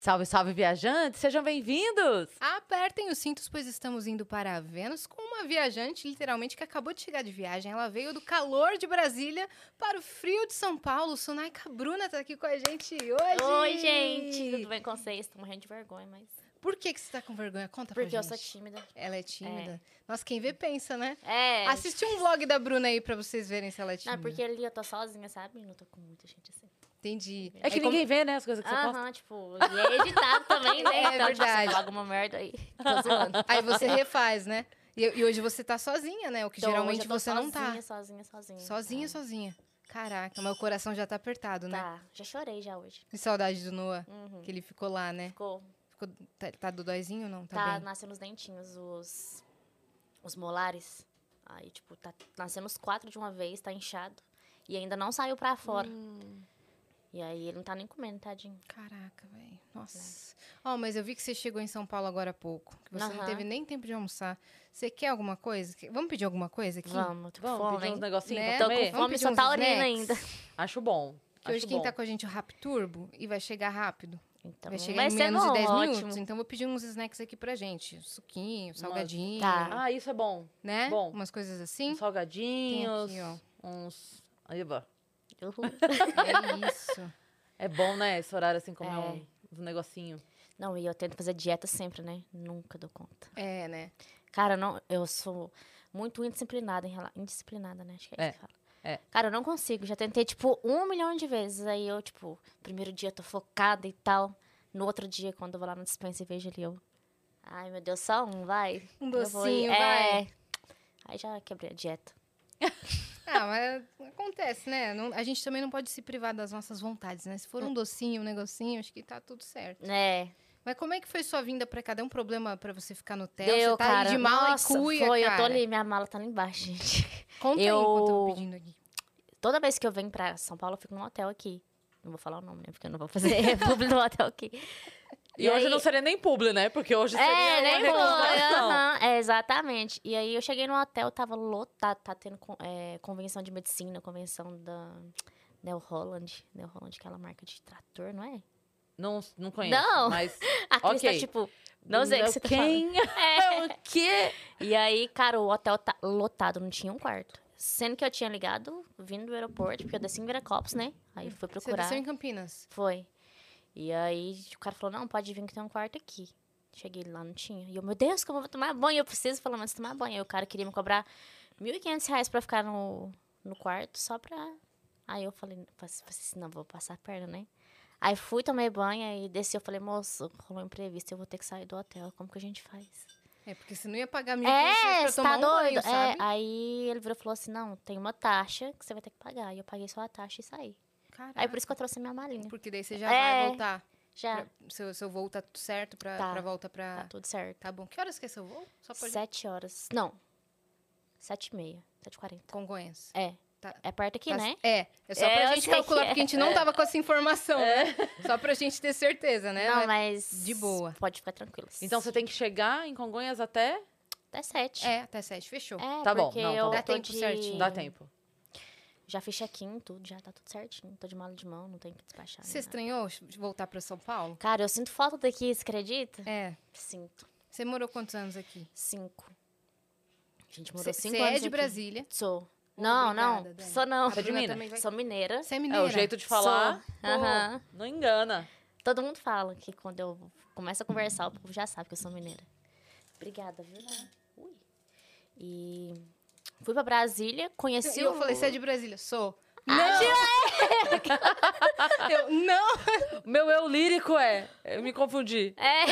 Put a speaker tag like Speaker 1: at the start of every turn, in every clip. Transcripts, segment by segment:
Speaker 1: Salve, salve, viajantes! Sejam bem-vindos!
Speaker 2: Apertem os cintos, pois estamos indo para a Vênus com uma viajante, literalmente, que acabou de chegar de viagem. Ela veio do calor de Brasília para o frio de São Paulo. Sonaika Bruna tá aqui com a gente hoje!
Speaker 3: Oi, gente! Tudo bem com vocês? Tô morrendo de vergonha, mas...
Speaker 2: Por que, que você tá com vergonha? Conta pra
Speaker 3: Porque eu
Speaker 2: gente.
Speaker 3: sou tímida.
Speaker 2: Ela é tímida. Nossa, quem vê pensa, né?
Speaker 3: É.
Speaker 2: Assiste um vlog da Bruna aí pra vocês verem se ela é tímida.
Speaker 3: Não, porque ali eu tô sozinha, sabe? Não tô com muita gente assim.
Speaker 2: Entendi.
Speaker 1: É que
Speaker 3: como-
Speaker 1: ninguém vê, né, as coisas que você posta.
Speaker 3: Aham, tipo... E é editado também, né?
Speaker 2: É
Speaker 3: então, tipo,
Speaker 2: verdade.
Speaker 3: você fala alguma merda aí. Tô tá zoando.
Speaker 2: Aí você refaz, né? E, e hoje você tá sozinha, né? O que
Speaker 3: Então, hoje
Speaker 2: geralmente
Speaker 3: eu tô
Speaker 2: você não tá.
Speaker 3: sozinha, Sozinha, sozinha,
Speaker 2: Sozinha,
Speaker 3: É,
Speaker 2: sozinha. Caraca, mas o coração já tá apertado, né?
Speaker 3: Tá. Já chorei já hoje.
Speaker 2: Que saudade do Noah,
Speaker 3: Uhum.
Speaker 2: que ele ficou lá, né?
Speaker 3: Ficou...
Speaker 2: Ficou, tá, tá dodóizinho ou não? Tá,
Speaker 3: Tá
Speaker 2: bem?
Speaker 3: nascendo os dentinhos, os... Os molares. Aí, tipo, tá nascendo os quatro de uma vez, tá inchado. E ainda não saiu pra fora.
Speaker 2: Hum.
Speaker 3: E aí ele não tá nem comendo, tadinho.
Speaker 2: Caraca, velho. Nossa. Ó, mas eu vi que você chegou em São Paulo agora há pouco. Que você não
Speaker 3: Aham.
Speaker 2: teve nem tempo de almoçar. Você quer alguma coisa? Que- Vamos pedir alguma coisa aqui?
Speaker 3: Vamos, tô com
Speaker 1: Vamos
Speaker 3: fome,
Speaker 1: pedir uns
Speaker 3: hein?
Speaker 1: negocinhos
Speaker 2: Né?
Speaker 3: Tô
Speaker 1: pra
Speaker 3: com
Speaker 1: comer?
Speaker 2: Vamos
Speaker 3: fome,
Speaker 2: pedir
Speaker 3: sou
Speaker 2: uns
Speaker 3: taurina ainda.
Speaker 2: snacks?
Speaker 1: Acho bom.
Speaker 2: Que hoje
Speaker 1: acho
Speaker 2: quem
Speaker 1: bom.
Speaker 2: tá com a gente é o Rap Turbo e vai chegar rápido.
Speaker 3: Então,
Speaker 2: vai
Speaker 3: vai
Speaker 2: chegar em
Speaker 3: ser
Speaker 2: menos
Speaker 3: bom,
Speaker 2: de 10
Speaker 3: ótimo.
Speaker 2: minutos. Então vou pedir uns snacks aqui pra gente. Um Suquinho, salgadinho,
Speaker 3: Tá. Um
Speaker 1: Ah, isso é bom.
Speaker 2: né?
Speaker 1: Bom.
Speaker 2: Umas coisas assim.
Speaker 1: Uns salgadinhos,
Speaker 2: Tem aqui,
Speaker 1: uns... Aí, bó.
Speaker 3: Uhul.
Speaker 2: É isso.
Speaker 1: É bom, né, esse horário, assim, comer
Speaker 3: É.
Speaker 1: um, uns negocinho.
Speaker 3: Não, e eu tento fazer dieta sempre, né? Nunca dou conta.
Speaker 2: É, né?
Speaker 3: Cara, não, eu sou muito indisciplinada em relação. Indisciplinada, né? Acho que é,
Speaker 1: É,
Speaker 3: isso que fala.
Speaker 1: é.
Speaker 3: Cara, eu não consigo. Já tentei, tipo, um milhão de vezes. Aí eu, tipo, primeiro dia eu tô focada e tal. No outro dia, quando eu vou lá no dispensa e vejo ali, eu. Ai, meu Deus, só um, vai.
Speaker 2: Um
Speaker 3: Eu vou ir-
Speaker 2: docinho, vai.
Speaker 3: É. Aí já quebrei a dieta.
Speaker 2: Ah, mas acontece, né? Não- a gente também não pode se privar das nossas vontades, né? Se for um docinho, um negocinho, acho que tá tudo certo.
Speaker 3: É.
Speaker 2: Mas como é que foi sua vinda pra cá? Deu um problema pra você ficar no hotel?
Speaker 3: Deu,
Speaker 2: você tá
Speaker 3: cara.
Speaker 2: ali de mala
Speaker 3: Nossa,
Speaker 2: e cuia,
Speaker 3: foi, eu
Speaker 2: cara.
Speaker 3: tô ali, minha mala tá lá embaixo, gente.
Speaker 2: Conta aí
Speaker 3: Eu-
Speaker 2: enquanto eu tô pedindo aqui.
Speaker 3: Toda vez que eu venho pra São Paulo, eu fico num hotel aqui. Não vou falar o nome, né? Porque eu não vou fazer público no hotel aqui.
Speaker 1: E, hoje não seria nem publi, né? Porque hoje seria
Speaker 3: É,
Speaker 1: uma
Speaker 3: nem foi.
Speaker 1: reconstrução.
Speaker 3: aham, é, exatamente. E aí eu cheguei no hotel, tava lotado, tá tendo con- é, convenção de medicina, convenção da Neo Holland. Neo Holland, aquela marca de trator, não é?
Speaker 1: Não, não conheço,
Speaker 3: Não.
Speaker 1: mas...
Speaker 3: A Cris
Speaker 1: Ok.
Speaker 3: tá tipo, não sei o que você tá falando.
Speaker 1: Quem é o quê?
Speaker 3: E aí, cara, o hotel tá lotado, não tinha um quarto. Sendo que eu tinha ligado, vindo do aeroporto, porque eu desci em Viracopos, né? Aí fui procurar.
Speaker 2: Você desceu em Campinas.
Speaker 3: Foi. E aí o cara falou, não, pode vir que tem um quarto aqui. Cheguei lá, não tinha. E eu, meu Deus, como eu vou tomar banho? Eu preciso pelo menos tomar banho. Aí o cara queria me cobrar R$ 1.500 reais pra ficar no, no quarto, só pra... Aí eu falei, passei assim, não, vou passar a perna, né? Aí fui, tomei banho, aí desci, eu falei, moço, rolou um imprevisto, eu vou ter que sair do hotel, como que a gente faz?
Speaker 2: É, porque você não ia pagar mil
Speaker 3: É,
Speaker 2: pra
Speaker 3: você
Speaker 2: tomar
Speaker 3: tá
Speaker 2: um
Speaker 3: doido?
Speaker 2: banho,
Speaker 3: é,
Speaker 2: sabe?
Speaker 3: aí ele virou e falou assim, não, tem uma taxa que você vai ter que pagar. E eu paguei só a taxa e saí.
Speaker 2: Caraca.
Speaker 3: Aí por isso que eu trouxe minha malinha.
Speaker 2: Porque daí você já
Speaker 3: É.
Speaker 2: vai voltar.
Speaker 3: Já,
Speaker 2: Ah. Pra- seu, seu voo tá tudo certo pra,
Speaker 3: Tá.
Speaker 2: pra volta pra...
Speaker 3: tá
Speaker 2: Tá.
Speaker 3: tudo certo.
Speaker 2: bom. Que horas que é seu voo? Só pra gente...
Speaker 3: Sete horas. Não. Sete e meia. Sete e quarenta.
Speaker 2: Congonhas.
Speaker 3: É.
Speaker 2: Tá.
Speaker 3: É perto aqui,
Speaker 2: Tá-
Speaker 3: né?
Speaker 2: É, é só
Speaker 3: É,
Speaker 2: pra
Speaker 3: eu
Speaker 2: gente
Speaker 3: sei que
Speaker 2: calcular,
Speaker 3: é.
Speaker 2: porque a gente não tava com essa informação, né? Só pra gente ter certeza, né?
Speaker 3: Não,
Speaker 2: Mas-
Speaker 3: mas...
Speaker 2: de boa.
Speaker 3: Pode ficar tranquilo.
Speaker 1: Então você tem que chegar em Congonhas até...
Speaker 3: Até sete.
Speaker 2: É, até sete, fechou.
Speaker 3: É,
Speaker 1: Tá bom,
Speaker 3: porque
Speaker 1: não, tá
Speaker 3: eu
Speaker 1: bom.
Speaker 2: Dá
Speaker 3: tô
Speaker 2: tempo
Speaker 3: de-
Speaker 2: certinho.
Speaker 1: Dá tempo. É,
Speaker 3: Já fiz check-in, tudo, já tá tudo certinho. Tô de mala de mão, não tenho que despachar.
Speaker 2: Você
Speaker 3: nem nada.
Speaker 2: estranhou ch- de voltar pra São Paulo?
Speaker 3: Cara, eu sinto falta daqui, você acredita?
Speaker 2: É.
Speaker 3: Sinto.
Speaker 2: Você morou quantos anos aqui?
Speaker 3: Cinco. A gente morou cinco
Speaker 2: Você
Speaker 3: anos
Speaker 2: é de
Speaker 3: aqui.
Speaker 2: Brasília.
Speaker 3: Sou. Não, não.
Speaker 2: Obrigada, Dani.
Speaker 3: Sou não.
Speaker 2: A
Speaker 1: Você é de
Speaker 2: Bruna
Speaker 1: Minas?
Speaker 2: também vai-
Speaker 3: Sou mineira.
Speaker 2: Você é mineira?
Speaker 1: É o jeito de falar.
Speaker 3: Sou. Aham.
Speaker 1: Não engana.
Speaker 3: Todo mundo fala que quando eu começo a conversar, o povo já sabe que eu sou mineira. Obrigada, viu? Dani? Ui. E fui pra Brasília, conheci
Speaker 2: E eu
Speaker 3: o- Ah,
Speaker 2: falei, você é de Brasília? Sou.
Speaker 1: Não!
Speaker 2: Eu, não!
Speaker 1: Meu eu lírico é. Eu me confundi.
Speaker 3: É.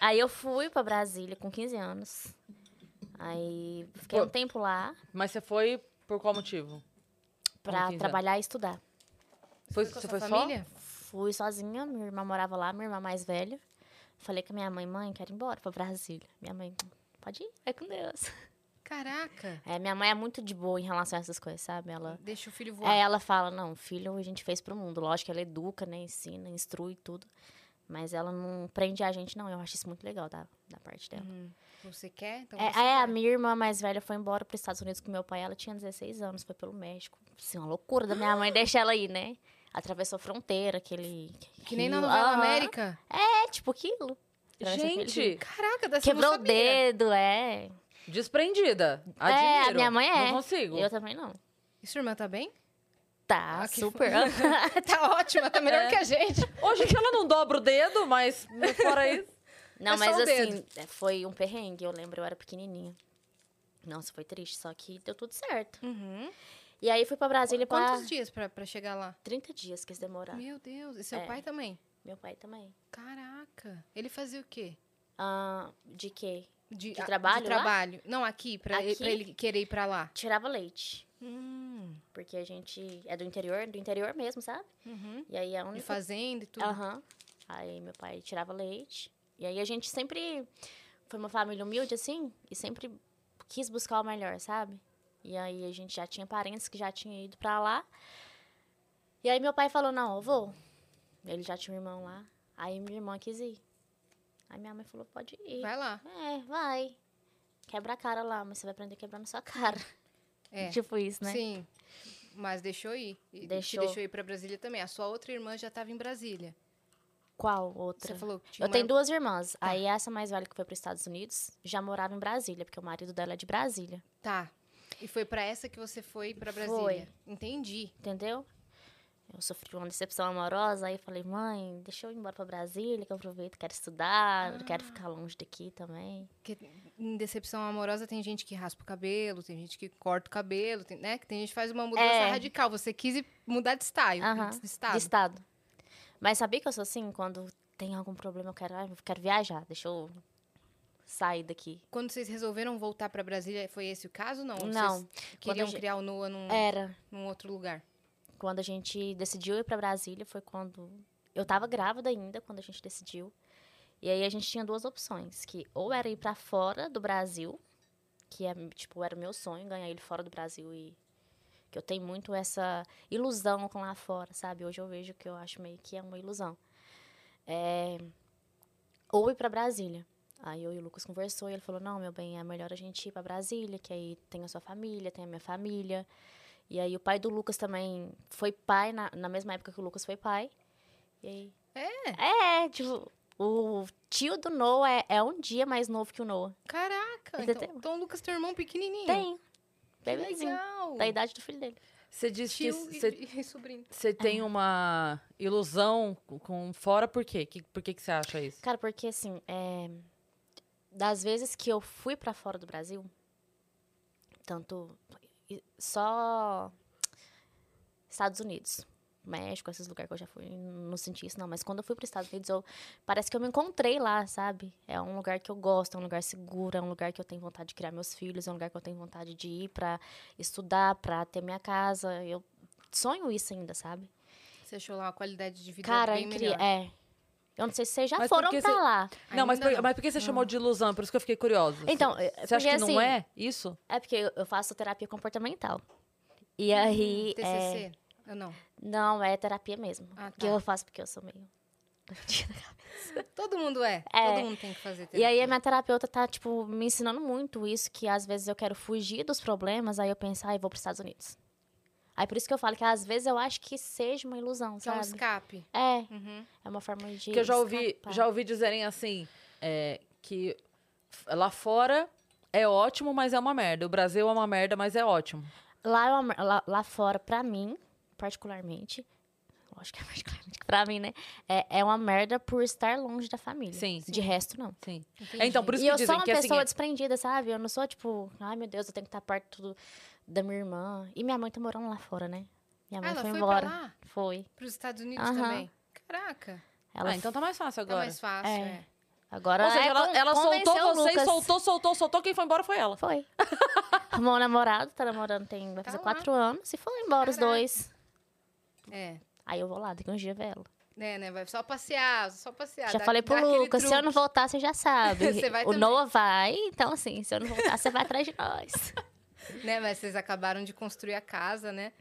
Speaker 3: Aí eu fui pra Brasília com 15 anos. Aí fiquei
Speaker 1: Pô.
Speaker 3: um tempo lá
Speaker 1: Mas você foi por qual motivo?
Speaker 3: pra
Speaker 1: 15
Speaker 3: trabalhar e estudar.
Speaker 1: Foi,
Speaker 2: com a
Speaker 1: você
Speaker 2: sua
Speaker 1: foi
Speaker 2: família?
Speaker 3: Fui sozinha, minha irmã morava lá, minha irmã mais velha. Falei com a minha mãe, mãe, quero ir embora pra Brasília. Minha mãe, pode ir, vai com Deus.
Speaker 2: Caraca!
Speaker 3: É, minha mãe é muito de boa em relação a essas coisas, sabe? Ela
Speaker 2: Deixa o filho
Speaker 3: É,
Speaker 2: voar.
Speaker 3: ela fala, não, filho a gente fez pro mundo. Lógico que ela educa, né? Ensina, instrui tudo. Mas ela não prende a gente, não. Eu acho isso muito legal da, da parte dela.
Speaker 2: Uhum. Você quer? Então
Speaker 3: É,
Speaker 2: você
Speaker 3: é, a
Speaker 2: vai.
Speaker 3: minha irmã mais velha foi embora pros Estados Unidos com meu pai. Ela tinha 16 anos, foi pelo México. Assim, uma loucura da minha mãe deixar ela ir, né? atravessou fronteira, aquele.
Speaker 2: Que nem na
Speaker 3: rio.
Speaker 2: novela
Speaker 3: Aham.
Speaker 2: América.
Speaker 3: É, tipo aquilo. Atravessou aquele rio.
Speaker 1: Gente,
Speaker 2: Caraca, dessa eu não
Speaker 3: Quebrou o
Speaker 2: sabia.
Speaker 3: dedo, é.
Speaker 1: desprendida.
Speaker 3: a
Speaker 1: Admiro.
Speaker 3: minha mãe é.
Speaker 1: Não consigo.
Speaker 3: Eu também não.
Speaker 2: E sua irmã tá bem?
Speaker 3: Tá,
Speaker 2: Ah, que
Speaker 3: super.
Speaker 2: tá ótima, tá melhor que a gente.
Speaker 1: Hoje em dia ela não dobra o dedo, mas fora isso.
Speaker 3: Não,
Speaker 2: É só
Speaker 3: mas
Speaker 2: o
Speaker 3: assim, é, foi um perrengue, eu lembro, eu era pequenininha. Nossa, foi triste, só que deu tudo certo.
Speaker 2: Uhum.
Speaker 3: E aí fui pra Brasília pra
Speaker 2: Quantos dias pra, pra chegar lá?
Speaker 3: 30 dias que eles demoraram.
Speaker 2: Meu Deus, e seu
Speaker 3: Tá. É.
Speaker 2: pai também?
Speaker 3: Meu pai também.
Speaker 2: Caraca. Ele fazia o quê?
Speaker 3: Ah, de quê?
Speaker 2: De,
Speaker 3: De trabalho
Speaker 2: De
Speaker 3: lá?
Speaker 2: trabalho. Não, aqui, pra, Ele,
Speaker 3: Aqui?
Speaker 2: pra ele querer ir pra lá.
Speaker 3: Tirava leite.
Speaker 2: Hum.
Speaker 3: Porque a gente é do interior, do interior mesmo, sabe?
Speaker 2: Uhum.
Speaker 3: E aí é a
Speaker 2: De
Speaker 3: única.
Speaker 2: fazenda e tudo.
Speaker 3: Aham. Aí meu pai tirava leite. E aí a gente sempre. Foi uma família humilde, assim, e sempre quis buscar o melhor, sabe? E aí a gente já tinha parentes que já tinham ido pra lá. E aí meu pai falou: não, eu vou. Ele já tinha um irmão lá. Aí minha irmã quis ir. Aí minha mãe falou: pode ir.
Speaker 2: Vai lá.
Speaker 3: É, vai. Quebra a cara lá, mas você vai aprender quebrando sua cara.
Speaker 2: É.
Speaker 3: Tipo isso, né?
Speaker 2: Sim. Mas deixou ir. E
Speaker 3: Deixou.
Speaker 2: Te deixou ir pra Brasília também. A sua outra irmã já tava em Brasília.
Speaker 3: Qual outra?
Speaker 2: Você falou que tinha
Speaker 3: Eu
Speaker 2: uma Tá.
Speaker 3: tenho duas irmãs. Aí essa mais velha que foi para os Estados Unidos já morava em Brasília, porque o marido dela é de Brasília,
Speaker 2: Tá. E foi pra essa que você foi pra
Speaker 3: Foi.
Speaker 2: Brasília? Entendi.
Speaker 3: entendeu? Eu sofri uma decepção amorosa, aí falei, mãe, deixa eu ir embora para Brasília, que eu aproveito, quero estudar, não
Speaker 2: Ah.
Speaker 3: quero ficar longe daqui também.
Speaker 2: Porque em decepção amorosa tem gente que raspa o cabelo, tem gente que corta o cabelo, tem, né? Que Tem gente que faz uma mudança
Speaker 3: É.
Speaker 2: radical. Você quis ir mudar de style,
Speaker 3: Aham.
Speaker 2: de estado.
Speaker 3: De estado. Mas sabia que eu sou assim? Quando tem algum problema, eu quero, "Ai, eu quero viajar, deixa eu sair daqui.
Speaker 2: Quando vocês resolveram voltar pra Brasília, foi esse o caso? Não.
Speaker 3: Não.
Speaker 2: Vocês
Speaker 3: Quando a
Speaker 2: queriam
Speaker 3: gente- É.
Speaker 2: criar o Noah num,
Speaker 3: Era.
Speaker 2: num outro lugar.
Speaker 3: Quando a gente decidiu ir para Brasília, foi quando eu tava grávida ainda quando a gente decidiu. E aí a gente tinha duas opções, que ou era ir para fora do Brasil, que é tipo era o meu sonho ganhar ele fora do Brasil e que eu tenho muito essa ilusão com lá fora, sabe? Hoje eu vejo que eu acho meio que é uma ilusão. É, ou ir para Brasília. Aí eu e o Lucas conversou e ele falou: "Não, meu bem, é melhor a gente ir para Brasília, que aí tem a sua família, tem a minha família". E aí o pai do Lucas também foi pai na, na mesma época que o Lucas foi pai. E aí é, tipo, o tio do Noah é, é um dia mais novo que o Noah.
Speaker 2: Caraca!
Speaker 3: Ainda
Speaker 2: Então,
Speaker 3: tem-
Speaker 2: então o Lucas tem um irmão pequenininho.
Speaker 3: é Tem.
Speaker 2: Que
Speaker 3: Bebezinho.
Speaker 2: legal.
Speaker 3: Da idade do filho dele.
Speaker 1: Você diz que
Speaker 2: Tio
Speaker 1: você
Speaker 2: e, e sobrinho.
Speaker 1: você tem uma ilusão com- com fora, por quê? Que, por que, que você acha isso?
Speaker 3: Cara, porque assim, é, das vezes que eu fui pra fora do Brasil, tanto e- só Estados Unidos, México, esses lugares que eu já fui, não senti isso não, mas quando eu fui para Estados Unidos, eu parece que eu me encontrei lá, sabe? É um lugar que eu gosto, é um lugar seguro, é um lugar que eu tenho vontade de criar meus filhos, é um lugar que eu tenho vontade de ir pra estudar, pra ter minha casa. Eu sonho isso ainda, sabe?
Speaker 2: Você achou lá uma qualidade de vida
Speaker 3: Cara,
Speaker 2: bem
Speaker 3: eu
Speaker 2: melhor.
Speaker 3: queria, é. Eu não sei se vocês já
Speaker 1: Mas por
Speaker 3: foram
Speaker 1: que
Speaker 3: pra
Speaker 1: você-
Speaker 3: lá.
Speaker 1: Não, mas
Speaker 2: Ainda
Speaker 1: por, mas por que você chamou de ilusão? É Por isso que eu fiquei curiosa.
Speaker 3: Então,
Speaker 1: você
Speaker 3: é-
Speaker 1: você acha que
Speaker 3: porque,
Speaker 1: não
Speaker 3: assim,
Speaker 1: é isso?
Speaker 3: É porque eu- eu faço terapia comportamental.
Speaker 1: Uhum.
Speaker 3: E aí. é-
Speaker 2: TCC? Eu não.
Speaker 3: Não, é terapia mesmo.
Speaker 2: Ah, tá.
Speaker 3: Que eu faço porque eu sou meio.
Speaker 2: Todo mundo é.
Speaker 3: É.
Speaker 2: Todo mundo tem que fazer
Speaker 3: E aí
Speaker 2: terapia.
Speaker 3: a minha terapeuta tá, tipo, me ensinando muito isso, que às vezes eu quero fugir dos problemas, aí eu penso, ai, vou pros Estados Unidos. Aí por isso que eu falo que às vezes eu acho que seja uma ilusão,
Speaker 2: Que é um
Speaker 3: sabe?
Speaker 2: escape.
Speaker 3: É,
Speaker 2: Uhum.
Speaker 3: é uma forma de.
Speaker 1: Porque eu já ouvi,
Speaker 3: escapar.
Speaker 1: já ouvi dizerem assim, é, que f- lá fora é ótimo, mas é uma merda. O Brasil é uma merda, mas é ótimo.
Speaker 3: Lá, é uma- lá, lá fora, pra mim, particularmente. Lógico que é particularmente pra mim, né? É, é uma merda por estar longe da família.
Speaker 1: Sim.
Speaker 3: De resto, não.
Speaker 1: Sim.
Speaker 2: Entendi.
Speaker 1: Então, por isso
Speaker 3: E
Speaker 1: que
Speaker 3: eu sou
Speaker 1: dizem
Speaker 3: uma
Speaker 1: que assim,
Speaker 3: pessoa
Speaker 1: é-
Speaker 3: desprendida, sabe? Eu não sou tipo, ai meu Deus, eu tenho que estar perto do- da minha irmã. E minha mãe tá morando lá fora, né? Minha
Speaker 2: Ah,
Speaker 3: mãe
Speaker 2: ela
Speaker 3: foi
Speaker 2: foi
Speaker 3: embora.
Speaker 2: pra lá?
Speaker 3: Foi.
Speaker 2: Pros Estados Unidos
Speaker 3: Aham.
Speaker 2: também? Caraca.
Speaker 3: Ela
Speaker 1: Ah, então tá mais fácil
Speaker 2: Tá
Speaker 1: agora.
Speaker 2: mais fácil,
Speaker 3: É.
Speaker 2: é.
Speaker 3: Agora
Speaker 1: Ou seja,
Speaker 3: é,
Speaker 1: ela,
Speaker 3: con-
Speaker 1: ela soltou
Speaker 3: convenceu o
Speaker 1: você,
Speaker 3: Lucas.
Speaker 1: soltou, soltou, soltou. Quem foi embora foi ela.
Speaker 3: Foi. Arrumou um namorado, tá namorando, tem, vai
Speaker 2: Tá
Speaker 3: fazer
Speaker 2: lá.
Speaker 3: quatro anos. E foi embora os
Speaker 2: Caraca.
Speaker 3: dois.
Speaker 2: É.
Speaker 3: Aí eu vou lá, daqui uns dias ver ela.
Speaker 2: É, né? Vai só passear, só passear.
Speaker 3: já
Speaker 2: Tá, dá-
Speaker 3: falei pro
Speaker 2: dá aquele
Speaker 3: Lucas, se eu não
Speaker 2: truque.
Speaker 3: voltar, você já sabe.
Speaker 2: Você vai
Speaker 3: o
Speaker 2: também.
Speaker 3: Noah vai, então assim, se eu não voltar, você vai atrás de nós.
Speaker 2: Né? Mas vocês acabaram de construir a casa, né?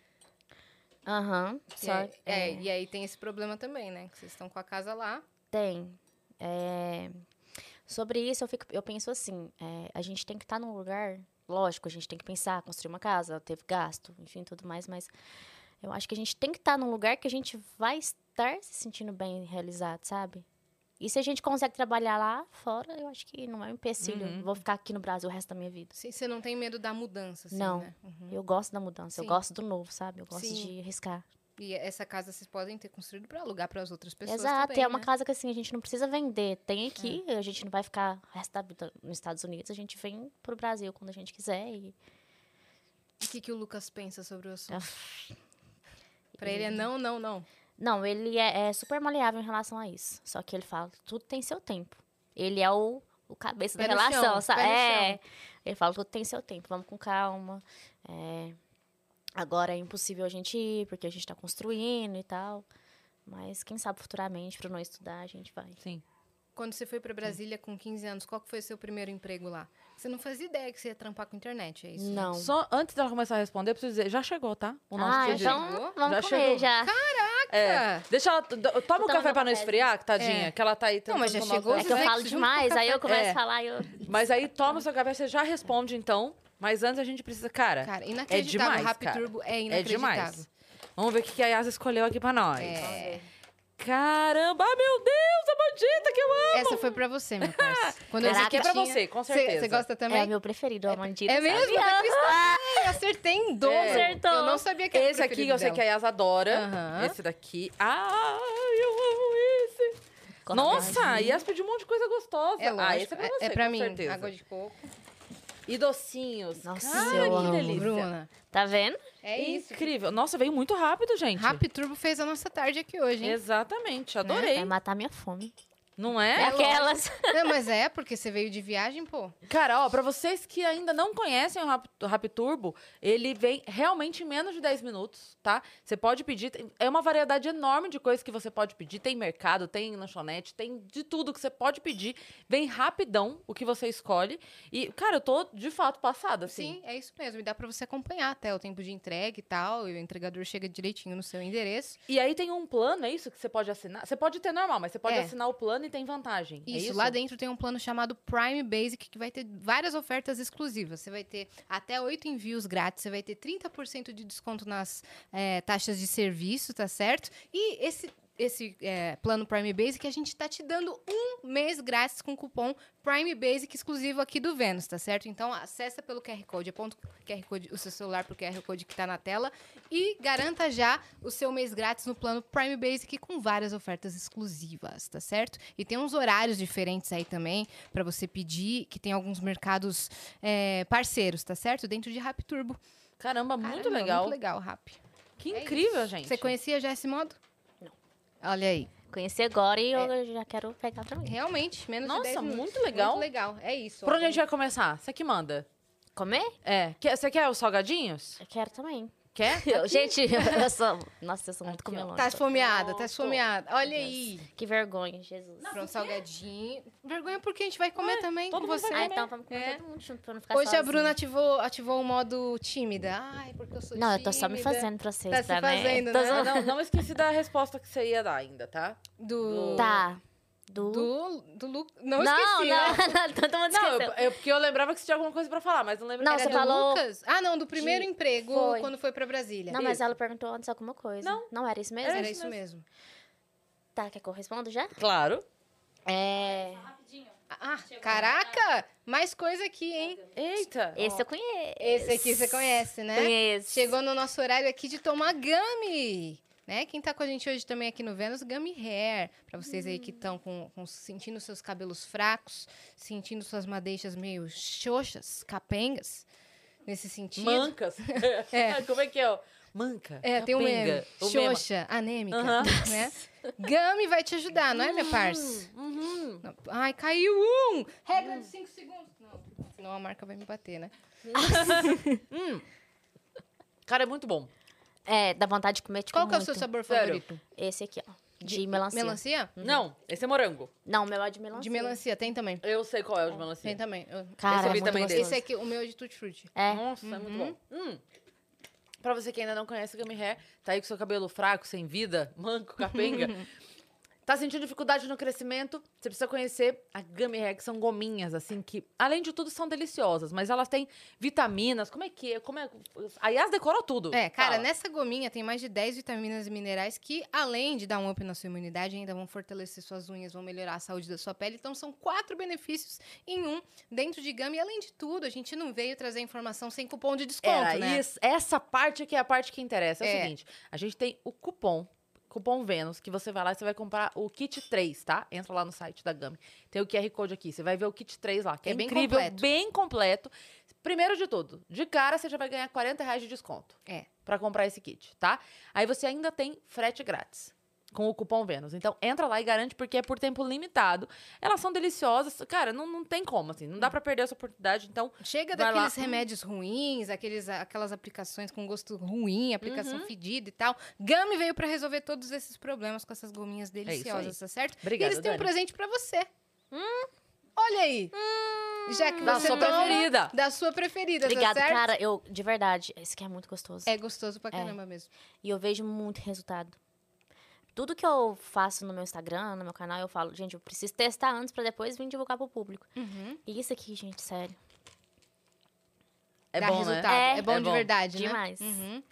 Speaker 3: Aham.
Speaker 2: E
Speaker 3: só-
Speaker 2: aí- é, e aí tem esse problema também, né? Que vocês estão com a casa lá.
Speaker 3: Tem. É, Sobre isso, eu, fico, eu penso assim: é, a gente tem que estar num lugar. Lógico, a gente tem que pensar, construir uma casa, teve gasto, enfim, tudo mais, mas Eu acho que a gente tem que estar num lugar que a gente vai estar se sentindo bem realizado, sabe? E se a gente consegue trabalhar lá fora, eu acho que não é um empecilho.
Speaker 1: Uhum.
Speaker 3: Vou ficar aqui no Brasil o resto da minha vida.
Speaker 2: Sim, você não tem medo da mudança, assim,
Speaker 3: Não.
Speaker 2: né? Uhum.
Speaker 3: Eu gosto da mudança, eu
Speaker 2: Sim.
Speaker 3: gosto do novo, sabe? Eu gosto
Speaker 2: Sim.
Speaker 3: de arriscar.
Speaker 2: E essa casa vocês podem ter construído para alugar para as outras pessoas
Speaker 3: Exato,
Speaker 2: também,
Speaker 3: é uma
Speaker 2: né? É.
Speaker 3: casa que assim, a gente não precisa vender. Tem aqui, a gente não vai ficar o resto da vida nos Estados Unidos, a gente vem pro Brasil quando a gente quiser. E...
Speaker 2: E O que, que o Lucas pensa sobre o assunto?
Speaker 3: Ah.
Speaker 2: Para ele é não, não, não.
Speaker 3: Não, ele é, é super maleável em relação a isso. Só que ele fala, tudo tem seu tempo. Ele é o, o cabeça
Speaker 2: Pé
Speaker 3: da
Speaker 2: no
Speaker 3: relação,
Speaker 2: chão,
Speaker 3: sabe?
Speaker 2: pé no
Speaker 3: É.
Speaker 2: chão.
Speaker 3: Ele fala, tudo tem seu tempo, vamos com calma. É, agora é impossível a gente ir, porque a gente tá construindo e tal. Mas quem sabe futuramente, pra não estudar, a gente vai.
Speaker 1: Sim.
Speaker 2: Quando você foi para Brasília com 15 anos, qual que foi o seu primeiro emprego lá? Você não fazia ideia que você ia trampar com internet, é isso? né?
Speaker 3: Não.
Speaker 1: Só antes dela começar a responder, eu preciso dizer, já chegou, tá? O nosso
Speaker 3: ah,
Speaker 1: pedido.
Speaker 3: então
Speaker 2: chegou?
Speaker 3: vamos
Speaker 1: Já
Speaker 3: comer
Speaker 1: chegou.
Speaker 3: já.
Speaker 2: É.
Speaker 1: Deixa ela. d- Toma
Speaker 3: tomando
Speaker 1: o café pra não
Speaker 3: café.
Speaker 1: esfriar, que tadinha,
Speaker 2: É.
Speaker 1: que ela tá aí tentando
Speaker 2: mas já
Speaker 1: tomar o
Speaker 2: chegou,
Speaker 1: café.
Speaker 3: É que eu
Speaker 2: vai
Speaker 3: falo
Speaker 2: junto com o
Speaker 3: demais, aí eu começo
Speaker 1: É.
Speaker 3: a falar e eu...
Speaker 1: Mas aí toma o seu café, você já responde então. Mas antes a gente precisa. Cara,
Speaker 2: É. Cara,
Speaker 1: É
Speaker 2: inacreditável.
Speaker 1: demais,
Speaker 2: Rapid
Speaker 1: cara.
Speaker 2: Turbo é
Speaker 1: é
Speaker 2: inacreditável.
Speaker 1: demais. Vamos ver o que que a Yasa escolheu aqui pra nós.
Speaker 2: É.
Speaker 1: Caramba, ah, meu Deus, a bandita que eu amo!
Speaker 2: Essa foi pra você, meu parceiro. Quando
Speaker 1: Essa
Speaker 2: eu
Speaker 1: aqui é pra você, com certeza.
Speaker 2: Você gosta também?
Speaker 3: É o meu preferido, a Mandira.
Speaker 2: É mesmo?
Speaker 3: sabe?
Speaker 2: A Cris também. Acertei em dobro.
Speaker 1: É.
Speaker 3: Acertou.
Speaker 2: Eu não sabia que era
Speaker 1: Esse aqui eu sei que a Yas adora.
Speaker 2: Aham.
Speaker 1: Esse daqui. Ah, eu amo esse. Nossa, a Yas pediu um monte de coisa gostosa.
Speaker 2: É
Speaker 1: ah,
Speaker 2: lógico,
Speaker 1: esse é pra
Speaker 2: é-
Speaker 1: você,
Speaker 2: é pra
Speaker 1: com
Speaker 2: mim.
Speaker 1: certeza.
Speaker 2: Água de coco.
Speaker 1: E docinhos.
Speaker 3: Nossa,
Speaker 1: Cara,
Speaker 3: eu
Speaker 1: que
Speaker 3: amo.
Speaker 1: delícia.
Speaker 2: Bruna.
Speaker 3: Tá vendo?
Speaker 2: É isso.
Speaker 1: Incrível. Nossa, veio muito rápido, gente.
Speaker 2: Rap Turbo fez a nossa tarde aqui hoje, hein?
Speaker 1: Exatamente,
Speaker 2: Né?
Speaker 1: adorei.
Speaker 2: É,
Speaker 3: Vai É matar minha fome.
Speaker 1: Não
Speaker 3: É,
Speaker 1: é?
Speaker 3: aquelas.
Speaker 2: Não, mas é, porque você veio de viagem, pô.
Speaker 1: Cara, ó, pra vocês que ainda não conhecem o Rap, o Rap Turbo, ele vem realmente em menos de 10 minutos, tá? Você pode pedir, tem- é uma variedade enorme de coisas que você pode pedir. Tem mercado, tem lanchonete, tem de tudo que você pode pedir. Vem rapidão o que você escolhe. E, cara, eu tô de fato passada, assim.
Speaker 2: Sim, é isso mesmo. E dá pra você acompanhar até o tempo de entrega e tal. E o entregador chega direitinho no seu endereço.
Speaker 1: E aí tem um plano, é isso? Que você pode assinar. Você pode ter normal, mas você pode
Speaker 2: É.
Speaker 1: assinar o plano e tem vantagem. é
Speaker 2: Isso,
Speaker 1: isso?
Speaker 2: lá dentro tem um plano chamado Prime Basic, que vai ter várias ofertas exclusivas. Você vai ter até oito envios grátis, você vai ter 30% de desconto nas eh, taxas de serviço, tá certo? E esse. Esse eh, plano Prime Basic, a gente tá te dando um mês grátis com o cupom Prime Basic exclusivo aqui do Vênus, tá certo? Então acessa pelo QR Code, aponta o QR Code, o seu celular pro QR Code que tá na tela e garanta já o seu mês grátis no plano Prime Basic com várias ofertas exclusivas, tá certo? E tem uns horários diferentes aí também para você pedir, que tem alguns mercados eh, parceiros, tá certo? Dentro de Rap Turbo.
Speaker 1: Caramba, muito
Speaker 2: Caramba,
Speaker 1: legal.
Speaker 2: Muito legal, Rap.
Speaker 1: Que
Speaker 2: É
Speaker 1: incrível,
Speaker 2: isso.
Speaker 1: gente.
Speaker 2: Você conhecia já esse modo? Não. Olha aí.
Speaker 3: Conheci agora e eu já quero pegar também.
Speaker 2: Realmente, menos de 10
Speaker 1: Nossa,
Speaker 2: minutos.
Speaker 1: muito legal.
Speaker 2: Muito legal. É isso.
Speaker 1: Por
Speaker 2: ó.
Speaker 1: onde a gente vai começar? Você que manda.
Speaker 3: Comer?
Speaker 1: É. Quer- Você quer os salgadinhos?
Speaker 3: Eu quero também.
Speaker 1: Quer?
Speaker 3: Eu- gente, eu sou. Nossa, eu sou muito
Speaker 1: Aqui, ó.
Speaker 3: comelona.
Speaker 2: Tá esfomeada, tá
Speaker 1: Pronto.
Speaker 2: esfomeada. Olha
Speaker 3: Deus.
Speaker 2: aí.
Speaker 3: Que vergonha, Jesus.
Speaker 2: Pronto, salgadinho. Vergonha porque a gente vai comer também
Speaker 1: É, todo
Speaker 2: com
Speaker 1: mundo
Speaker 2: você.
Speaker 1: vai
Speaker 3: Ah,
Speaker 1: comer.
Speaker 3: então vamos comer
Speaker 2: É.
Speaker 3: todo mundo junto pra eu não ficar
Speaker 2: Hoje a
Speaker 3: Tá sozinha.
Speaker 2: Bruna ativou, ativou o modo tímida. Ai, porque eu sou tímida.
Speaker 3: Não, eu tô só me fazendo pra vocês,
Speaker 2: Tá se
Speaker 3: tá, né?
Speaker 2: fazendo,
Speaker 3: Tô
Speaker 2: né?
Speaker 1: Ah,
Speaker 3: zoando.
Speaker 1: não, não esqueci da resposta que você ia dar ainda, tá?
Speaker 2: Do...
Speaker 3: Tá. Do.
Speaker 2: Do, do Lu... Não,
Speaker 3: não,
Speaker 2: esqueci,
Speaker 3: não,
Speaker 2: né?
Speaker 3: não, todo mundo
Speaker 1: Não, eu,
Speaker 3: esqueceu.
Speaker 1: eu- porque eu lembrava que você tinha alguma coisa pra falar, mas não lembro.
Speaker 3: Não,
Speaker 1: que
Speaker 3: você
Speaker 2: do
Speaker 1: era.
Speaker 3: falou-
Speaker 2: Lucas? Ah, não, do primeiro
Speaker 3: de-
Speaker 2: emprego
Speaker 3: foi.
Speaker 2: quando foi pra Brasília.
Speaker 3: Não, mas
Speaker 1: Isso.
Speaker 3: ela perguntou antes alguma coisa.
Speaker 1: Não.
Speaker 3: Não era isso mesmo?
Speaker 2: Era
Speaker 1: isso
Speaker 2: isso mesmo.
Speaker 3: Tá, quer que eu respondo já?
Speaker 1: Claro.
Speaker 3: É.
Speaker 2: Ah, caraca! Mais coisa aqui, hein?
Speaker 1: Eita.
Speaker 3: Esse eu conheço.
Speaker 2: Esse aqui você conhece, né?
Speaker 3: Conheço.
Speaker 2: Chegou no nosso horário aqui de tomar Gummy. Né? Quem tá com a gente hoje também aqui no Vênus, Gummy Hair. Pra vocês aí que
Speaker 1: Hum.
Speaker 2: estão com, com- sentindo seus cabelos fracos, sentindo suas madeixas meio xoxas, capengas, nesse sentido.
Speaker 1: Mancas.
Speaker 2: É.
Speaker 1: Como é que é? ó? Manca.
Speaker 2: É, tem um
Speaker 1: capenga,
Speaker 2: meme.
Speaker 1: o meme.
Speaker 2: Xoxa, anêmica,
Speaker 1: Aham.
Speaker 2: né? Gummy vai te ajudar, não é, minha parça?
Speaker 1: Uhum. Hum.
Speaker 2: Não. Ai, caiu um! Regra de 5 segundos. Não, senão a marca vai me bater, né?
Speaker 1: Cara, é muito bom.
Speaker 3: É, dá vontade de comer, tipo,
Speaker 2: Qual que é o
Speaker 3: muito.
Speaker 2: seu sabor
Speaker 1: Sério.
Speaker 2: favorito?
Speaker 3: Esse aqui, ó. De melancia.
Speaker 2: Melancia?
Speaker 1: Não, esse é morango.
Speaker 3: Não, o meu é de melancia.
Speaker 2: De melancia, tem também.
Speaker 1: Eu sei qual é o de
Speaker 2: Tem
Speaker 1: melancia.
Speaker 2: também. Eu-
Speaker 3: Cara,
Speaker 1: Recebi
Speaker 3: é muito
Speaker 1: também
Speaker 3: gostoso.
Speaker 1: dele.
Speaker 2: Esse aqui, o meu é Uhum. de tutti frutti.
Speaker 3: É.
Speaker 1: Nossa, é muito bom. Hum. Pra você que ainda não conhece o Gummy Hair, tá aí com seu cabelo fraco, sem vida, manco, capenga. Tá sentindo dificuldade no crescimento? Você precisa conhecer a Gummy Hack. São gominhas, assim, que, além de tudo, são deliciosas. Mas elas têm vitaminas. Como é que é? Como é? A Yas decorou tudo.
Speaker 2: É, cara,
Speaker 1: Fala.
Speaker 2: nessa gominha tem mais de 10 vitaminas e minerais que, além de dar um up na sua imunidade, ainda vão fortalecer suas unhas, vão melhorar a saúde da sua pele. Então, são quatro benefícios em um dentro de Gama. E, além de tudo, a gente não veio trazer informação sem cupom de desconto,
Speaker 1: Era
Speaker 2: né?
Speaker 1: isso. Essa parte que é a parte que interessa. É,
Speaker 2: É.
Speaker 1: o seguinte, a gente tem o cupom, cupom Vênus, que você vai lá e você vai comprar o kit 3, tá? Entra lá no site da Gami. Tem o QR Code aqui, você vai ver o kit 3 lá, que é,
Speaker 2: É bem
Speaker 1: incrível,
Speaker 2: completo.
Speaker 1: bem completo. Primeiro de tudo, de cara você já vai ganhar 40 reais de desconto.
Speaker 2: É.
Speaker 1: Pra comprar esse kit, tá? Aí você ainda tem frete grátis. Com o cupom Vênus. Então, entra lá e garante, porque é por tempo limitado. Elas são deliciosas. Cara, não, não tem como, assim. Não dá pra perder essa oportunidade. Então,
Speaker 2: Chega
Speaker 1: Vai lá.
Speaker 2: daqueles remédios ruins, aqueles, aquelas aplicações com gosto ruim, aplicação
Speaker 1: Uhum.
Speaker 2: fedida e tal. Gami veio pra resolver todos esses problemas com essas gominhas
Speaker 1: É
Speaker 2: deliciosas, tá certo?
Speaker 1: Obrigada,
Speaker 2: e eles têm um
Speaker 1: Dani.
Speaker 2: presente pra você. Hum? Olha aí. Já que
Speaker 1: Hum. da
Speaker 2: você
Speaker 1: sua
Speaker 2: toma
Speaker 1: preferida.
Speaker 2: da sua preferida,
Speaker 3: Obrigada,
Speaker 2: tá certo?
Speaker 3: cara. Eu, de verdade, esse aqui é muito gostoso.
Speaker 2: É gostoso pra caramba mesmo.
Speaker 3: E eu vejo muito resultado. Tudo que eu faço no meu Instagram, no meu canal, eu falo, gente, eu preciso testar antes pra depois vir divulgar pro público.
Speaker 2: Uhum.
Speaker 3: E isso aqui, gente, sério.
Speaker 1: é
Speaker 2: Dá
Speaker 1: bom,
Speaker 2: resultado.
Speaker 1: né?
Speaker 2: É,
Speaker 3: É,
Speaker 2: bom
Speaker 1: é
Speaker 2: de
Speaker 1: bom.
Speaker 2: verdade,
Speaker 3: Demais.
Speaker 2: né? Uhum.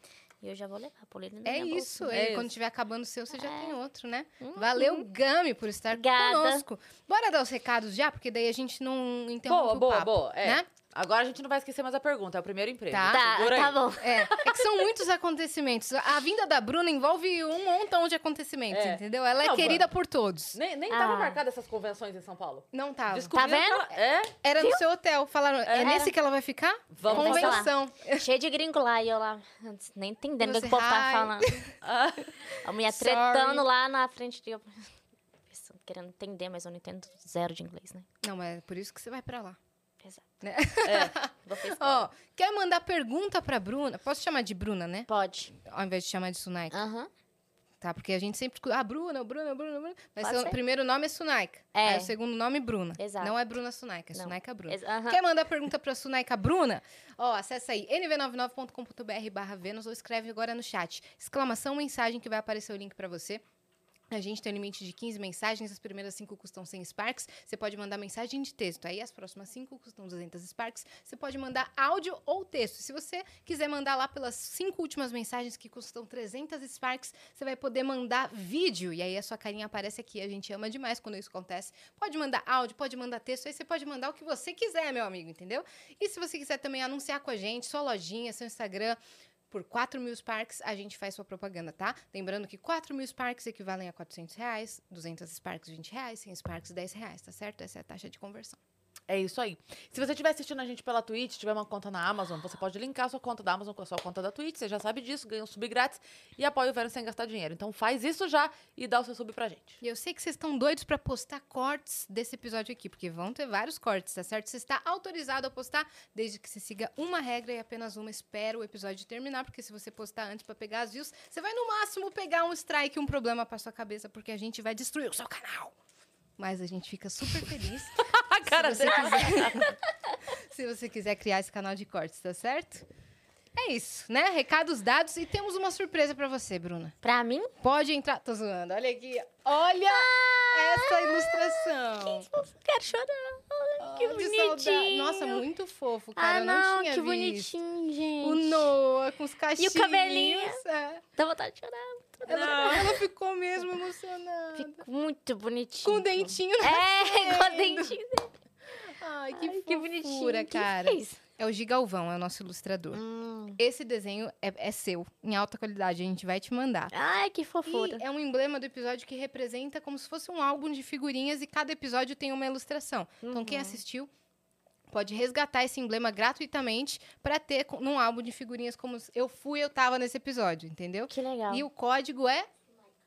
Speaker 3: E eu já vou levar a polida na
Speaker 2: É
Speaker 3: minha
Speaker 2: isso.
Speaker 3: bolsa.
Speaker 1: É
Speaker 2: e
Speaker 1: isso.
Speaker 2: Quando tiver acabando o seu, você já
Speaker 3: É.
Speaker 2: tem outro, né?
Speaker 3: Uhum.
Speaker 2: Valeu, Gami, por estar
Speaker 3: Obrigada.
Speaker 2: conosco. Bora dar os recados já, porque daí a gente não interrompe
Speaker 1: Boa,
Speaker 2: o
Speaker 1: boa,
Speaker 2: um papo,
Speaker 1: boa. É.
Speaker 2: né?
Speaker 1: Agora a gente não vai esquecer mais a pergunta, é o primeiro emprego.
Speaker 2: Tá.
Speaker 3: Tá,
Speaker 1: Segura aí.
Speaker 3: tá bom.
Speaker 2: É, é que são muitos acontecimentos. A vinda da Bruna envolve um montão de acontecimentos,
Speaker 1: É.
Speaker 2: entendeu? Ela é
Speaker 1: Não,
Speaker 2: querida por todos.
Speaker 1: Nem, nem tava
Speaker 3: Ah.
Speaker 1: marcada essas convenções em São Paulo.
Speaker 2: Não tava.
Speaker 1: Descobriram
Speaker 3: Tá vendo?
Speaker 1: que ela- É?
Speaker 2: Era no seu hotel. Falaram, é,
Speaker 1: É.
Speaker 2: nesse que ela vai ficar?
Speaker 1: Vamos
Speaker 2: Convenção.
Speaker 3: Cheio de gringo lá e eu lá, antes, nem entendendo o que
Speaker 2: Você,
Speaker 3: o povo tá
Speaker 2: "Hi."
Speaker 3: falando.
Speaker 1: Ah,
Speaker 3: A mulher
Speaker 2: Sorry.
Speaker 3: tretando lá na frente de eu. Pensando, Querendo entender, mas eu não entendo zero de inglês, né?
Speaker 2: Não, mas é por isso que você vai pra lá.
Speaker 3: Exato.
Speaker 2: Né?
Speaker 1: é.
Speaker 3: Vou fazer-
Speaker 2: Ó, quer mandar pergunta pra Bruna? Posso chamar de Bruna, né?
Speaker 3: Pode.
Speaker 2: Ao invés de chamar de Sunaika,
Speaker 3: Aham.
Speaker 2: tá? Porque a gente sempre... Ah, Bruna, Bruna, Bruna, Bruna. Mas
Speaker 3: Pode
Speaker 2: seu
Speaker 3: ser.
Speaker 2: primeiro nome é Sunaika.
Speaker 3: É.
Speaker 2: Aí o segundo nome é Bruna.
Speaker 3: Exato.
Speaker 2: Não é Bruna Sunaika, é
Speaker 3: Não.
Speaker 2: Sunaika Bruna.
Speaker 3: Ex- aham.
Speaker 2: Quer mandar pergunta pra Sunaika Bruna? Ó, acessa aí nv99.com.br barra Vênus ou escreve agora no chat. Exclamação, mensagem, que vai aparecer o link pra você. A gente tem um limite de 15 mensagens, as primeiras 5 custam 100 Sparks. Você pode mandar mensagem de texto, aí as próximas 5 custam 200 Sparks. Você pode mandar áudio ou texto. Se você quiser mandar lá pelas 5 últimas mensagens que custam 300 Sparks, você vai poder mandar vídeo. E aí a sua carinha aparece aqui. A gente ama demais quando isso acontece. Pode mandar áudio, pode mandar texto, aí você pode mandar o que você quiser, meu amigo, entendeu? E se você quiser também anunciar com a gente, sua lojinha, seu Instagram, por 4 mil Sparks, a gente faz sua propaganda, tá? Lembrando que 4 mil Sparks equivalem a 400 reais, 200 Sparks, 20 reais, 100 Sparks, 10 reais, tá certo? Essa é a taxa de conversão.
Speaker 1: É isso aí. Se você estiver assistindo a gente pela Twitch, tiver uma conta na Amazon, você pode linkar sua conta da Amazon com a sua conta da Twitch. Você já sabe disso, ganha um sub grátis e apoia o Vênus sem gastar dinheiro. Então faz isso já e dá o seu sub pra gente.
Speaker 2: E eu sei que vocês estão doidos pra postar cortes desse episódio aqui, porque vão ter vários cortes, tá certo? Você está autorizado a postar, desde que você siga uma regra e apenas uma. Espera o episódio terminar, porque se você postar antes pra pegar as views, você vai no máximo pegar um strike, um problema pra sua cabeça, porque a gente vai destruir o seu canal. Mas a gente fica super feliz
Speaker 1: A cara
Speaker 2: se você,
Speaker 1: dele.
Speaker 2: quiser, se você quiser criar esse canal de cortes, tá certo? É isso, né? Recados dados e temos uma surpresa pra você, Bruna.
Speaker 3: Pra mim,
Speaker 2: Pode entrar. Tô zoando, olha aqui. Olha essa ilustração.
Speaker 3: eu quero chorar. Ai, que
Speaker 2: Ah, de
Speaker 3: bonitinho.
Speaker 2: saudade. Nossa, muito fofo, cara.
Speaker 3: Ah,
Speaker 2: Eu
Speaker 3: não,
Speaker 2: tinha
Speaker 3: que
Speaker 2: visto.
Speaker 3: bonitinho, gente.
Speaker 2: O Noah com os cachinhos.
Speaker 3: cabelinho.
Speaker 2: é.
Speaker 3: Dá vontade de chorar.
Speaker 2: Ela, ela ficou mesmo emocionada.
Speaker 3: Fica muito bonitinho.
Speaker 2: Com o dentinho. na-
Speaker 3: É, com o
Speaker 2: saindo.
Speaker 3: dentinho.
Speaker 2: Ai, que
Speaker 3: Ai,
Speaker 2: fofura,
Speaker 3: que bonitinho.
Speaker 2: cara.
Speaker 3: Quem fez?
Speaker 2: É o Gigalvão, é o nosso ilustrador.
Speaker 3: Hum.
Speaker 2: Esse desenho é, é seu, em alta qualidade, a gente vai te mandar.
Speaker 3: Ai, que fofura.
Speaker 2: E é um emblema do episódio que representa como se fosse um álbum de figurinhas e cada episódio tem uma ilustração. Então, quem assistiu pode resgatar esse emblema gratuitamente pra ter co- num álbum de figurinhas como eu fui, eu tava nesse episódio, entendeu?
Speaker 3: Que legal.
Speaker 2: E o código é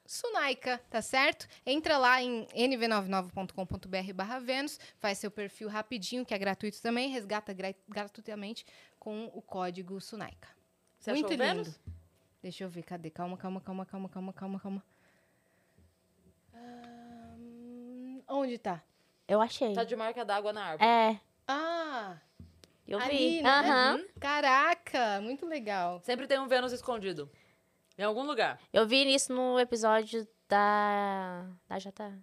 Speaker 2: Sunaika, tá certo? Entra lá em nv99.com.br barra Vênus, faz seu perfil rapidinho, que é gratuito também, resgata gra- gratuitamente com o código Sunaika.
Speaker 1: Você
Speaker 2: Muito
Speaker 1: achou o Vênus?
Speaker 2: lindo. Deixa eu ver, cadê? Calma, calma, calma, calma, calma, calma, calma. Ahn, onde tá?
Speaker 3: Eu achei.
Speaker 1: Tá de marca d'água na árvore.
Speaker 3: É,
Speaker 2: Ah,
Speaker 3: eu
Speaker 2: ali,
Speaker 3: vi.
Speaker 2: né?
Speaker 3: Aham.
Speaker 2: Caraca,
Speaker 1: É.
Speaker 2: muito legal.
Speaker 1: Sempre tem um Vênus escondido. Em algum lugar.
Speaker 3: Eu vi isso no episódio Da. Da Jata.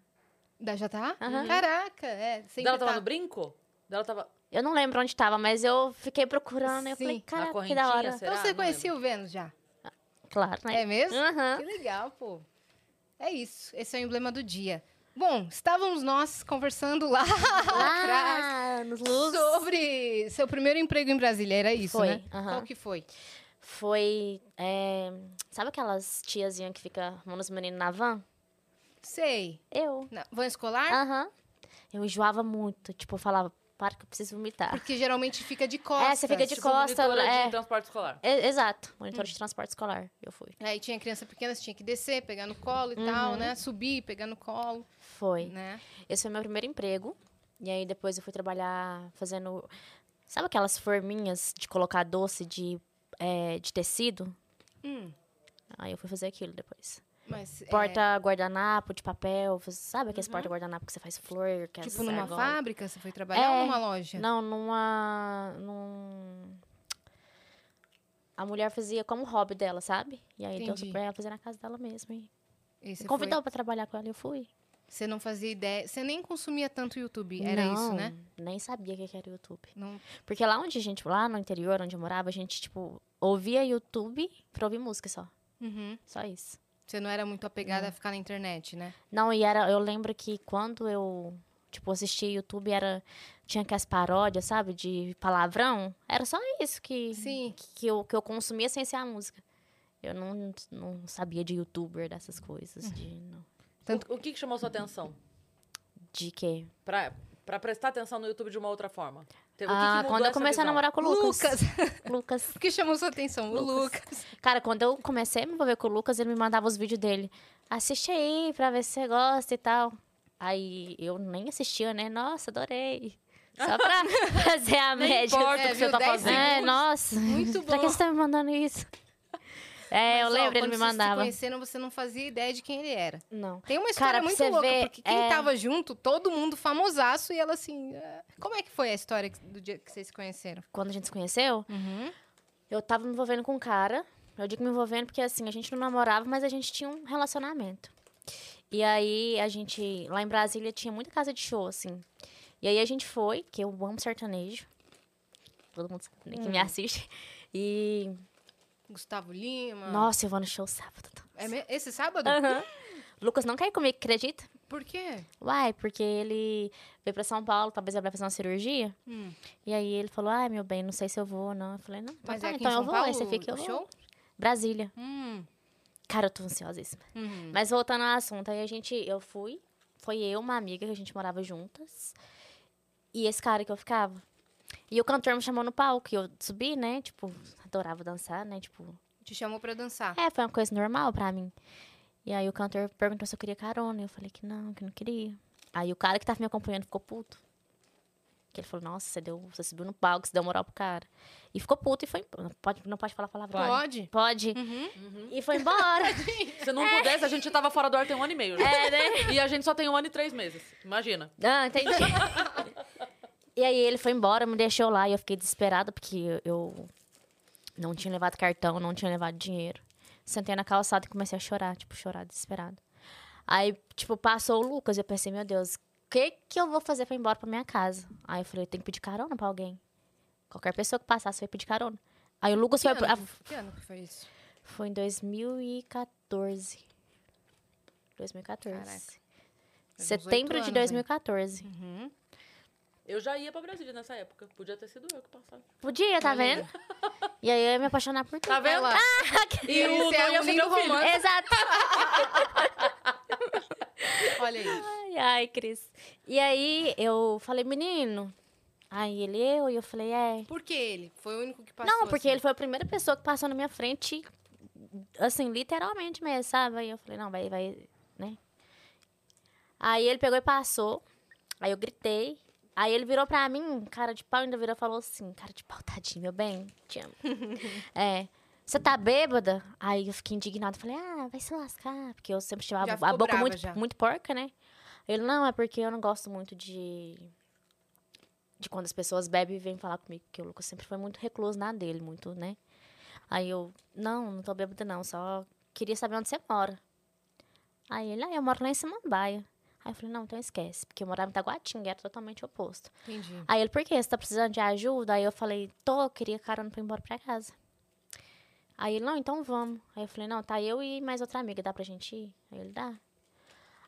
Speaker 2: Da já tá?
Speaker 3: Aham.
Speaker 2: Caraca, é. Sempre
Speaker 1: Dela tava
Speaker 2: tá.
Speaker 1: no brinco? Dela tava
Speaker 3: Eu não lembro onde tava, mas eu fiquei procurando. e Eu
Speaker 2: Sim.
Speaker 3: falei,
Speaker 1: na
Speaker 3: cara, que
Speaker 1: correntinha,
Speaker 3: da hora.
Speaker 1: será?
Speaker 2: Então você
Speaker 1: Não
Speaker 2: conhecia o Vênus já?
Speaker 3: Claro, né?
Speaker 2: É mesmo?
Speaker 3: Aham.
Speaker 2: Que legal, pô. É isso. Esse é o emblema do dia. Bom, estávamos nós conversando lá atrás
Speaker 3: Lá nos luz.
Speaker 2: sobre seu primeiro emprego em Brasília. Era isso,
Speaker 3: Foi,
Speaker 2: né?
Speaker 3: aham.
Speaker 2: Qual que foi?
Speaker 3: Foi. é, Sabe aquelas tiazinhas que fica arrumando os meninos na van?
Speaker 2: Sei.
Speaker 3: Eu.
Speaker 2: Na van escolar?
Speaker 3: Aham. Eu enjoava muito. Tipo, eu falava, para que eu preciso vomitar.
Speaker 2: Porque geralmente fica de costas.
Speaker 3: É, você fica de
Speaker 1: tipo
Speaker 3: costa,
Speaker 1: monitora de
Speaker 3: é.
Speaker 1: transporte escolar.
Speaker 3: E- exato. Monitor de transporte escolar. Eu fui.
Speaker 2: Aí tinha criança pequena, você tinha que descer, pegar no colo e tal, né? Subir, pegar no colo,
Speaker 3: Uhum. Foi.
Speaker 2: né?
Speaker 3: Esse foi meu primeiro emprego. E aí depois eu fui trabalhar fazendo. Sabe aquelas forminhas de colocar doce de, é, de tecido?
Speaker 2: Hum,
Speaker 3: Aí eu fui fazer aquilo depois.
Speaker 2: mas é, Uhum.
Speaker 3: Porta guardanapo de papel, faz- sabe aqueles porta guardanapo que você faz flor, que as
Speaker 2: tipo numa
Speaker 3: argolas?
Speaker 2: fábrica você foi trabalhar ou
Speaker 3: É.
Speaker 2: numa loja?
Speaker 3: Não, numa. Num... A mulher fazia como hobby dela, sabe? E aí deu
Speaker 2: Entendi.
Speaker 3: pra ela fazer na casa dela mesma. E
Speaker 2: E você,
Speaker 3: me
Speaker 2: foi-
Speaker 3: convidou pra trabalhar com ela e eu fui.
Speaker 2: você não fazia ideia, você nem consumia tanto YouTube, era isso,
Speaker 3: Não,
Speaker 2: né?
Speaker 3: Nem sabia o que que era o YouTube.
Speaker 2: Não,
Speaker 3: Porque lá onde a gente, lá no interior onde eu morava, a gente, tipo, ouvia YouTube pra ouvir música só.
Speaker 2: Uhum.
Speaker 3: Só isso.
Speaker 2: Você não era muito apegada a ficar na internet, né?
Speaker 3: Não, e era, eu lembro que quando eu, tipo, assistia YouTube, era, tinha que as paródias, sabe, de palavrão. Era só isso que,
Speaker 2: Sim.
Speaker 3: que, que eu, que eu consumia sem ser a música. Eu não, não sabia de youtuber, dessas coisas, de, não.
Speaker 2: Tanto-
Speaker 1: O, o que que chamou sua atenção?
Speaker 3: de quê?
Speaker 1: Pra, pra prestar atenção no YouTube de uma outra forma. Te- O que que
Speaker 3: ah,
Speaker 1: mudou
Speaker 3: quando eu
Speaker 1: essa
Speaker 3: comecei
Speaker 1: visão?
Speaker 3: a namorar com o Lucas. Lucas.
Speaker 2: O que chamou sua atenção? O Lucas.
Speaker 3: Cara, quando eu comecei a me envolver com o Lucas, ele me mandava os vídeos dele. Assiste aí pra ver se você gosta e tal. Aí eu nem assistia, né? Nossa, adorei. Só pra fazer a
Speaker 1: Nem
Speaker 3: média.
Speaker 1: importa o
Speaker 2: É,
Speaker 1: que
Speaker 2: viu,
Speaker 1: você tá
Speaker 2: 10
Speaker 1: fazendo.
Speaker 3: É, nossa.
Speaker 2: Muito
Speaker 3: Pra
Speaker 2: bom.
Speaker 3: que você tá me mandando isso? É,
Speaker 2: Mas,
Speaker 3: eu
Speaker 2: ó,
Speaker 3: lembro, ele
Speaker 2: quando
Speaker 3: me
Speaker 2: vocês
Speaker 3: mandava.
Speaker 2: Se conheceram, você não fazia ideia de quem ele era.
Speaker 3: Não.
Speaker 2: Tem uma história
Speaker 3: Cara, pra
Speaker 2: muito
Speaker 3: você
Speaker 2: louca,
Speaker 3: ver,
Speaker 2: porque quem
Speaker 3: é.
Speaker 2: tava junto, todo mundo famosaço, e ela assim. ah, Como é que foi a história que- do dia que vocês se conheceram?
Speaker 3: Quando a gente se conheceu,
Speaker 2: Uhum.
Speaker 3: eu tava me envolvendo com um cara. Eu digo me envolvendo porque, assim, a gente não namorava, mas a gente tinha um relacionamento. E aí, a gente... Lá em Brasília tinha muita casa de show, assim. E aí, a gente foi, que eu amo sertanejo. Todo mundo sabe, né, que me assiste. E...
Speaker 2: Gustavo Lima.
Speaker 3: Nossa, eu vou no show sábado.
Speaker 2: É me- Esse sábado?
Speaker 3: Aham. Lucas não quer ir comigo, acredita?
Speaker 2: Por quê?
Speaker 3: Uai, porque ele veio pra São Paulo, talvez ele vai fazer uma cirurgia.
Speaker 2: Hum.
Speaker 3: E aí ele falou, ai, meu bem, não sei se eu vou ou não. Eu falei, não, então
Speaker 2: Mas
Speaker 3: tá,
Speaker 2: é aqui
Speaker 3: então
Speaker 2: em
Speaker 3: eu
Speaker 2: São
Speaker 3: vou,
Speaker 2: Paulo
Speaker 3: aí você fica, eu
Speaker 2: o
Speaker 3: vou.
Speaker 2: show?
Speaker 3: Brasília.
Speaker 2: Hum.
Speaker 3: Cara, eu tô ansiosíssima.
Speaker 2: Uhum.
Speaker 3: Mas voltando ao assunto, aí a gente, eu fui, foi eu, uma amiga, que a gente morava juntas. E esse cara que eu ficava. E o cantor me chamou no palco, e eu subi, né, tipo, adorava dançar, né, tipo...
Speaker 2: Te chamou pra dançar.
Speaker 3: É, foi uma coisa normal pra mim. E aí o cantor perguntou se eu queria carona. e Eu falei que não, que não queria. Aí o cara que tava me acompanhando ficou puto. Que ele falou, nossa, você, deu, você subiu no palco, você deu moral pro cara. E ficou puto e foi embora. Não Pode, não pode falar palavrão. né?
Speaker 2: Pode? Uhum.
Speaker 3: Pode. E foi embora.
Speaker 1: Se não pudesse, a gente tava fora do ar tem um ano e meio. né?
Speaker 3: é, né?
Speaker 1: E a gente só tem um ano e três meses. Imagina.
Speaker 3: Ah, entendi. e aí ele foi embora, me deixou lá e eu fiquei desesperada porque eu não tinha levado cartão, não tinha levado dinheiro. Sentei na calçada e comecei a chorar, tipo, chorar desesperada. Aí, tipo, passou o Lucas e eu pensei, meu Deus, o que que eu vou fazer pra ir embora pra minha casa? Aí eu falei, eu tenho que pedir carona pra alguém. Qualquer pessoa que passasse, eu ia pedir carona. Aí o Lucas
Speaker 2: Que ano,
Speaker 3: foi... ah,
Speaker 2: que- que ano que foi isso?
Speaker 3: foi em 2014. 2014.
Speaker 2: Caraca. Faz uns oito
Speaker 3: Setembro
Speaker 2: anos,
Speaker 3: de
Speaker 2: hein?
Speaker 3: 2014.
Speaker 2: Uhum.
Speaker 1: Eu já ia pra Brasília nessa época. Podia ter sido eu que passava.
Speaker 3: Podia, tá
Speaker 2: Olha aí.
Speaker 3: vendo? E aí eu ia me apaixonar por tudo.
Speaker 1: Tá vendo?
Speaker 2: Olha lá.
Speaker 1: E
Speaker 2: Isso
Speaker 1: o
Speaker 2: é
Speaker 1: não ia
Speaker 2: um
Speaker 1: ser
Speaker 2: lindo
Speaker 1: meu filho.
Speaker 2: romance.
Speaker 3: Exato.
Speaker 2: Olha aí.
Speaker 3: Ai, ai, Cris. E aí eu falei, menino. Aí ele eu, e eu falei, é.
Speaker 2: Por que ele? Foi o único que passou.
Speaker 3: Não, porque
Speaker 2: assim?
Speaker 3: ele foi a primeira pessoa que passou na minha frente, assim, literalmente mesmo, sabe? Aí eu falei, não, vai, vai, né? Aí ele pegou e passou. Aí eu gritei. Aí ele virou pra mim, cara de pau, ainda virou e falou assim: Cara de pau, tadinho, meu bem, te amo. é. Você tá bêbada? Aí eu fiquei indignada. Falei, ah, vai se lascar. Porque eu sempre tive a,
Speaker 2: Já
Speaker 3: a
Speaker 2: ficou
Speaker 3: boca
Speaker 2: brava
Speaker 3: muito,
Speaker 2: já.
Speaker 3: muito porca, né? Ele, não, é porque eu não gosto muito de. De quando as pessoas bebem e vêm falar comigo. Porque o Lucas sempre foi muito recluso na dele, muito, né? Aí eu, não, não tô bêbada, não. Só queria saber onde você mora. Aí ele, ah, eu moro lá em Samambaia. Aí eu falei, não, então esquece, porque eu morava em Taguatinga, era totalmente oposto.
Speaker 2: Entendi.
Speaker 3: Aí ele, por quê? Você tá precisando de ajuda? Aí eu falei, tô, eu queria carona pra ir embora pra casa. Aí ele, não, então vamos. Aí eu falei, não, tá eu e mais outra amiga, dá pra gente ir? Aí ele, dá.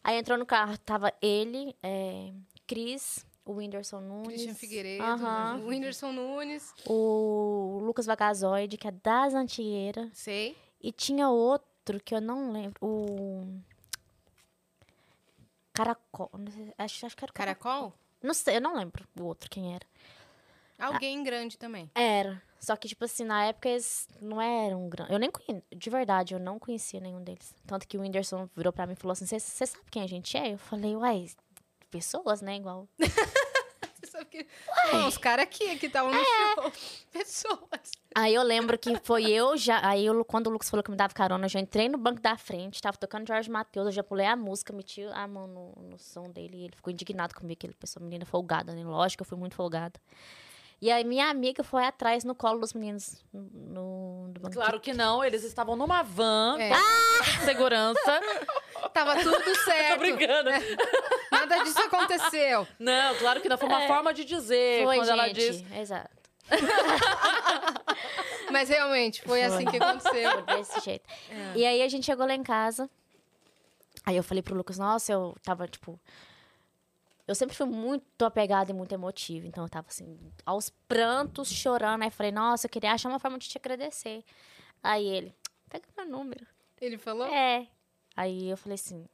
Speaker 3: Aí entrou no carro, tava ele, é, Cris, o Whindersson Nunes.
Speaker 2: Cristian Figueiredo, né?
Speaker 3: Aham.
Speaker 2: o Whindersson Nunes.
Speaker 3: O Lucas Vagazoide, que é das Antigueiras.
Speaker 2: Sei.
Speaker 3: E tinha outro que eu não lembro. O. Caracol. não sei, Acho, acho que era o Caracol.
Speaker 2: Caracol?
Speaker 3: Não sei, eu não lembro o outro quem era.
Speaker 2: Alguém grande também.
Speaker 3: Era. Só que, tipo assim, na época eles não eram grandes. Eu nem conhecia. De verdade, eu não conhecia nenhum deles. Tanto que o Whindersson virou pra mim e falou assim: Você sabe quem a gente é? Eu falei, uai, pessoas, né? Igual.
Speaker 2: Você sabe que. Não, os caras aqui que estavam no
Speaker 1: É.
Speaker 2: show. Pessoas.
Speaker 3: Aí eu lembro que foi eu já. Aí eu, quando o Lucas falou que me dava carona, eu já entrei no banco da frente, tava tocando Jorge Matheus, eu já pulei a música, meti a mão no, no som dele e ele ficou indignado comigo, que ele pensou, menina folgada, né? Lógico, eu fui muito folgada. E aí minha amiga foi atrás no colo dos meninos no, no do banco.
Speaker 1: Claro que não, eles estavam numa van,
Speaker 2: É.
Speaker 1: com segurança.
Speaker 2: Tava tudo
Speaker 1: Tô
Speaker 2: certo.
Speaker 1: brincando.
Speaker 3: É.
Speaker 2: Nada disso aconteceu.
Speaker 1: Não, claro que não, foi uma forma de dizer.
Speaker 3: É. Foi,
Speaker 1: quando
Speaker 3: gente.
Speaker 1: ela diz.
Speaker 3: Exato.
Speaker 2: Mas realmente, foi,
Speaker 3: Foi.
Speaker 2: assim que aconteceu.
Speaker 3: Foi desse jeito.
Speaker 1: É.
Speaker 3: E aí a gente chegou lá em casa. Aí eu falei pro Lucas, nossa, eu tava, tipo. Eu sempre fui muito apegada e muito emotiva. Então eu tava assim, aos prantos, chorando. Aí eu falei, nossa, eu queria achar uma forma de te agradecer. Aí ele, pega meu número.
Speaker 2: Ele falou?
Speaker 3: É. Aí eu falei assim.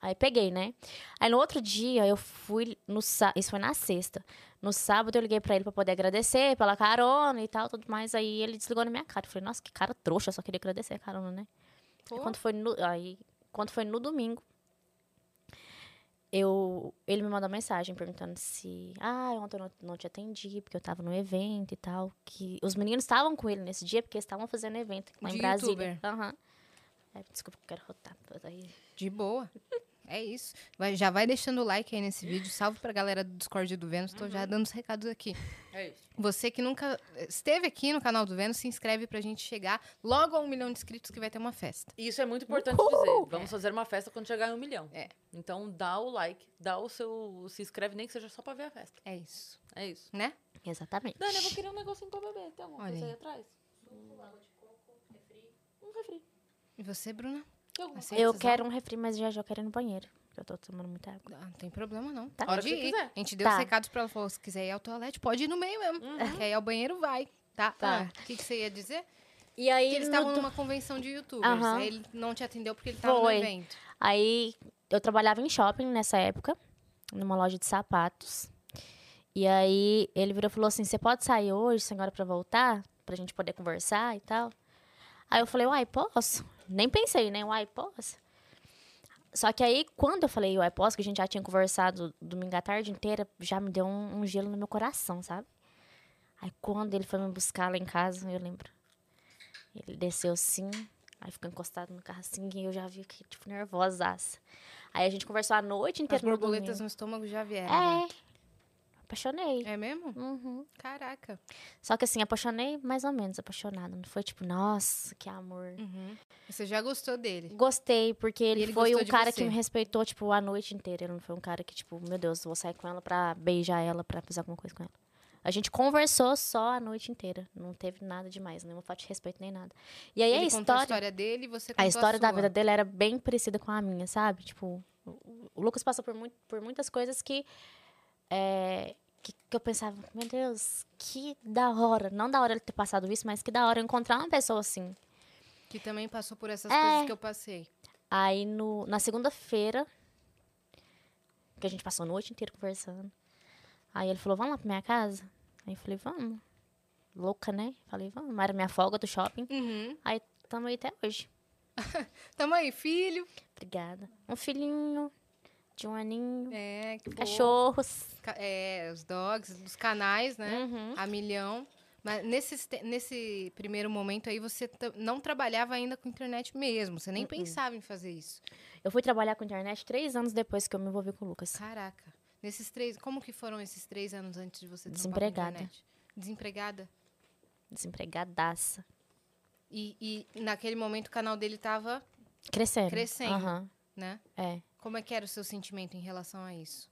Speaker 3: Aí peguei, né? Aí no outro dia eu fui no sá- isso foi na sexta. No sábado eu liguei pra ele pra poder agradecer pela carona e tal, tudo mais. Aí ele desligou na minha cara. Eu falei: "Nossa, que cara trouxa, eu só queria agradecer a carona, né?"
Speaker 2: Pô,
Speaker 3: Aí Quando foi no aí quando foi no domingo, eu ele me mandou uma mensagem perguntando se, ah, ontem eu não, não te atendi porque eu tava no evento e tal, que os meninos estavam com ele nesse dia porque eles estavam fazendo evento lá em
Speaker 2: De
Speaker 3: Brasília. Aham. Ai, Desculpa, eu quero rotar. Aí
Speaker 2: De boa. É isso. Vai- já vai deixando o like aí nesse vídeo. Salve pra galera do Discord e do Vênus. Tô já dando os recados aqui.
Speaker 1: É isso.
Speaker 2: Você que nunca esteve aqui no canal do Vênus, se inscreve pra gente chegar logo a um milhão de inscritos que vai ter uma festa.
Speaker 1: Isso é muito importante
Speaker 3: Uhul!
Speaker 1: dizer. Vamos fazer uma festa quando chegar em um milhão.
Speaker 2: É.
Speaker 1: Então dá o like, dá o seu. Se inscreve, nem que seja só pra ver a festa.
Speaker 2: É isso.
Speaker 1: É isso.
Speaker 2: Né?
Speaker 3: Exatamente.
Speaker 2: é
Speaker 1: Dani, eu vou querer um negocinho pra beber. Tem alguma
Speaker 2: Olha
Speaker 1: coisa
Speaker 2: aí.
Speaker 1: aí atrás? Um refri.
Speaker 2: E você, Bruna?
Speaker 1: Tem alguma
Speaker 2: Assim,
Speaker 1: coisa?
Speaker 3: Eu
Speaker 2: Precisar?
Speaker 3: quero um refri, mas já já eu quero ir no banheiro. Eu tô tomando muita água.
Speaker 2: Ah, Não tem problema, não.
Speaker 3: Tá.
Speaker 1: Hora
Speaker 2: Pode
Speaker 1: que você
Speaker 2: ir.
Speaker 1: quiser.
Speaker 2: A gente deu os
Speaker 3: Tá. Uhum.
Speaker 2: recados pra ela. Falou, se quiser ir ao toalete, pode ir no meio mesmo. Que aí ao banheiro vai. Tá.
Speaker 3: Tá.
Speaker 2: Ah, O que, que você ia dizer?
Speaker 3: E aí,
Speaker 2: Que eles
Speaker 3: no
Speaker 2: estavam
Speaker 3: do-
Speaker 2: numa convenção de youtubers.
Speaker 3: Aham.
Speaker 2: Aí ele não te atendeu porque ele tava
Speaker 3: Foi.
Speaker 2: no evento.
Speaker 3: aí eu trabalhava em shopping nessa época, numa loja de sapatos. E aí ele virou e falou assim: "Você pode sair hoje, senhora, pra voltar, pra gente poder conversar e tal?" Aí eu falei: "Uai, posso?" Nem pensei, né? Uai, posso? Só que aí, quando eu falei, uai, posso, que a gente já tinha conversado domingo à tarde inteira, já me deu um, um gelo no meu coração, sabe? Aí quando ele foi me buscar lá em casa, eu lembro. Ele desceu assim, aí ficou encostado no carro assim, e eu já vi que, tipo, nervosaça. Aí a gente conversou a noite
Speaker 2: As
Speaker 3: inteira. no
Speaker 2: borboletas no estômago já vieram. né?
Speaker 3: domingo. É. Apaixonei.
Speaker 2: É mesmo?
Speaker 3: Uhum.
Speaker 2: Caraca.
Speaker 3: Só que assim, apaixonei mais ou menos apaixonada. Não foi tipo, nossa, que amor.
Speaker 2: Uhum. Você já gostou dele.
Speaker 3: Gostei, porque ele,
Speaker 2: E ele
Speaker 3: foi
Speaker 2: gostou
Speaker 3: um
Speaker 2: de
Speaker 3: cara
Speaker 2: você.
Speaker 3: que me respeitou, tipo, a noite inteira. Ele não foi um cara que, tipo, meu Deus, vou sair com ela pra beijar ela, pra fazer alguma coisa com ela. A gente conversou só a noite inteira. Não teve nada demais, nenhuma falta de respeito, nem nada. E aí é
Speaker 2: ele
Speaker 3: a
Speaker 2: contou a
Speaker 3: história.
Speaker 2: história dele e você contou
Speaker 3: A história da
Speaker 2: sua.
Speaker 3: vida dele era bem parecida com a minha, sabe? Tipo, o- o Lucas passou por, mui- por muitas coisas que, é, que, que eu pensava, meu Deus, que da hora. Não da hora ele ter passado isso, mas que da hora eu encontrar uma pessoa assim.
Speaker 2: Que também passou por essas
Speaker 3: É.
Speaker 2: coisas que eu passei.
Speaker 3: Aí no, na segunda-feira, que a gente passou a noite inteira conversando. Aí ele falou, vamos lá pra minha casa? Aí eu falei, vamos. Louca, né? Falei, vamos. Era minha folga do shopping.
Speaker 2: Uhum.
Speaker 3: Aí tamo aí até hoje.
Speaker 2: Tamo aí, filho.
Speaker 3: Obrigada. Um filhinho de um aninho.
Speaker 2: É, que fofo.
Speaker 3: Cachorros.
Speaker 2: Ca- É, os dogs, os canais, né?
Speaker 3: Uhum.
Speaker 2: A milhão. Mas nesse, te- nesse primeiro momento aí, você ta- não trabalhava ainda com internet mesmo.
Speaker 3: Hum,
Speaker 2: Você nem pensava em fazer isso.
Speaker 3: Eu fui trabalhar com internet três anos depois que eu me envolvi com o Lucas.
Speaker 2: Caraca. Nesses três... Como que foram esses três anos antes de você trampar com
Speaker 3: Desempregada.
Speaker 2: internet? Desempregada.
Speaker 3: Desempregadaça.
Speaker 2: E, e naquele momento o canal dele tava
Speaker 3: Crescendo.
Speaker 2: Crescendo.
Speaker 3: Aham.
Speaker 2: né?
Speaker 3: É.
Speaker 2: Como é que era o seu sentimento em relação a isso?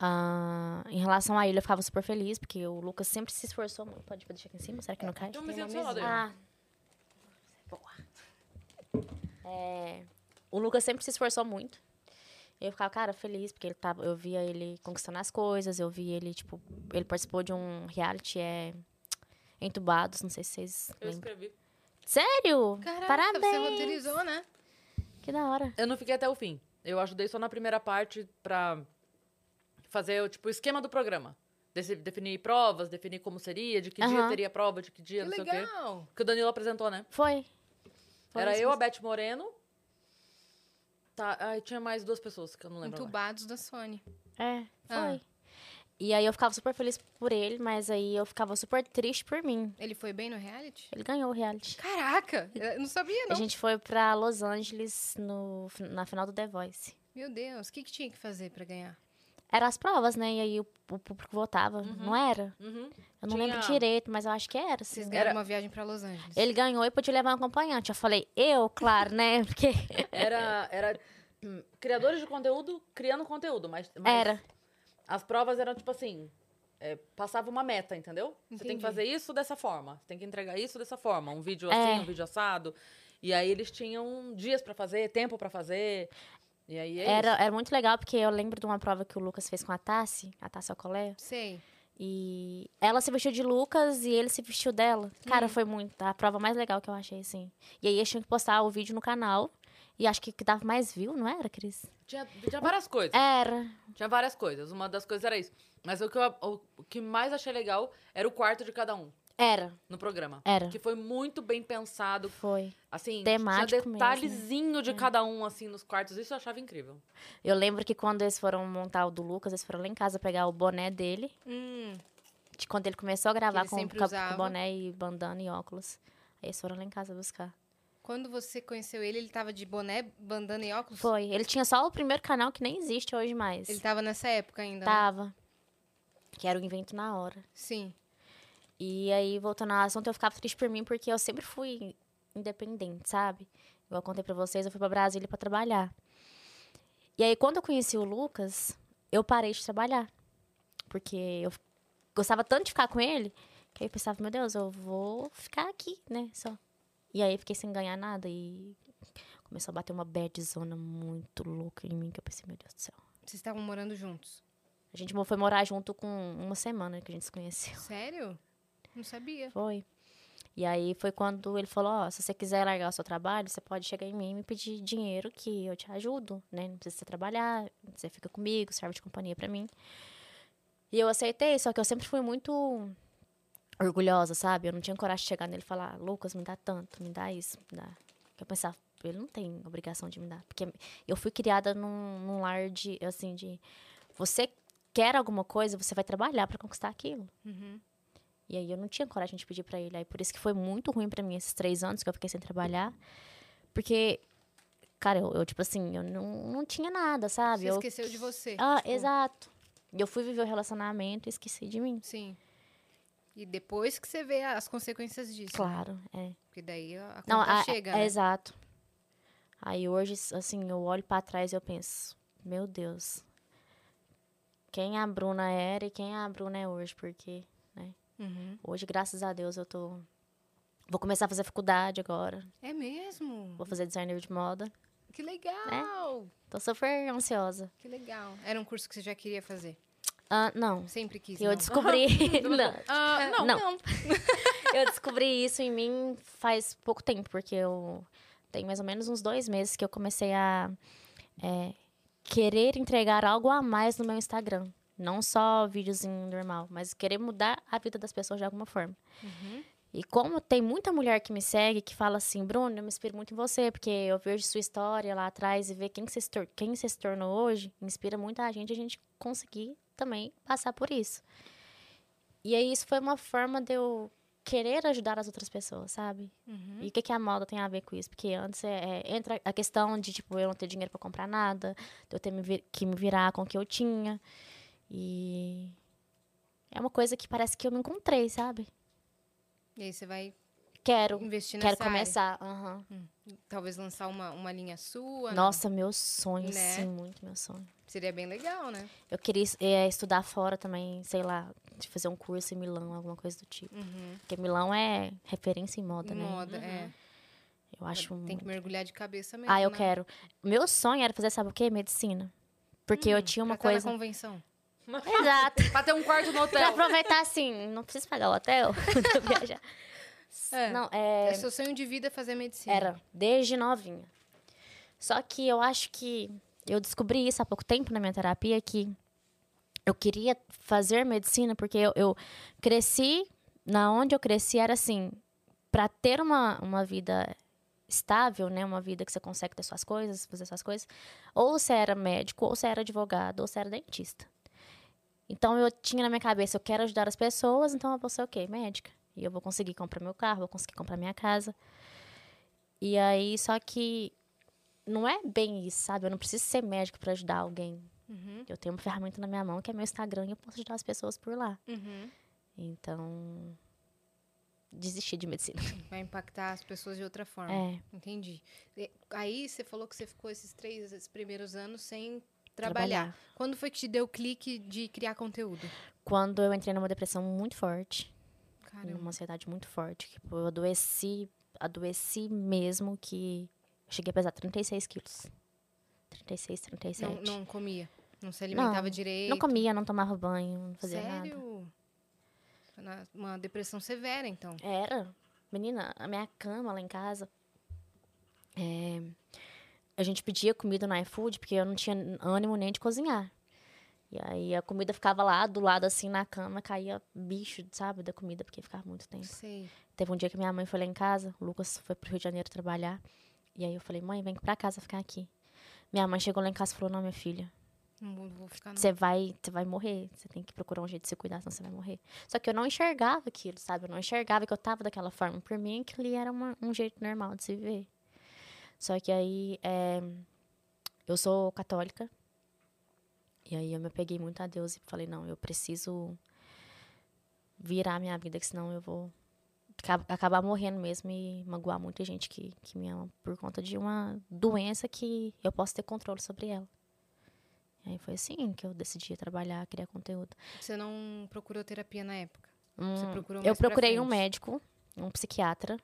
Speaker 3: Ah, em relação a ele, eu ficava super feliz, porque o Lucas sempre se esforçou muito. Pode deixar aqui em cima? Será que não cai?
Speaker 1: Tem uma mesinha do
Speaker 2: uma
Speaker 1: seu lado aí.
Speaker 3: Ah. Boa. É, o Lucas sempre se esforçou muito. Eu ficava, cara, feliz, porque ele tava, eu via ele conquistando as coisas, eu via ele, tipo, ele participou de um reality é, Entubados, não sei se vocês
Speaker 1: Eu
Speaker 3: lembram.
Speaker 1: escrevi.
Speaker 3: Sério?
Speaker 2: Caraca, você
Speaker 3: Parabéns!
Speaker 2: roteirizou, né?
Speaker 3: Que da hora.
Speaker 1: Eu não fiquei até o fim. Eu ajudei só na primeira parte pra fazer o tipo, o esquema do programa. Desse- definir provas, definir como seria, de que dia
Speaker 3: Aham.
Speaker 1: teria prova, de que dia,
Speaker 2: Que
Speaker 1: não sei o quê.
Speaker 2: legal!
Speaker 1: Que o Danilo apresentou, né?
Speaker 3: Foi. Foi
Speaker 1: Era
Speaker 3: isso
Speaker 1: eu, a
Speaker 3: mesmo.
Speaker 1: Beth Moreno. Tá, aí tinha mais duas pessoas que eu não lembro. agora.
Speaker 2: Entubados da Sony.
Speaker 3: É,
Speaker 2: Ah.
Speaker 3: foi. E aí eu ficava super feliz por ele, mas aí eu ficava super triste por mim.
Speaker 2: Ele foi bem no reality?
Speaker 3: Ele ganhou o reality.
Speaker 2: Caraca! Eu não sabia,
Speaker 3: A
Speaker 2: não.
Speaker 3: gente foi pra Los Angeles no, na final do The Voice.
Speaker 2: Meu Deus, o que, que tinha que fazer pra ganhar?
Speaker 3: Eram as provas, né? E aí o, o público votava. Não era?
Speaker 1: Uhum.
Speaker 3: Eu não
Speaker 1: Tinha-
Speaker 3: lembro direito, mas eu acho que era.
Speaker 2: Vocês
Speaker 3: assim.
Speaker 2: ganharam
Speaker 1: Era-
Speaker 2: uma viagem pra Los Angeles.
Speaker 3: Ele ganhou e podia levar um acompanhante. Eu falei, eu, claro, né? Porque
Speaker 1: Era, era hum, criadores de conteúdo criando conteúdo, mas, mas
Speaker 3: era.
Speaker 1: as provas eram tipo assim, é, passava uma meta, entendeu? Você tem
Speaker 2: Entendi.
Speaker 1: que fazer isso dessa forma, você tem que entregar isso dessa forma, um vídeo
Speaker 3: É.
Speaker 1: assim, um vídeo assado. E aí eles tinham dias pra fazer, tempo pra fazer. E aí é
Speaker 3: Era,
Speaker 1: isso.
Speaker 3: era muito legal, porque eu lembro de uma prova que o Lucas fez com a Tassi, a Tassi Alcolé.
Speaker 2: Sei.
Speaker 3: E ela se vestiu de Lucas e ele se vestiu dela. Cara, foi muito. A prova mais legal que eu achei, assim. E aí eles tinham que postar o vídeo no canal. E acho que que dava mais view, não era, Cris?
Speaker 1: Tinha, tinha
Speaker 3: É.
Speaker 1: várias coisas.
Speaker 3: Era.
Speaker 1: Tinha várias coisas. Uma das coisas era isso. Mas o que, eu- o- o que mais achei legal era o quarto de cada um
Speaker 3: Era.
Speaker 1: no programa.
Speaker 3: Era.
Speaker 1: Que foi muito bem pensado.
Speaker 3: Foi.
Speaker 1: Assim,
Speaker 3: Temático
Speaker 1: tinha
Speaker 3: mesmo, né?
Speaker 1: detalhezinho de cada um, assim, nos quartos. Isso eu achava incrível.
Speaker 3: Eu lembro que quando eles foram montar o do Lucas, eles foram lá em casa pegar o boné dele.
Speaker 2: Hum,
Speaker 3: De quando ele começou a gravar
Speaker 2: ele
Speaker 3: com,
Speaker 2: sempre
Speaker 3: com,
Speaker 2: usava.
Speaker 3: com boné e bandana e óculos. Aí eles foram lá em casa buscar.
Speaker 2: quando você conheceu ele, ele tava de boné, bandana e óculos?
Speaker 3: Foi. Ele tinha só o primeiro canal que nem existe hoje mais.
Speaker 2: Ele tava nessa época ainda, né?
Speaker 3: Tava. Que era o invento na hora.
Speaker 2: Sim.
Speaker 3: E aí, voltando ao assunto, eu ficava triste por mim, porque eu sempre fui independente, sabe? Igual eu contei pra vocês, eu fui pra Brasília pra trabalhar. E aí, quando eu conheci o Lucas, eu parei de trabalhar. Porque eu f- gostava tanto de ficar com ele, que aí eu pensava, meu Deus, eu vou ficar aqui, né? Só. E aí, eu fiquei sem ganhar nada e começou a bater uma bad zona muito louca em mim, que eu pensei, meu Deus do céu.
Speaker 2: Vocês estavam morando juntos.
Speaker 3: A gente mo- foi morar junto com uma semana que a gente se conheceu.
Speaker 2: Sério? Não sabia.
Speaker 3: Foi. E aí foi quando ele falou, ó, se você quiser largar o seu trabalho, você pode chegar em mim e me pedir dinheiro que eu te ajudo, né? Não precisa você trabalhar, você fica comigo, serve de companhia pra mim. E eu aceitei, só que eu sempre fui muito orgulhosa, sabe? Eu não tinha coragem de chegar nele e falar, Lucas, me dá tanto, me dá isso, me dá. Porque eu pensava, ele não tem obrigação de me dar. Porque eu fui criada num, num lar de, assim, de... Você quer alguma coisa, você vai trabalhar pra conquistar aquilo.
Speaker 2: Uhum.
Speaker 3: E aí eu não tinha coragem de pedir pra ele. Aí por isso que foi muito ruim pra mim esses três anos que eu fiquei sem trabalhar. Porque, cara, eu, eu, tipo assim, eu não, não tinha nada, sabe?
Speaker 2: Você
Speaker 3: eu...
Speaker 2: esqueceu de você.
Speaker 3: Ah,
Speaker 2: tipo,
Speaker 3: exato. E eu fui viver o relacionamento e esqueci de mim.
Speaker 2: Sim. E depois que você vê as consequências disso.
Speaker 3: Claro, é.
Speaker 2: Porque daí a a conta
Speaker 3: Não, a-
Speaker 2: chega,
Speaker 3: é,
Speaker 2: né?
Speaker 3: exato. Aí hoje, assim, eu olho pra trás e eu penso, meu Deus, quem a Bruna era e quem a Bruna é hoje, porque
Speaker 2: Uhum.
Speaker 3: hoje, graças a Deus, eu tô. Vou começar a fazer faculdade agora.
Speaker 2: É mesmo?
Speaker 3: Vou fazer designer de moda.
Speaker 2: Que legal!
Speaker 3: Tô super ansiosa.
Speaker 2: Que legal. Era um curso que você já queria fazer.
Speaker 3: Ah, não.
Speaker 2: Sempre quis.
Speaker 3: Eu
Speaker 2: não.
Speaker 3: descobri. não.
Speaker 1: Ah, não,
Speaker 3: não. Eu descobri isso em mim faz pouco tempo, porque eu tem mais ou menos uns dois meses que eu comecei a é, querer entregar algo a mais no meu Instagram. Não só videozinho normal, mas querer mudar a vida das pessoas de alguma forma.
Speaker 2: Uhum.
Speaker 3: E como tem muita mulher que me segue que fala assim, Bruno, eu me inspiro muito em você, porque eu vejo sua história lá atrás e ver quem você se, tor- quem você se tornou hoje, inspira muita gente a gente conseguir também passar por isso. E aí isso foi uma forma de eu querer ajudar as outras pessoas, sabe?
Speaker 2: Uhum.
Speaker 3: E o que, que a moda tem a ver com isso? Porque antes é, é, entra a questão de, tipo, eu não ter dinheiro pra comprar nada, de eu ter me vir- que me virar com o que eu tinha. E é uma coisa que parece que eu me encontrei, sabe?
Speaker 2: E aí você vai
Speaker 3: Quero.
Speaker 2: Investir
Speaker 3: Quero
Speaker 2: nessa área.
Speaker 3: começar. aham.
Speaker 2: Talvez lançar uma, uma linha sua. né?
Speaker 3: Nossa, meu sonho,
Speaker 2: Né?
Speaker 3: sim, muito meu sonho.
Speaker 2: Seria bem legal, né?
Speaker 3: Eu queria es- eh, estudar fora também, sei lá, de fazer um curso em Milão, alguma coisa do tipo.
Speaker 2: Uhum.
Speaker 3: Porque Milão é referência em moda, né?
Speaker 2: Moda, é.
Speaker 3: Eu acho
Speaker 2: Tem
Speaker 3: muito.
Speaker 2: que mergulhar de cabeça mesmo.
Speaker 3: Ah, eu
Speaker 2: né?
Speaker 3: quero. Meu sonho era fazer, sabe o quê? Medicina. Porque eu tinha uma
Speaker 2: Hum, Pra Então. estar
Speaker 3: coisa.
Speaker 2: na convenção.
Speaker 3: Exato.
Speaker 1: Pra ter um quarto no
Speaker 3: pra
Speaker 1: hotel.
Speaker 3: aproveitar assim, não preciso pagar o hotel. pra viajar.
Speaker 2: É.
Speaker 3: Não, é.
Speaker 2: É seu sonho de vida fazer medicina.
Speaker 3: Era, desde novinha. Só que eu acho que eu descobri isso há pouco tempo na minha terapia, que eu queria fazer medicina porque eu, eu cresci, na onde eu cresci era assim, para ter uma, uma vida estável, né, uma vida que você consegue ter suas coisas, fazer suas coisas, ou você era médico, ou você era advogado, ou você era dentista. Então eu tinha na minha cabeça, eu quero ajudar as pessoas, então eu vou ser o quê? Médica. E eu vou conseguir comprar meu carro, vou conseguir comprar minha casa. E aí, só que não é bem isso, sabe? Eu não preciso ser médico para ajudar alguém.
Speaker 2: Uhum,
Speaker 3: Eu tenho uma ferramenta na minha mão que é meu Instagram e eu posso ajudar as pessoas por lá.
Speaker 2: uhum.
Speaker 3: Então, desisti de medicina.
Speaker 2: Vai impactar as pessoas de outra forma.
Speaker 3: É,
Speaker 2: Entendi. E Aí você falou que você ficou esses três esses primeiros anos sem trabalhar. Quando foi que te deu o clique de criar conteúdo?
Speaker 3: Quando eu entrei numa depressão muito forte,
Speaker 2: Caramba.
Speaker 3: numa ansiedade muito forte, que tipo, eu adoeci, adoeci mesmo que eu cheguei a pesar 36 quilos. 36, 37.
Speaker 2: Não, não comia. Não se alimentava
Speaker 3: Não
Speaker 2: direito.
Speaker 3: Não comia, não tomava banho, não fazia nada.
Speaker 2: Sério? Na- Uma depressão severa, então.
Speaker 3: Era. Menina, a minha cama lá em casa. é, a gente pedia comida no iFood porque eu não tinha ânimo nem de cozinhar. E aí a comida ficava lá do lado, assim, na cama, caía bicho, sabe, da comida, porque ficava muito tempo.
Speaker 2: Sei.
Speaker 3: Teve um dia que minha mãe foi lá em casa, o Lucas foi pro Rio de Janeiro trabalhar. E aí eu falei, mãe, vem pra casa ficar aqui. Minha mãe chegou lá em casa e falou: Não, minha filha,
Speaker 2: Não vou, vou ficar não.
Speaker 3: você vai, você vai morrer. Você tem que procurar um jeito de se cuidar, senão você vai morrer. Só que eu não enxergava aquilo, sabe? Eu não enxergava que eu tava daquela forma. Por mim, aquilo ali era uma- um jeito normal de se viver. Só que aí, é, eu sou católica. E aí eu me apeguei muito a Deus e falei, não, eu preciso virar minha vida, que senão eu vou ca- acabar morrendo mesmo e magoar muita gente que, que me ama por conta de uma doença que eu posso ter controle sobre ela. E aí foi assim que eu decidi trabalhar, criar conteúdo.
Speaker 2: Você não procurou terapia na época.
Speaker 3: Hum,
Speaker 2: Você procurou
Speaker 3: eu
Speaker 2: mais pra
Speaker 3: procurei um
Speaker 2: frente.
Speaker 3: médico, um psiquiatra.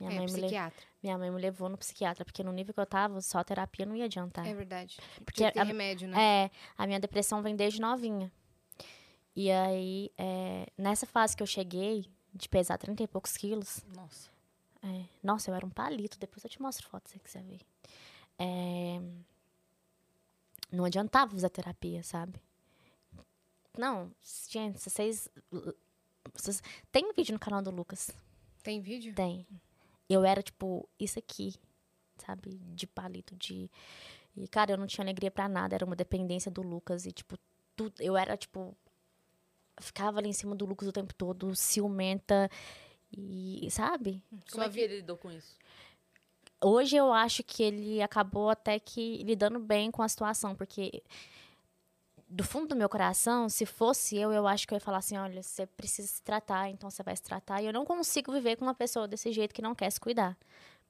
Speaker 3: Minha,
Speaker 2: é,
Speaker 3: mãe me le-
Speaker 2: psiquiatra.
Speaker 3: minha mãe me levou no psiquiatra, porque no nível que eu tava, só a terapia não ia adiantar.
Speaker 2: É verdade.
Speaker 3: porque
Speaker 2: Tinha que ter
Speaker 3: a-
Speaker 2: remédio, né?
Speaker 3: é, a minha depressão vem desde novinha. E aí, é, nessa fase que eu cheguei, de pesar 30 e poucos quilos,
Speaker 1: Nossa.
Speaker 3: é, nossa, eu era um palito, depois eu te mostro foto se você quiser ver. É, não adiantava fazer terapia, sabe? Não, gente, se vocês, vocês. Tem vídeo no canal do Lucas.
Speaker 2: Tem vídeo?
Speaker 3: Tem. Eu era, tipo, isso aqui, sabe? De palito, de. E, cara, eu não tinha alegria pra nada, era uma dependência do Lucas e, tipo, tudo. Eu era, tipo. Ficava ali em cima do Lucas o tempo todo, ciumenta. E, sabe?
Speaker 1: Como é que ele lidou com isso?
Speaker 3: Hoje eu acho que ele acabou até que lidando bem com a situação, porque do fundo do meu coração, se fosse eu, eu acho que eu ia falar assim: olha, você precisa se tratar, então você vai se tratar. E eu não consigo viver com uma pessoa desse jeito que não quer se cuidar.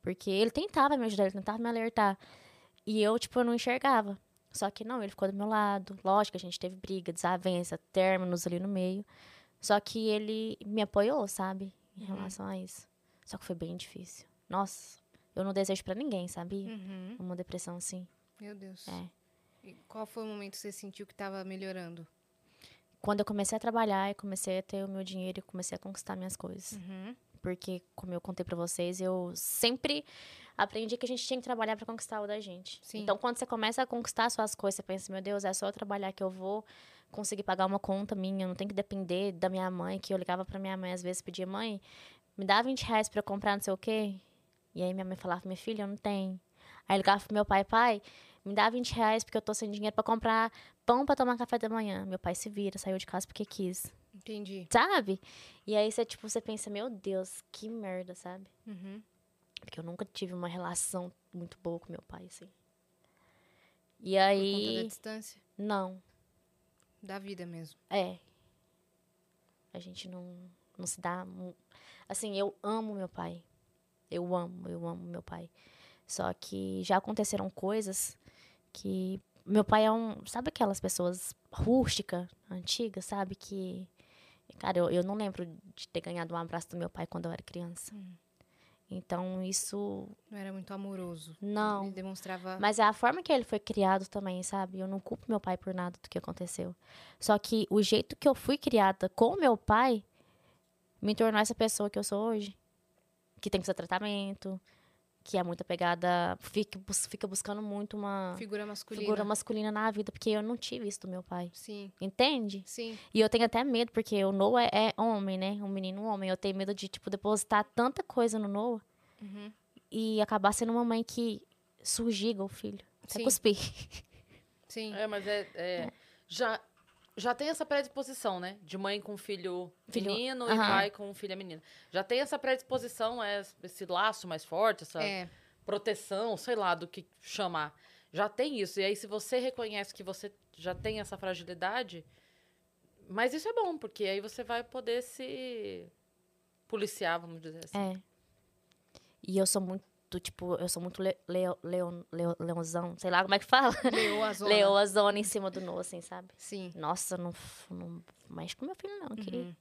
Speaker 3: Porque ele tentava me ajudar, ele tentava me alertar. E eu, tipo, eu não enxergava. Só que não, ele ficou do meu lado. Lógico, a gente teve briga, desavença, términos ali no meio. Só que ele me apoiou, sabe? Em relação a isso. Só que foi bem difícil. Nossa, eu não desejo pra ninguém, sabia?
Speaker 2: Uhum.
Speaker 3: Uma depressão assim.
Speaker 2: Meu Deus.
Speaker 3: É.
Speaker 2: E qual foi o momento que você sentiu que estava melhorando?
Speaker 3: Quando eu comecei a trabalhar e comecei a ter o meu dinheiro e comecei a conquistar minhas coisas.
Speaker 2: Uhum.
Speaker 3: Porque, como eu contei pra vocês, eu sempre aprendi que a gente tinha que trabalhar pra conquistar o da gente.
Speaker 2: Sim.
Speaker 3: Então, quando você começa a conquistar suas coisas, você pensa, meu Deus, é só eu trabalhar que eu vou conseguir pagar uma conta minha, eu não tenho que depender da minha mãe, que eu ligava pra minha mãe às vezes, pedia, mãe, me dá 20 reais pra eu comprar não sei o quê. E aí minha mãe falava, minha filha, eu não tenho. Aí eu ligava pro meu pai, pai, me dá 20 reais porque eu tô sem dinheiro pra comprar pão pra tomar café da manhã. Meu pai se vira, saiu de casa porque quis
Speaker 2: Entendi.
Speaker 3: sabe? E aí você, tipo, você pensa, meu Deus, que merda, sabe?
Speaker 2: Uhum.
Speaker 3: Porque eu nunca tive uma relação muito boa com meu pai, assim.
Speaker 2: Por
Speaker 3: E
Speaker 2: conta da
Speaker 3: aí,
Speaker 2: distância,
Speaker 3: não,
Speaker 2: da vida mesmo.
Speaker 3: é. A gente não, não se dá. mu- Assim, eu amo meu pai. Eu amo, eu amo meu pai. Só que já aconteceram coisas que. Meu pai é um. Sabe aquelas pessoas rústicas, antigas, sabe? Que. Cara, eu, eu não lembro de ter ganhado um abraço do meu pai quando eu era criança. Então, isso.
Speaker 2: Não era muito amoroso.
Speaker 3: Não.
Speaker 2: Ele demonstrava.
Speaker 3: Mas é a forma que ele foi criado também, sabe? Eu não culpo meu pai por nada do que aconteceu. Só que o jeito que eu fui criada com meu pai me tornou essa pessoa que eu sou hoje. Que tem que ser tratamento, que é muito apegada, fica, bus- fica buscando muito uma
Speaker 2: Figura masculina.
Speaker 3: figura masculina na vida, porque eu não tive isso do meu pai.
Speaker 2: Sim,
Speaker 3: Entende?
Speaker 2: sim.
Speaker 3: E eu tenho até medo, porque o Noah é homem, né? Um menino homem. Eu tenho medo de, tipo, depositar tanta coisa no Noah
Speaker 2: Uhum.
Speaker 3: e acabar sendo uma mãe que surgiga o filho. Até
Speaker 2: Sim.
Speaker 3: cuspir.
Speaker 2: Sim.
Speaker 1: É, mas é. é, Já, já tem essa predisposição, né? De mãe com filho,
Speaker 3: Filho-
Speaker 1: menino e
Speaker 3: Aham.
Speaker 1: pai com filha menina. Já tem essa predisposição, é, esse laço mais forte, essa
Speaker 2: É,
Speaker 1: proteção, sei lá do que chamar. Já tem isso. E aí, se você reconhece que você já tem essa fragilidade, mas isso é bom, porque aí você vai poder se policiar, vamos dizer assim.
Speaker 3: É. E eu sou muito, tipo, eu sou muito le, leo- leon- leo- leãozão, sei lá como é que fala.
Speaker 2: leoa zona.
Speaker 3: Leoa zona em cima do Noah, assim, sabe?
Speaker 2: Sim.
Speaker 3: Nossa, não, f- não mexe com meu filho, não. Que...
Speaker 2: Uhum.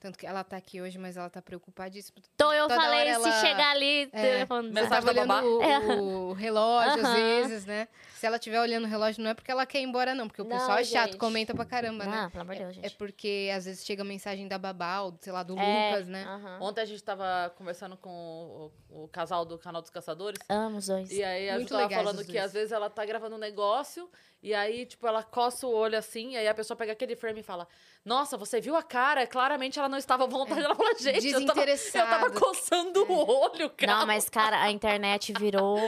Speaker 2: Tanto que ela tá aqui hoje, mas ela tá preocupadíssima.
Speaker 3: Então eu
Speaker 2: Toda
Speaker 3: falei,
Speaker 2: hora ela-
Speaker 3: se chegar ali,
Speaker 2: É.
Speaker 3: eu vou
Speaker 1: Mas
Speaker 2: Ela
Speaker 3: andar.
Speaker 1: tá-
Speaker 2: tava
Speaker 1: Sabe da babá?
Speaker 2: olhando o, o relógio, às
Speaker 3: É. Aham.
Speaker 2: vezes, né? Se ela estiver olhando o relógio, não é porque ela quer ir embora, não. Porque o
Speaker 3: Não,
Speaker 2: pessoal é chato,
Speaker 3: gente.
Speaker 2: comenta pra caramba, né?
Speaker 3: Não, pelo amor de Deus,
Speaker 2: É
Speaker 3: gente.
Speaker 2: porque às vezes chega mensagem da babá, ou, sei lá, do
Speaker 3: É,
Speaker 2: Lucas, né?
Speaker 3: aham.
Speaker 1: Ontem a gente tava conversando com o- o casal do canal dos caçadores.
Speaker 3: Amo os dois.
Speaker 1: E aí a Ju
Speaker 2: Muito
Speaker 1: tava
Speaker 2: legais
Speaker 1: falando
Speaker 2: os
Speaker 1: que
Speaker 2: dois.
Speaker 1: às vezes ela tá gravando um negócio e aí, tipo, ela coça o olho assim, e aí a pessoa pega aquele frame e fala: Nossa, você viu a cara? Claramente ela não estava à vontade.
Speaker 2: É.
Speaker 1: Ela fala, gente, eu tava, eu tava
Speaker 2: Desinteressado.
Speaker 1: coçando o
Speaker 2: É.
Speaker 1: olho, cara.
Speaker 3: Não, mas, cara, a internet virou.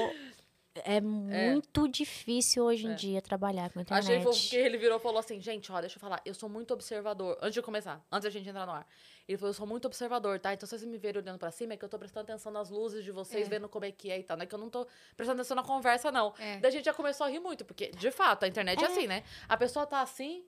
Speaker 3: É muito difícil hoje em
Speaker 1: É.
Speaker 3: dia trabalhar com a internet.
Speaker 1: Achei fofo que ele virou e falou assim, gente, ó, deixa eu falar, eu sou muito observador. Antes de começar, antes da gente entrar no ar. Ele falou, eu sou muito observador, tá? Então, se vocês me verem olhando pra cima, é que eu tô prestando atenção nas luzes de vocês,
Speaker 2: É.
Speaker 1: vendo como é que é e tal. Não é que eu não tô prestando atenção na conversa, não.
Speaker 2: É.
Speaker 1: Daí a gente já começou a rir muito, porque, de fato, a internet é,
Speaker 3: É.
Speaker 1: assim, né? A pessoa tá assim,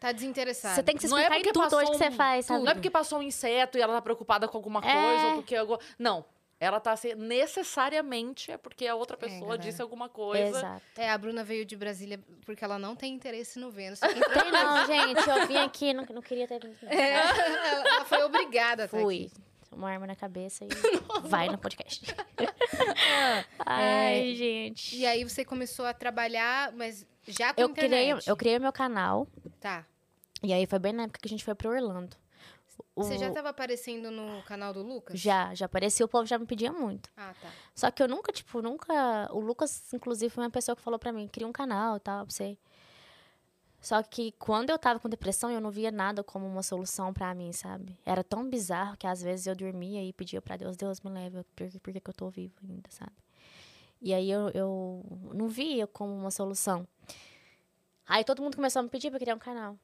Speaker 2: Tá desinteressado.
Speaker 3: Você tem que se
Speaker 1: Não é
Speaker 3: explicar em
Speaker 1: porque
Speaker 3: tudo hoje
Speaker 1: passou
Speaker 3: que você
Speaker 1: um-
Speaker 3: faz, sabe?
Speaker 1: Não é porque passou um inseto e ela tá preocupada com alguma
Speaker 3: É.
Speaker 1: coisa, ou porque algo... Não. Ela tá assim, necessariamente é porque a outra pessoa
Speaker 2: galera.
Speaker 1: disse alguma coisa.
Speaker 3: Exato.
Speaker 2: É, a Bruna veio de Brasília porque ela não tem interesse no Vênus. Ela,
Speaker 3: Tem não, gente. Eu vim aqui, não, não queria ter vindo.
Speaker 2: É.
Speaker 1: É, tá
Speaker 2: ela foi obrigada, tá?
Speaker 3: Fui. Uma arma na cabeça e vai no podcast.
Speaker 2: É.
Speaker 3: Ai, gente.
Speaker 2: E aí você começou a trabalhar, mas já com
Speaker 3: eu criei, um-
Speaker 2: internet.
Speaker 3: eu criei meu canal.
Speaker 2: Tá.
Speaker 3: E aí foi bem na época que a gente foi pra Orlando. O-
Speaker 2: Você já tava aparecendo no canal do Lucas?
Speaker 3: Já, já apareceu, o povo já me pedia muito.
Speaker 2: Ah, tá.
Speaker 3: Só que eu nunca, tipo, nunca. O Lucas, inclusive, foi uma pessoa que falou pra mim: cria um canal e tal, pra você. Só que quando eu tava com depressão, eu não via nada como uma solução pra mim, sabe? Era tão bizarro que às vezes eu dormia e pedia pra Deus: Deus me leva, por que, por que que eu tô vivo ainda, sabe? E aí eu, eu não via como uma solução. Aí todo mundo começou a me pedir pra criar um canal.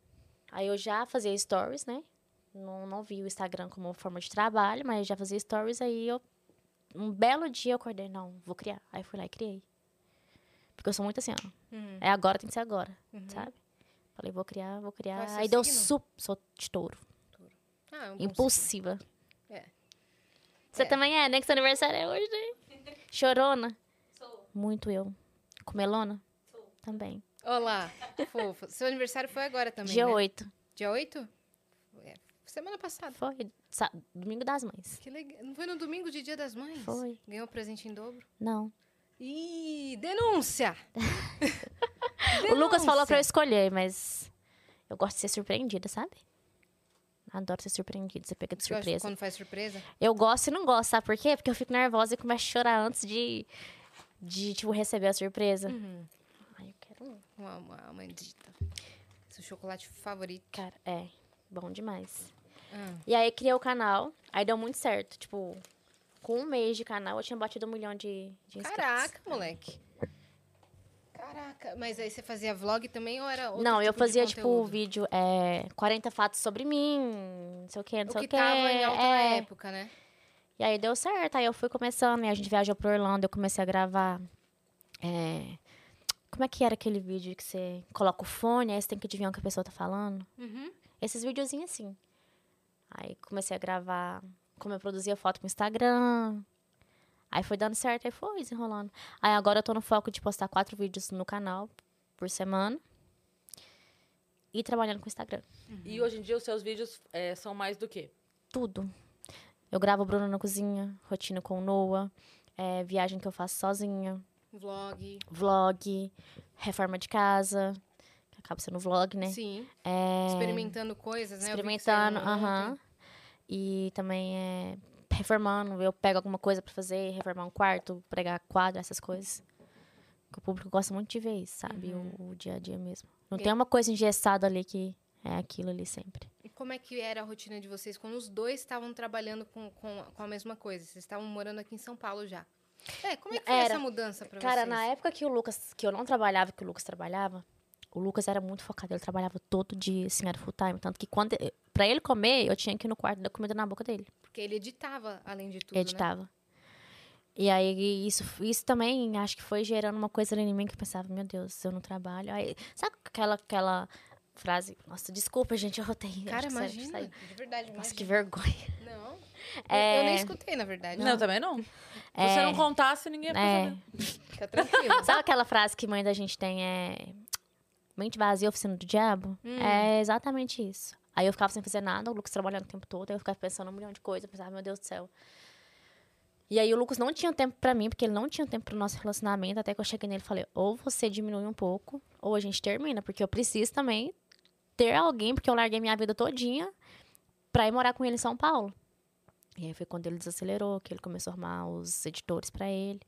Speaker 3: Aí eu já fazia stories, né? Não, não vi o Instagram como forma de trabalho, mas eu já fazia stories. Aí eu um belo dia eu acordei, não, vou criar. Aí fui lá e criei. Porque eu sou muito assim, ó.
Speaker 2: Uhum.
Speaker 3: É agora, tem que ser agora,
Speaker 2: Uhum.
Speaker 3: sabe? Falei, vou criar, vou
Speaker 2: Qual é
Speaker 3: criar.
Speaker 2: o seu
Speaker 3: Aí deu
Speaker 2: signo?
Speaker 3: super. Sou de touro.
Speaker 2: Ah, é um bom
Speaker 3: Impulsiva.
Speaker 2: É.
Speaker 3: Você
Speaker 2: É.
Speaker 3: também é, né? Que seu aniversário é hoje, né? Chorona? Sou. Muito eu. Comelona? Sou. Também.
Speaker 2: signo. Olá, fofa. Seu aniversário foi agora também,
Speaker 3: Dia
Speaker 2: né?
Speaker 3: 8.
Speaker 2: Dia 8? É, semana passada.
Speaker 3: Foi. sa- Domingo das Mães.
Speaker 2: Que legal. Não foi no domingo de Dia das Mães?
Speaker 3: Foi.
Speaker 2: Ganhou presente em dobro?
Speaker 3: Não.
Speaker 2: Ih, denúncia!
Speaker 3: O Lucas falou pra
Speaker 2: Denúncia!
Speaker 3: eu escolher, mas eu gosto de ser surpreendida, sabe? Adoro ser surpreendida, você pega de
Speaker 2: Você gosta
Speaker 3: surpresa.
Speaker 2: Quando faz surpresa?
Speaker 3: Eu gosto e não gosto, sabe por quê? Porque eu fico nervosa e começo a chorar antes de, de tipo, receber a surpresa.
Speaker 2: Uhum.
Speaker 3: Ai, eu quero um.
Speaker 2: Uma, uma, uma dita. Seu chocolate favorito.
Speaker 3: Cara, é. Bom demais.
Speaker 2: Ah,
Speaker 3: E aí, criei o canal. Aí deu muito certo. Tipo, com um mês de canal, eu tinha batido um milhão de, de inscritos.
Speaker 2: caraca, moleque. Caraca. Mas aí você fazia vlog também ou era outro
Speaker 3: Não, eu
Speaker 2: tipo de
Speaker 3: fazia, tipo,
Speaker 2: conteúdo?
Speaker 3: vídeo, é, 40 fatos sobre mim, não sei o quê, não
Speaker 2: O
Speaker 3: sei
Speaker 2: que
Speaker 3: o quê.
Speaker 2: tava em alta na
Speaker 3: é.
Speaker 2: época, né?
Speaker 3: E aí deu certo, aí eu fui começando, e a gente viajou pro Orlando, eu comecei a gravar. é, Como é que era aquele vídeo que você coloca o fone, aí você tem que adivinhar o que a pessoa tá falando?
Speaker 2: Uhum.
Speaker 3: Esses videozinhos assim. Aí comecei a gravar como eu produzia foto pro Instagram. Aí foi dando certo, aí foi desenrolando. Aí agora eu tô no foco de postar quatro vídeos no canal por semana. E trabalhando com o Instagram.
Speaker 1: E hoje em dia os seus vídeos é, são mais do quê?
Speaker 3: Tudo. Eu gravo Bruno na cozinha, rotina com o Noah, é, viagem que eu faço sozinha,
Speaker 2: Vlog.
Speaker 3: vlog, reforma de casa, que acaba sendo vlog, né?
Speaker 2: Sim.
Speaker 3: É,
Speaker 2: Experimentando coisas, né? Eu vi que você
Speaker 3: experimentando,
Speaker 2: ontem-
Speaker 3: aham. E também é reformando, eu pego alguma coisa pra fazer, reformar um quarto, pregar quadro, essas coisas. Que o público gosta muito de ver isso, sabe? O, o dia a dia mesmo. Não
Speaker 2: Uhum. E-
Speaker 3: tem uma coisa engessada ali que é aquilo ali sempre.
Speaker 2: E como é que era a rotina de vocês quando os dois estavam trabalhando com, com, com a mesma coisa? Vocês estavam morando aqui em São Paulo já. É, como é que foi
Speaker 3: Era.
Speaker 2: essa mudança pra
Speaker 3: Cara,
Speaker 2: vocês?
Speaker 3: na época que o Lucas, que eu não trabalhava, que o Lucas trabalhava, o Lucas era muito focado, ele trabalhava todo dia, assim, era full time. Tanto que quando, pra ele comer, eu tinha que ir no quarto dar comida na boca dele.
Speaker 2: Porque ele editava, além de tudo, né?
Speaker 3: editava. E aí, isso, isso também acho que foi gerando uma coisa ali em mim que eu pensava, meu Deus, eu não trabalho. Aí, sabe aquela, aquela frase? Nossa, desculpa, gente, eu rotei. acho
Speaker 2: Cara,
Speaker 3: que saiu-
Speaker 2: imagina.
Speaker 3: saiu.
Speaker 2: De verdade, imagina.
Speaker 3: Nossa, que vergonha.
Speaker 2: Não. Eu- Eu,
Speaker 3: É. tá.
Speaker 2: nem escutei, na verdade.
Speaker 1: Não, também não. Se você não contasse, ninguém ia
Speaker 3: É.
Speaker 1: fazer.
Speaker 2: Fica tranquilo.
Speaker 3: Sabe aquela frase que mãe da gente tem é. Mente vazia, oficina do diabo?
Speaker 2: Hum.
Speaker 3: É exatamente isso. Aí eu ficava sem fazer nada, o Lucas trabalhando o tempo todo, aí eu ficava pensando um milhão de coisas, eu pensava, meu Deus do céu. E aí o Lucas não tinha tempo pra mim, porque ele não tinha tempo pro nosso relacionamento, até que eu cheguei nele e falei, ou você diminui um pouco, ou a gente termina, porque eu preciso também ter alguém, porque eu larguei minha vida todinha pra ir morar com ele em São Paulo. E aí foi quando ele desacelerou, que ele começou a arrumar os editores pra ele.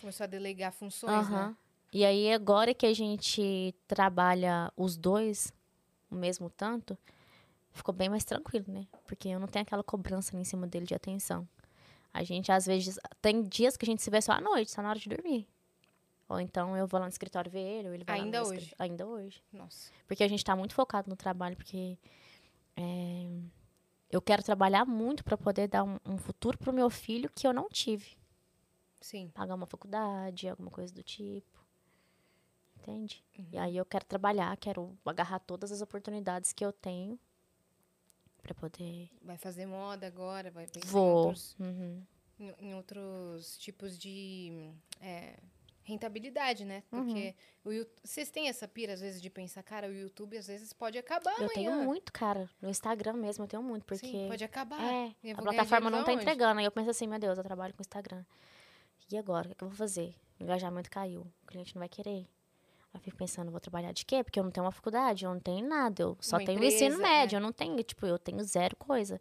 Speaker 2: Começou a delegar funções,
Speaker 3: Aham.
Speaker 2: né?
Speaker 3: E aí, agora que a gente trabalha os dois o mesmo tanto, ficou bem mais tranquilo, né? Porque eu não tenho aquela cobrança ali em cima dele de atenção. A gente, às vezes, tem dias que a gente se vê só à noite, só na hora de dormir. Ou então eu vou lá no escritório ver ele, ou ele vai lá no
Speaker 2: Ainda
Speaker 3: meu
Speaker 2: hoje?
Speaker 3: escritório. Ainda hoje.
Speaker 2: Nossa.
Speaker 3: Porque a gente tá muito focado no trabalho, porque é, eu quero trabalhar muito para poder dar um, um futuro pro meu filho que eu não tive
Speaker 2: Sim.
Speaker 3: pagar uma faculdade, alguma coisa do tipo. Entende? E aí eu quero trabalhar, quero agarrar todas as oportunidades que eu tenho pra poder.
Speaker 2: Vai fazer moda agora, vai pensar em
Speaker 3: Vou.
Speaker 2: outros-
Speaker 3: Uhum.
Speaker 2: em, em outros tipos de é, rentabilidade, né?
Speaker 3: Uhum.
Speaker 2: Porque o Yu- vocês têm essa pira, às vezes, de pensar, cara, o YouTube às vezes pode acabar amanhã.
Speaker 3: Eu tenho muito, cara. No Instagram mesmo eu tenho muito, porque.
Speaker 2: Sim, pode acabar.
Speaker 3: É,
Speaker 2: E eu
Speaker 3: a
Speaker 2: vou ganhar
Speaker 3: plataforma
Speaker 2: dinheiro
Speaker 3: não
Speaker 2: da
Speaker 3: tá
Speaker 2: onde?
Speaker 3: entregando. Aí eu penso assim, meu Deus, eu trabalho com Instagram. E agora? O que eu vou fazer? O engajamento caiu. O cliente não vai querer. Aí eu fico pensando, vou trabalhar de quê? Porque eu não tenho uma faculdade, eu não tenho nada. Eu só
Speaker 2: Uma
Speaker 3: tenho o
Speaker 2: empresa, é.
Speaker 3: ensino médio. Eu não tenho, tipo, eu tenho zero coisa.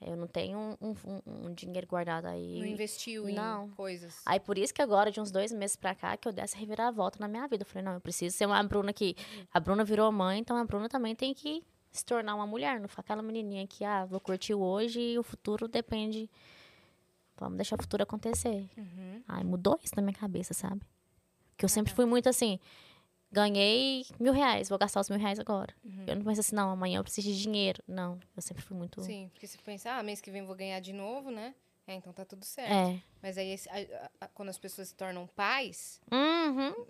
Speaker 3: Eu não tenho um, um- um- um dinheiro guardado aí.
Speaker 2: Não investiu
Speaker 3: Não.
Speaker 2: em coisas.
Speaker 3: Aí por isso que agora, de uns dois meses pra cá, que eu dei essa reviravolta na minha vida. Eu falei, não, eu preciso ser uma Bruna que. A Bruna virou mãe, então a Bruna também tem que se tornar uma mulher. Não foi aquela menininha que, ah, vou curtir hoje e o futuro depende. Vamos deixar o futuro acontecer.
Speaker 2: Uhum.
Speaker 3: Aí mudou isso na minha cabeça, sabe?
Speaker 2: É
Speaker 3: Porque eu sempre fui muito assim. Ganhei mil reais, vou gastar os mil reais agora.
Speaker 2: Uhum.
Speaker 3: Eu não penso assim, não, amanhã eu preciso de dinheiro. Não, eu sempre fui muito.
Speaker 2: Sim, porque você pensa, ah, mês que vem eu vou ganhar de novo, né? É, então tá tudo certo.
Speaker 3: É.
Speaker 2: Mas aí, esse- a- a- a- quando as pessoas se tornam pais,
Speaker 3: Uhum.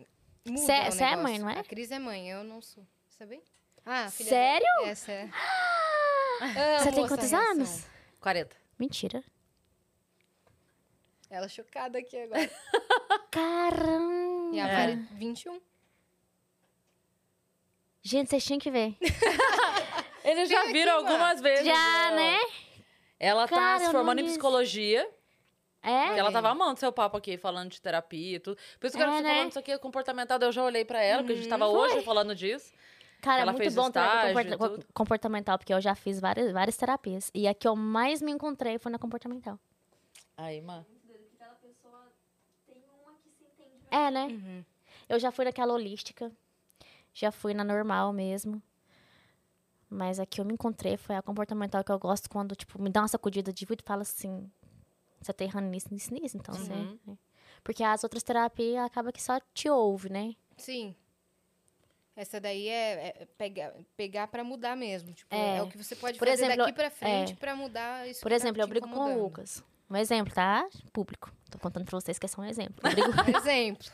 Speaker 2: muda
Speaker 3: Cê-
Speaker 2: o
Speaker 3: cê é
Speaker 2: negócio.
Speaker 3: mãe, não é?
Speaker 2: A Cris é mãe, eu não sou. Sabia? Ah, a filha é
Speaker 3: Sério?
Speaker 2: dela- Essa é.
Speaker 3: Você
Speaker 2: Amo
Speaker 3: tem
Speaker 2: essa
Speaker 3: quantos
Speaker 2: reação.
Speaker 3: anos?
Speaker 1: 40.
Speaker 3: Mentira.
Speaker 2: Ela é chocada aqui agora.
Speaker 3: Caramba!
Speaker 2: E um? a
Speaker 1: É.
Speaker 2: Mari, 21.
Speaker 3: Gente, vocês tinham que ver.
Speaker 1: Eles já
Speaker 2: Tem
Speaker 1: viram
Speaker 2: aqui,
Speaker 1: algumas vezes.
Speaker 3: Já,
Speaker 1: né?
Speaker 3: né?
Speaker 1: Ela
Speaker 3: Cara,
Speaker 1: tá
Speaker 3: eu
Speaker 1: se
Speaker 3: não
Speaker 1: formando em
Speaker 3: disse.
Speaker 1: psicologia.
Speaker 3: É?
Speaker 1: que ela
Speaker 2: aí.
Speaker 1: tava amando seu papo aqui, falando de terapia e tudo. Por isso que ela
Speaker 3: É,
Speaker 1: ficou
Speaker 3: né? Uhum.
Speaker 1: falando isso aqui, é comportamental. daí Eu já olhei pra ela, porque a gente tava hoje falando disso.
Speaker 3: Cara, é
Speaker 1: Ela
Speaker 3: muito
Speaker 1: fez
Speaker 3: bom trabalhar
Speaker 1: estágio e
Speaker 3: comporta-
Speaker 1: tudo.
Speaker 3: comportamental, porque eu já fiz várias, várias terapias. E a que eu mais me encontrei foi na comportamental.
Speaker 1: Aí, mano.
Speaker 3: É, né?
Speaker 2: Uhum.
Speaker 3: Eu já fui naquela holística. Já fui na normal mesmo. Mas a que eu me encontrei foi a comportamental que eu gosto quando, tipo, me dá uma sacudida de vida e fala assim. Você tá errando nisso, nisso, nisso, então você.
Speaker 1: Uhum.
Speaker 3: né?" Porque as outras terapias acaba que só te ouve, né?
Speaker 2: Sim. Essa daí é, é pegar, pegar pra mudar mesmo. Tipo, é.
Speaker 3: É.
Speaker 2: o que você pode
Speaker 3: Por
Speaker 2: fazer
Speaker 3: exemplo, é.
Speaker 2: daqui pra frente pra mudar isso
Speaker 3: Por
Speaker 2: que tá
Speaker 3: exemplo, eu
Speaker 2: te
Speaker 3: brigo com o
Speaker 2: incomodando.
Speaker 3: Lucas. Um exemplo, tá? Público. Tô contando pra vocês que é só um exemplo. Eu brigo,
Speaker 2: Por exemplo.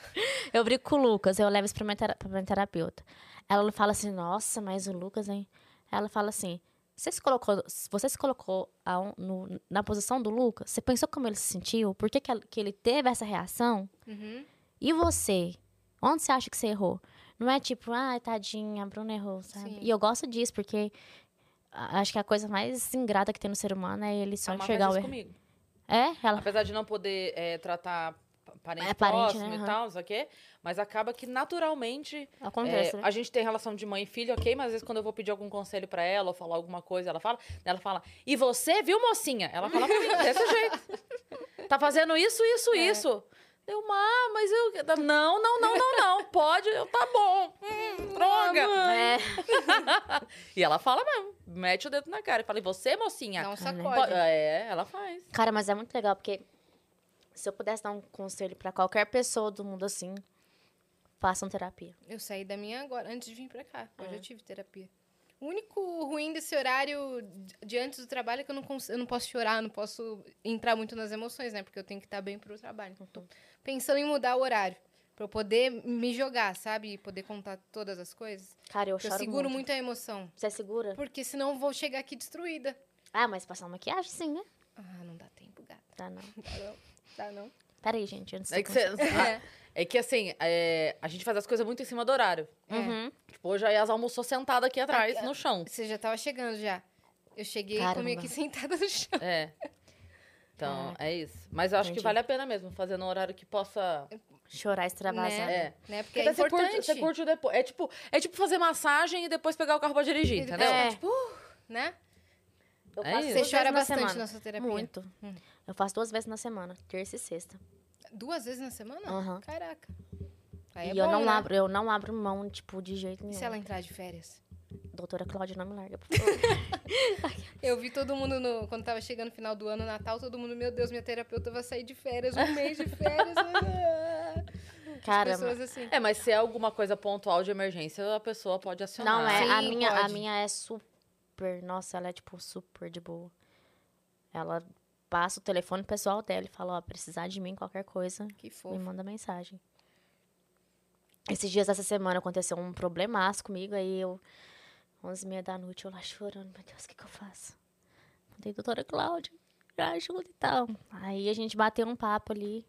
Speaker 3: eu brigo com o Lucas, eu levo isso pra minha, tera- pra minha terapeuta. Ela fala assim, nossa, mas o Lucas, hein? Ela fala assim, Você se colocou, se você se colocou a um- no- na posição do Lucas? Você pensou como ele se sentiu? Por que, que, ela- que ele teve essa reação?
Speaker 2: Uhum.
Speaker 3: E você? Onde você acha que você errou? Não é tipo, ah, tadinha, a Bruna errou, sabe?
Speaker 2: Sim.
Speaker 3: E eu gosto disso, porque a- acho que a coisa mais ingrata que tem no ser humano é ele só
Speaker 1: A Má faz
Speaker 3: enxergar o
Speaker 1: isso
Speaker 3: erro.
Speaker 1: comigo.
Speaker 3: É? Ela
Speaker 1: Apesar de não poder é, tratar pa- parente
Speaker 3: É, parente,
Speaker 1: próximo
Speaker 3: né?
Speaker 1: e
Speaker 3: Aham.
Speaker 1: tal, não sei o quê, mas acaba que naturalmente
Speaker 3: acontece,
Speaker 1: É,
Speaker 3: né?
Speaker 1: A gente tem relação de mãe e filho, ok, mas às vezes quando eu vou pedir algum conselho pra ela ou falar alguma coisa, ela fala, ela fala, e você, viu, mocinha? Ela fala pra mim, desse jeito. Tá fazendo isso, isso,
Speaker 2: É.
Speaker 1: isso. Eu, má, mas eu. ela, Não, não, não, não, não. Pode, eu, tá bom. Hum, droga.
Speaker 3: É.
Speaker 1: E ela fala mesmo, mete o dedo na cara. e Fala, e você, mocinha?
Speaker 2: Não
Speaker 3: cara, né?
Speaker 1: Po-
Speaker 2: um sacode.
Speaker 1: É, ela faz.
Speaker 3: Cara, mas é muito legal, porque se eu pudesse dar um conselho pra qualquer pessoa do mundo assim, façam terapia.
Speaker 2: Eu saí da minha agora, antes de vir pra cá. Hoje
Speaker 3: Ah.
Speaker 2: eu tive terapia. O único ruim desse horário di- diante do trabalho é que eu não, cons- eu não posso chorar, eu não posso entrar muito nas emoções, né? Porque eu tenho que estar bem pro trabalho. Então,
Speaker 3: Uhum.
Speaker 2: tô pensando em mudar o horário. Pra eu poder me jogar, sabe? E poder contar todas as coisas.
Speaker 3: Cara, eu
Speaker 2: Porque
Speaker 3: choro
Speaker 2: eu seguro muito. a emoção.
Speaker 3: Você é segura?
Speaker 2: Porque senão eu vou chegar aqui destruída.
Speaker 3: Ah, mas passar uma maquiagem sim, né?
Speaker 2: Ah, não dá tempo, gata.
Speaker 3: Tá, não.
Speaker 2: Tá não. Tá não.
Speaker 3: Peraí, gente, antes
Speaker 1: É
Speaker 3: de
Speaker 1: que,
Speaker 3: você...
Speaker 1: cê-
Speaker 2: É.
Speaker 1: é que assim, é, a gente faz as coisas muito em cima do horário.
Speaker 2: É,
Speaker 3: Uhum.
Speaker 1: Tipo, hoje a Yas almoçou sentada aqui atrás, no chão.
Speaker 2: Você já tava chegando já. Eu cheguei e comi
Speaker 3: Caramba.
Speaker 2: aqui sentada no chão.
Speaker 1: É. Então, é isso. Mas eu acho que
Speaker 3: Entendi.
Speaker 1: vale a pena mesmo fazer num horário que possa.
Speaker 3: Chorar assim, extravasar.
Speaker 2: Né?
Speaker 1: É.
Speaker 2: Né? Então, Porque
Speaker 1: Porque
Speaker 2: é
Speaker 3: tá
Speaker 1: daí você curte-
Speaker 2: importante.
Speaker 1: Você curte depois. É tipo, é tipo fazer massagem e depois pegar o carro pra dirigir, entendeu?
Speaker 3: É.
Speaker 2: Tipo, uh, né?
Speaker 3: Eu
Speaker 1: É
Speaker 3: faço
Speaker 1: isso.
Speaker 2: Você
Speaker 3: duas
Speaker 2: chora
Speaker 3: vezes na
Speaker 2: bastante
Speaker 3: semana.
Speaker 2: na sua terapia?
Speaker 3: Muito.
Speaker 2: Hum.
Speaker 3: Eu faço duas vezes na semana, terça e sexta.
Speaker 2: Duas vezes na semana?
Speaker 3: Aham.
Speaker 2: Caraca. Aí é
Speaker 3: e eu
Speaker 2: bom,
Speaker 3: não
Speaker 2: né?
Speaker 3: abro, eu não abro mão, tipo, de jeito
Speaker 2: E
Speaker 3: nenhum.
Speaker 2: se ela entrar de férias?
Speaker 3: Doutora Cláudia, não me larga, por favor.
Speaker 2: Eu vi todo mundo, no- quando tava chegando no final do ano, Natal, todo mundo, meu Deus, minha terapeuta vai sair de férias, um mês de férias.
Speaker 3: Cara,
Speaker 2: Pessoas assim.
Speaker 1: É, mas se é alguma coisa pontual de emergência, a pessoa pode acionar.
Speaker 3: não é. a,
Speaker 2: Sim,
Speaker 3: minha, a
Speaker 2: pode.
Speaker 3: minha é super. Nossa, ela é, tipo, super de boa. Ela passa o telefone pessoal dela e fala: Ó, precisar de mim, qualquer coisa,
Speaker 2: Que
Speaker 3: me
Speaker 2: fofo.
Speaker 3: manda mensagem. Esses dias, essa semana, aconteceu um problemaço comigo, aí eu. 11h30 da noite, eu lá chorando, meu Deus, o que, que eu faço? Mandei, doutora Cláudia, me ajuda e tal. Aí a gente bateu um papo ali.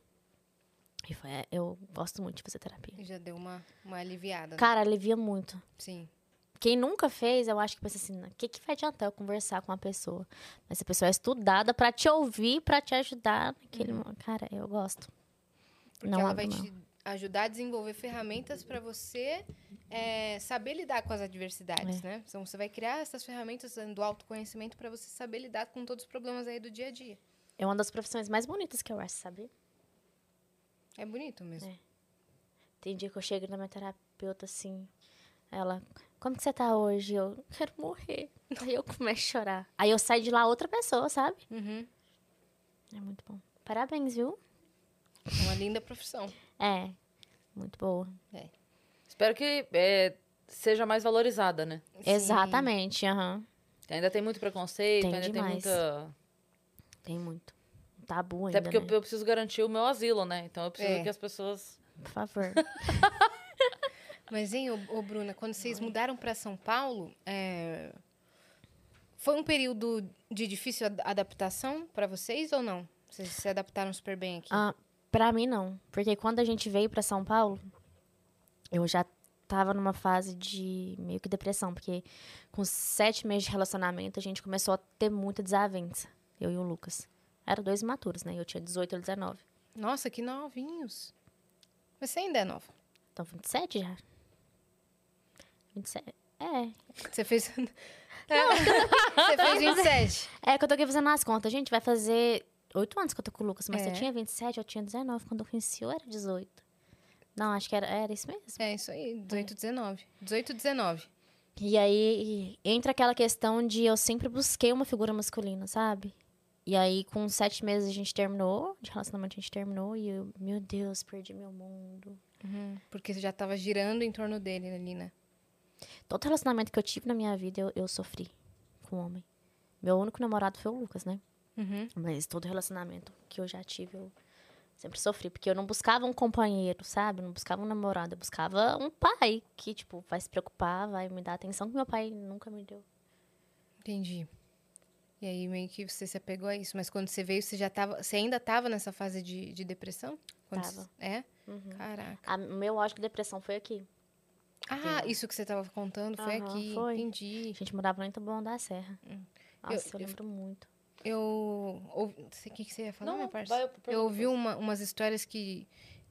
Speaker 3: E foi, é, eu gosto muito de fazer terapia.
Speaker 2: Já deu uma, uma aliviada. né?
Speaker 3: Cara, alivia muito.
Speaker 2: Sim.
Speaker 3: Quem nunca fez, eu acho que pensa assim, o que, que vai adiantar eu conversar com uma pessoa? Mas essa pessoa é estudada pra te ouvir, pra te ajudar
Speaker 1: Uhum.
Speaker 3: naquele mo- Cara, eu gosto.
Speaker 2: Porque
Speaker 3: Não
Speaker 2: ela
Speaker 3: abro
Speaker 2: vai
Speaker 3: mão.
Speaker 2: te ajudar a desenvolver ferramentas para você é, saber lidar com as
Speaker 3: É.
Speaker 2: adversidades, né? Então você vai criar essas ferramentas do autoconhecimento para você saber lidar com todos os problemas aí do dia a dia.
Speaker 3: É uma das profissões mais bonitas que eu acho, sabe?
Speaker 2: É bonito mesmo.
Speaker 3: Tem dia que eu chego na minha terapeuta assim, ela, como que você tá hoje? Eu quero morrer. Aí eu começo a chorar. Aí eu saio de lá outra pessoa, sabe?
Speaker 2: Uhum.
Speaker 3: É muito bom. Parabéns, viu?
Speaker 2: É uma linda profissão.
Speaker 3: É, muito boa.
Speaker 1: Espero que é, seja mais valorizada, né?
Speaker 3: Exatamente, aham.
Speaker 1: Ainda tem muito preconceito,
Speaker 3: Tem
Speaker 1: ainda tem
Speaker 3: demais.
Speaker 1: muita.
Speaker 3: Tem muito. Tabu ainda,
Speaker 1: Até porque eu,
Speaker 3: né?
Speaker 1: eu preciso garantir o meu asilo, né? Então eu preciso
Speaker 2: É.
Speaker 1: que as pessoas.
Speaker 3: Por favor.
Speaker 2: Mas, hein, ô, ô, Bruna, quando vocês mudaram para São Paulo, é, foi um período de difícil ad- adaptação para vocês ou não? Vocês se adaptaram super bem aqui?
Speaker 3: Ah, pra mim, não. Porque quando a gente veio pra São Paulo, eu já tava numa fase de meio que depressão. Porque com sete meses de relacionamento, a gente começou a ter muita desavença. Eu e o Lucas. Eram dois imaturos, né? Eu tinha 18 ou 19.
Speaker 2: Nossa, que novinhos. Você ainda é nova.
Speaker 3: Então, 27 já. 27. É.
Speaker 2: Você fez. Você fez 27.
Speaker 3: É que eu tô aqui fazendo as contas. Gente, vai fazer oito anos que eu tô com o Lucas. Mas
Speaker 2: É.
Speaker 3: eu tinha 27, eu tinha 19. Quando eu conheci, eu era 18. Não, acho que era, era isso mesmo.
Speaker 2: É isso aí, 18, 19. 18, 19.
Speaker 3: E aí e entra aquela questão de eu sempre busquei uma figura masculina, sabe? E aí, com sete meses, a gente terminou, de relacionamento a gente terminou, e eu, meu Deus, perdi meu mundo.
Speaker 2: Porque você já tava girando em torno dele ali, né?
Speaker 3: Todo relacionamento que eu tive na minha vida, eu, eu sofri com homem. Meu único namorado foi o Lucas, né?
Speaker 2: Uhum.
Speaker 3: Mas todo relacionamento que eu já tive, eu sempre sofri. Porque eu não buscava um companheiro, sabe? Eu não buscava um namorado. Eu buscava um pai que, tipo, vai se preocupar, vai me dar atenção que meu pai nunca me deu.
Speaker 2: Entendi. E aí meio que você se apegou a isso. Mas quando você veio, você já tava. Você ainda tava nessa fase de, de depressão? Quando
Speaker 3: Tava. Uhum.
Speaker 2: você- É? Caraca.
Speaker 3: A- O meu ódio de depressão foi aqui.
Speaker 2: Ah, isso que você tava contando foi
Speaker 3: Aham,
Speaker 2: aqui.
Speaker 3: foi. A
Speaker 2: Entendi.
Speaker 3: gente morava lá em Taboão da Serra. Nossa, eu,
Speaker 2: Hum. eu-
Speaker 3: lembro muito.
Speaker 2: Eu. ou- Não sei o que, que você ia falar,
Speaker 1: Não,
Speaker 2: minha
Speaker 1: não,
Speaker 2: parça.
Speaker 1: vai, eu pergunto
Speaker 2: eu ouvi um uma- umas histórias que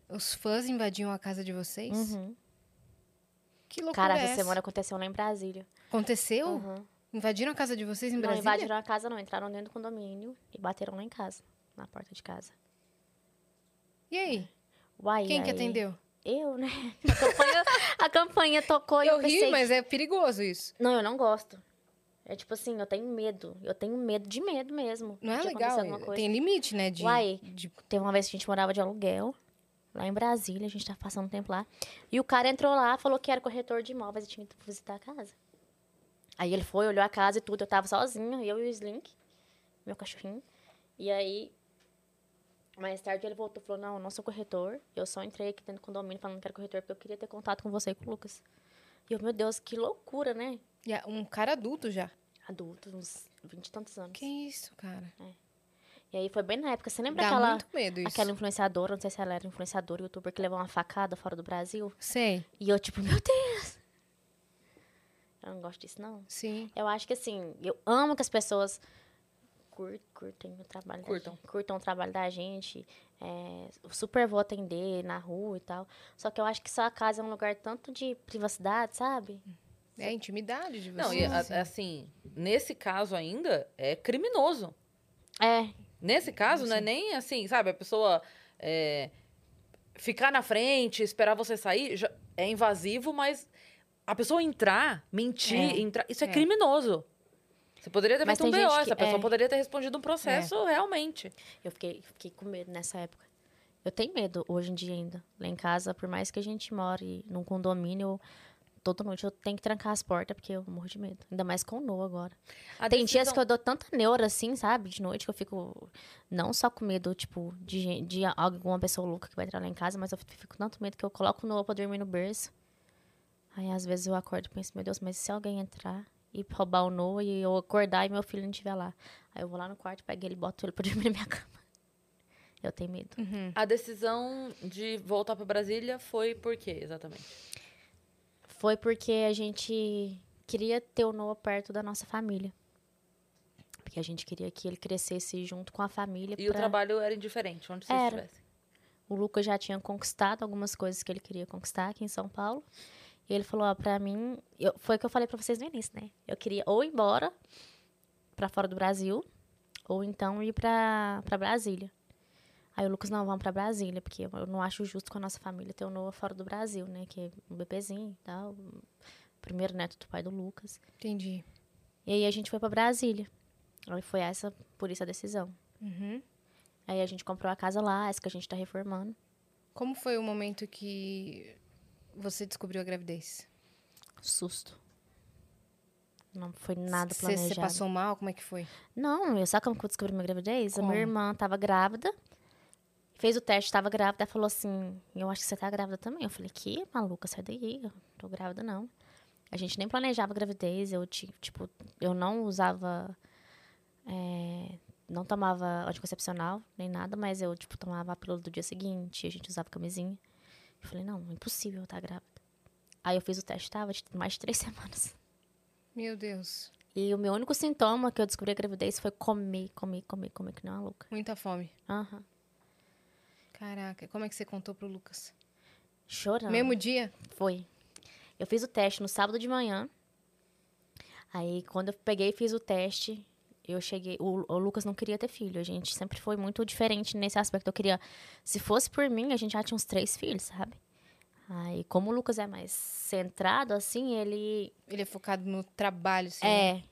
Speaker 2: os fãs invadiam a casa de vocês.
Speaker 3: Uhum.
Speaker 2: Que loucura.
Speaker 3: Cara,
Speaker 2: é
Speaker 3: essa
Speaker 2: essa?
Speaker 3: semana aconteceu lá em Brasília.
Speaker 2: Aconteceu?
Speaker 3: Uhum.
Speaker 2: Invadiram a casa de vocês em
Speaker 3: Não
Speaker 2: Brasília?
Speaker 3: invadiram a casa, não. Entraram dentro do condomínio e bateram lá em casa, na porta de casa.
Speaker 2: E aí?
Speaker 3: Uai,
Speaker 2: Quem que
Speaker 3: aí-
Speaker 2: atendeu?
Speaker 3: Eu, né? A campanha, a campanha tocou e eu,
Speaker 2: eu
Speaker 3: pensei...
Speaker 2: ri, mas é perigoso isso.
Speaker 3: Não, eu não gosto. É tipo assim, eu tenho medo. Eu tenho medo de medo mesmo.
Speaker 2: Não é
Speaker 3: de acontecer
Speaker 2: legal.
Speaker 3: alguma coisa.
Speaker 2: Tem limite, né? De,
Speaker 3: Uai.
Speaker 2: de-
Speaker 3: Teve uma vez que a gente morava de aluguel, lá em Brasília, a gente tava passando um tempo lá. E o cara entrou lá, falou que era corretor de imóveis e tinha que visitar a casa. Aí ele foi, olhou a casa e tudo, eu tava sozinha, eu e o Slink, meu cachorrinho. E aí, mais tarde ele voltou e falou, não, eu não sou corretor, eu só entrei aqui dentro do condomínio falando que era corretor, porque eu queria ter contato com você e com o Lucas. E eu, meu Deus, que loucura, né?
Speaker 2: e é um cara adulto já.
Speaker 3: Adulto, uns vinte e tantos anos.
Speaker 2: Que isso, cara.
Speaker 3: E aí foi bem na época, você lembra
Speaker 2: Dá
Speaker 3: aquela...
Speaker 2: muito medo isso.
Speaker 3: Aquela influenciadora, não sei se ela era influenciadora, youtuber, que levou uma facada fora do Brasil.
Speaker 2: Sei,
Speaker 3: E eu, tipo, meu Deus! Eu não gosto disso, não.
Speaker 2: sim.
Speaker 3: Eu acho que, assim, eu amo que as pessoas cur- curtem o trabalho
Speaker 1: Curtam.
Speaker 3: da gente. Curtam o trabalho da gente. É, super vou atender na rua e tal. Só que eu acho que sua casa é um lugar tanto de privacidade, sabe?
Speaker 2: É a intimidade de vocês.
Speaker 1: Não, e a-
Speaker 2: assim.
Speaker 1: assim, nesse caso ainda, é criminoso.
Speaker 3: É,
Speaker 1: Nesse caso, não é nem assim, sabe? A pessoa é, ficar na frente, esperar você sair, já é invasivo, mas a pessoa entrar, mentir,
Speaker 2: É.
Speaker 1: entrar, isso é,
Speaker 2: É.
Speaker 1: criminoso.
Speaker 2: criminoso.
Speaker 1: Você poderia ter
Speaker 3: Mas
Speaker 1: feito um
Speaker 3: tem
Speaker 1: BO,
Speaker 3: gente que-
Speaker 1: essa pessoa
Speaker 3: é.
Speaker 1: poderia ter respondido um processo realmente.
Speaker 3: Eu fiquei, fiquei com medo nessa época. Eu tenho medo hoje em dia ainda. Lá em casa, por mais que a gente more num condomínio, toda noite eu tenho que trancar as portas, porque eu morro de medo. Ainda mais com o Noah agora.
Speaker 1: A
Speaker 3: Tem dias
Speaker 1: decisão-
Speaker 3: que eu dou tanta neura assim, sabe? De noite, que eu fico não só com medo, tipo, de, gen- de alguma pessoa louca que vai entrar lá em casa, mas eu fico com tanto medo que eu coloco o Noah pra dormir no berço. Aí às vezes eu acordo e penso, meu Deus, mas se alguém entrar e roubar o Noah e eu acordar e meu filho não estiver lá? Aí eu vou lá no quarto, pego ele e boto ele pra dormir na minha cama. Eu tenho medo.
Speaker 1: A decisão de voltar pra Brasília foi por quê, exatamente?
Speaker 3: Foi porque a gente queria ter o Noah perto da nossa família. Porque a gente queria que ele crescesse junto com a família.
Speaker 1: E o
Speaker 3: pra-
Speaker 1: trabalho era indiferente, onde você
Speaker 3: Era.
Speaker 1: estivesse.
Speaker 3: O Lucas já tinha conquistado algumas coisas que ele queria conquistar aqui em São Paulo. E ele falou, ó, pra mim... eu- foi o que eu falei pra vocês no início, né? Eu queria ou ir embora pra fora do Brasil, ou então ir pra, pra Brasília. Aí o Lucas, não, vamos pra Brasília, porque eu não acho justo com a nossa família ter o Noah fora do Brasil, né? Que é um bebezinho e tal. o Primeiro neto do pai do Lucas.
Speaker 2: Entendi.
Speaker 3: E aí a gente foi pra Brasília. Aí foi essa, por isso a decisão.
Speaker 2: Uhum.
Speaker 3: Aí a gente comprou a casa lá, essa que a gente tá reformando.
Speaker 2: Como foi o momento que você descobriu a gravidez?
Speaker 3: Susto. Não foi nada
Speaker 2: Você-
Speaker 3: planejado.
Speaker 2: Você passou mal? Como é que foi?
Speaker 3: Não, eu sabe como que eu descobri minha gravidez? A
Speaker 2: Como?
Speaker 3: minha irmã tava grávida, fez o teste, tava grávida, ela falou assim, eu acho que você tá grávida também. Eu falei, que maluca, sai daí, eu não tô grávida não. A gente nem planejava gravidez, eu, ti- tipo, eu não usava, é, não tomava anticoncepcional, nem nada, mas eu, tipo, tomava a pílula do dia seguinte, a gente usava camisinha. Eu falei, não, impossível eu tá grávida. Aí eu fiz o teste, tava de mais de três semanas.
Speaker 2: Meu Deus.
Speaker 3: E o meu único sintoma que eu descobri a gravidez foi comer, comer, comer, comer, que não é uma louca.
Speaker 2: Muita fome.
Speaker 3: Aham.
Speaker 2: Caraca. Como é que você contou pro Lucas?
Speaker 3: Chorando.
Speaker 2: Mesmo dia?
Speaker 3: Foi. Eu fiz o teste no sábado de manhã. Aí, quando eu peguei e fiz o teste, eu cheguei. O, o Lucas não queria ter filho. A gente sempre foi muito diferente nesse aspecto. Eu queria. Se fosse por mim, a gente já tinha uns três filhos, sabe? Aí, como o Lucas é mais centrado, assim, ele
Speaker 2: Ele é focado no trabalho, assim.
Speaker 3: É.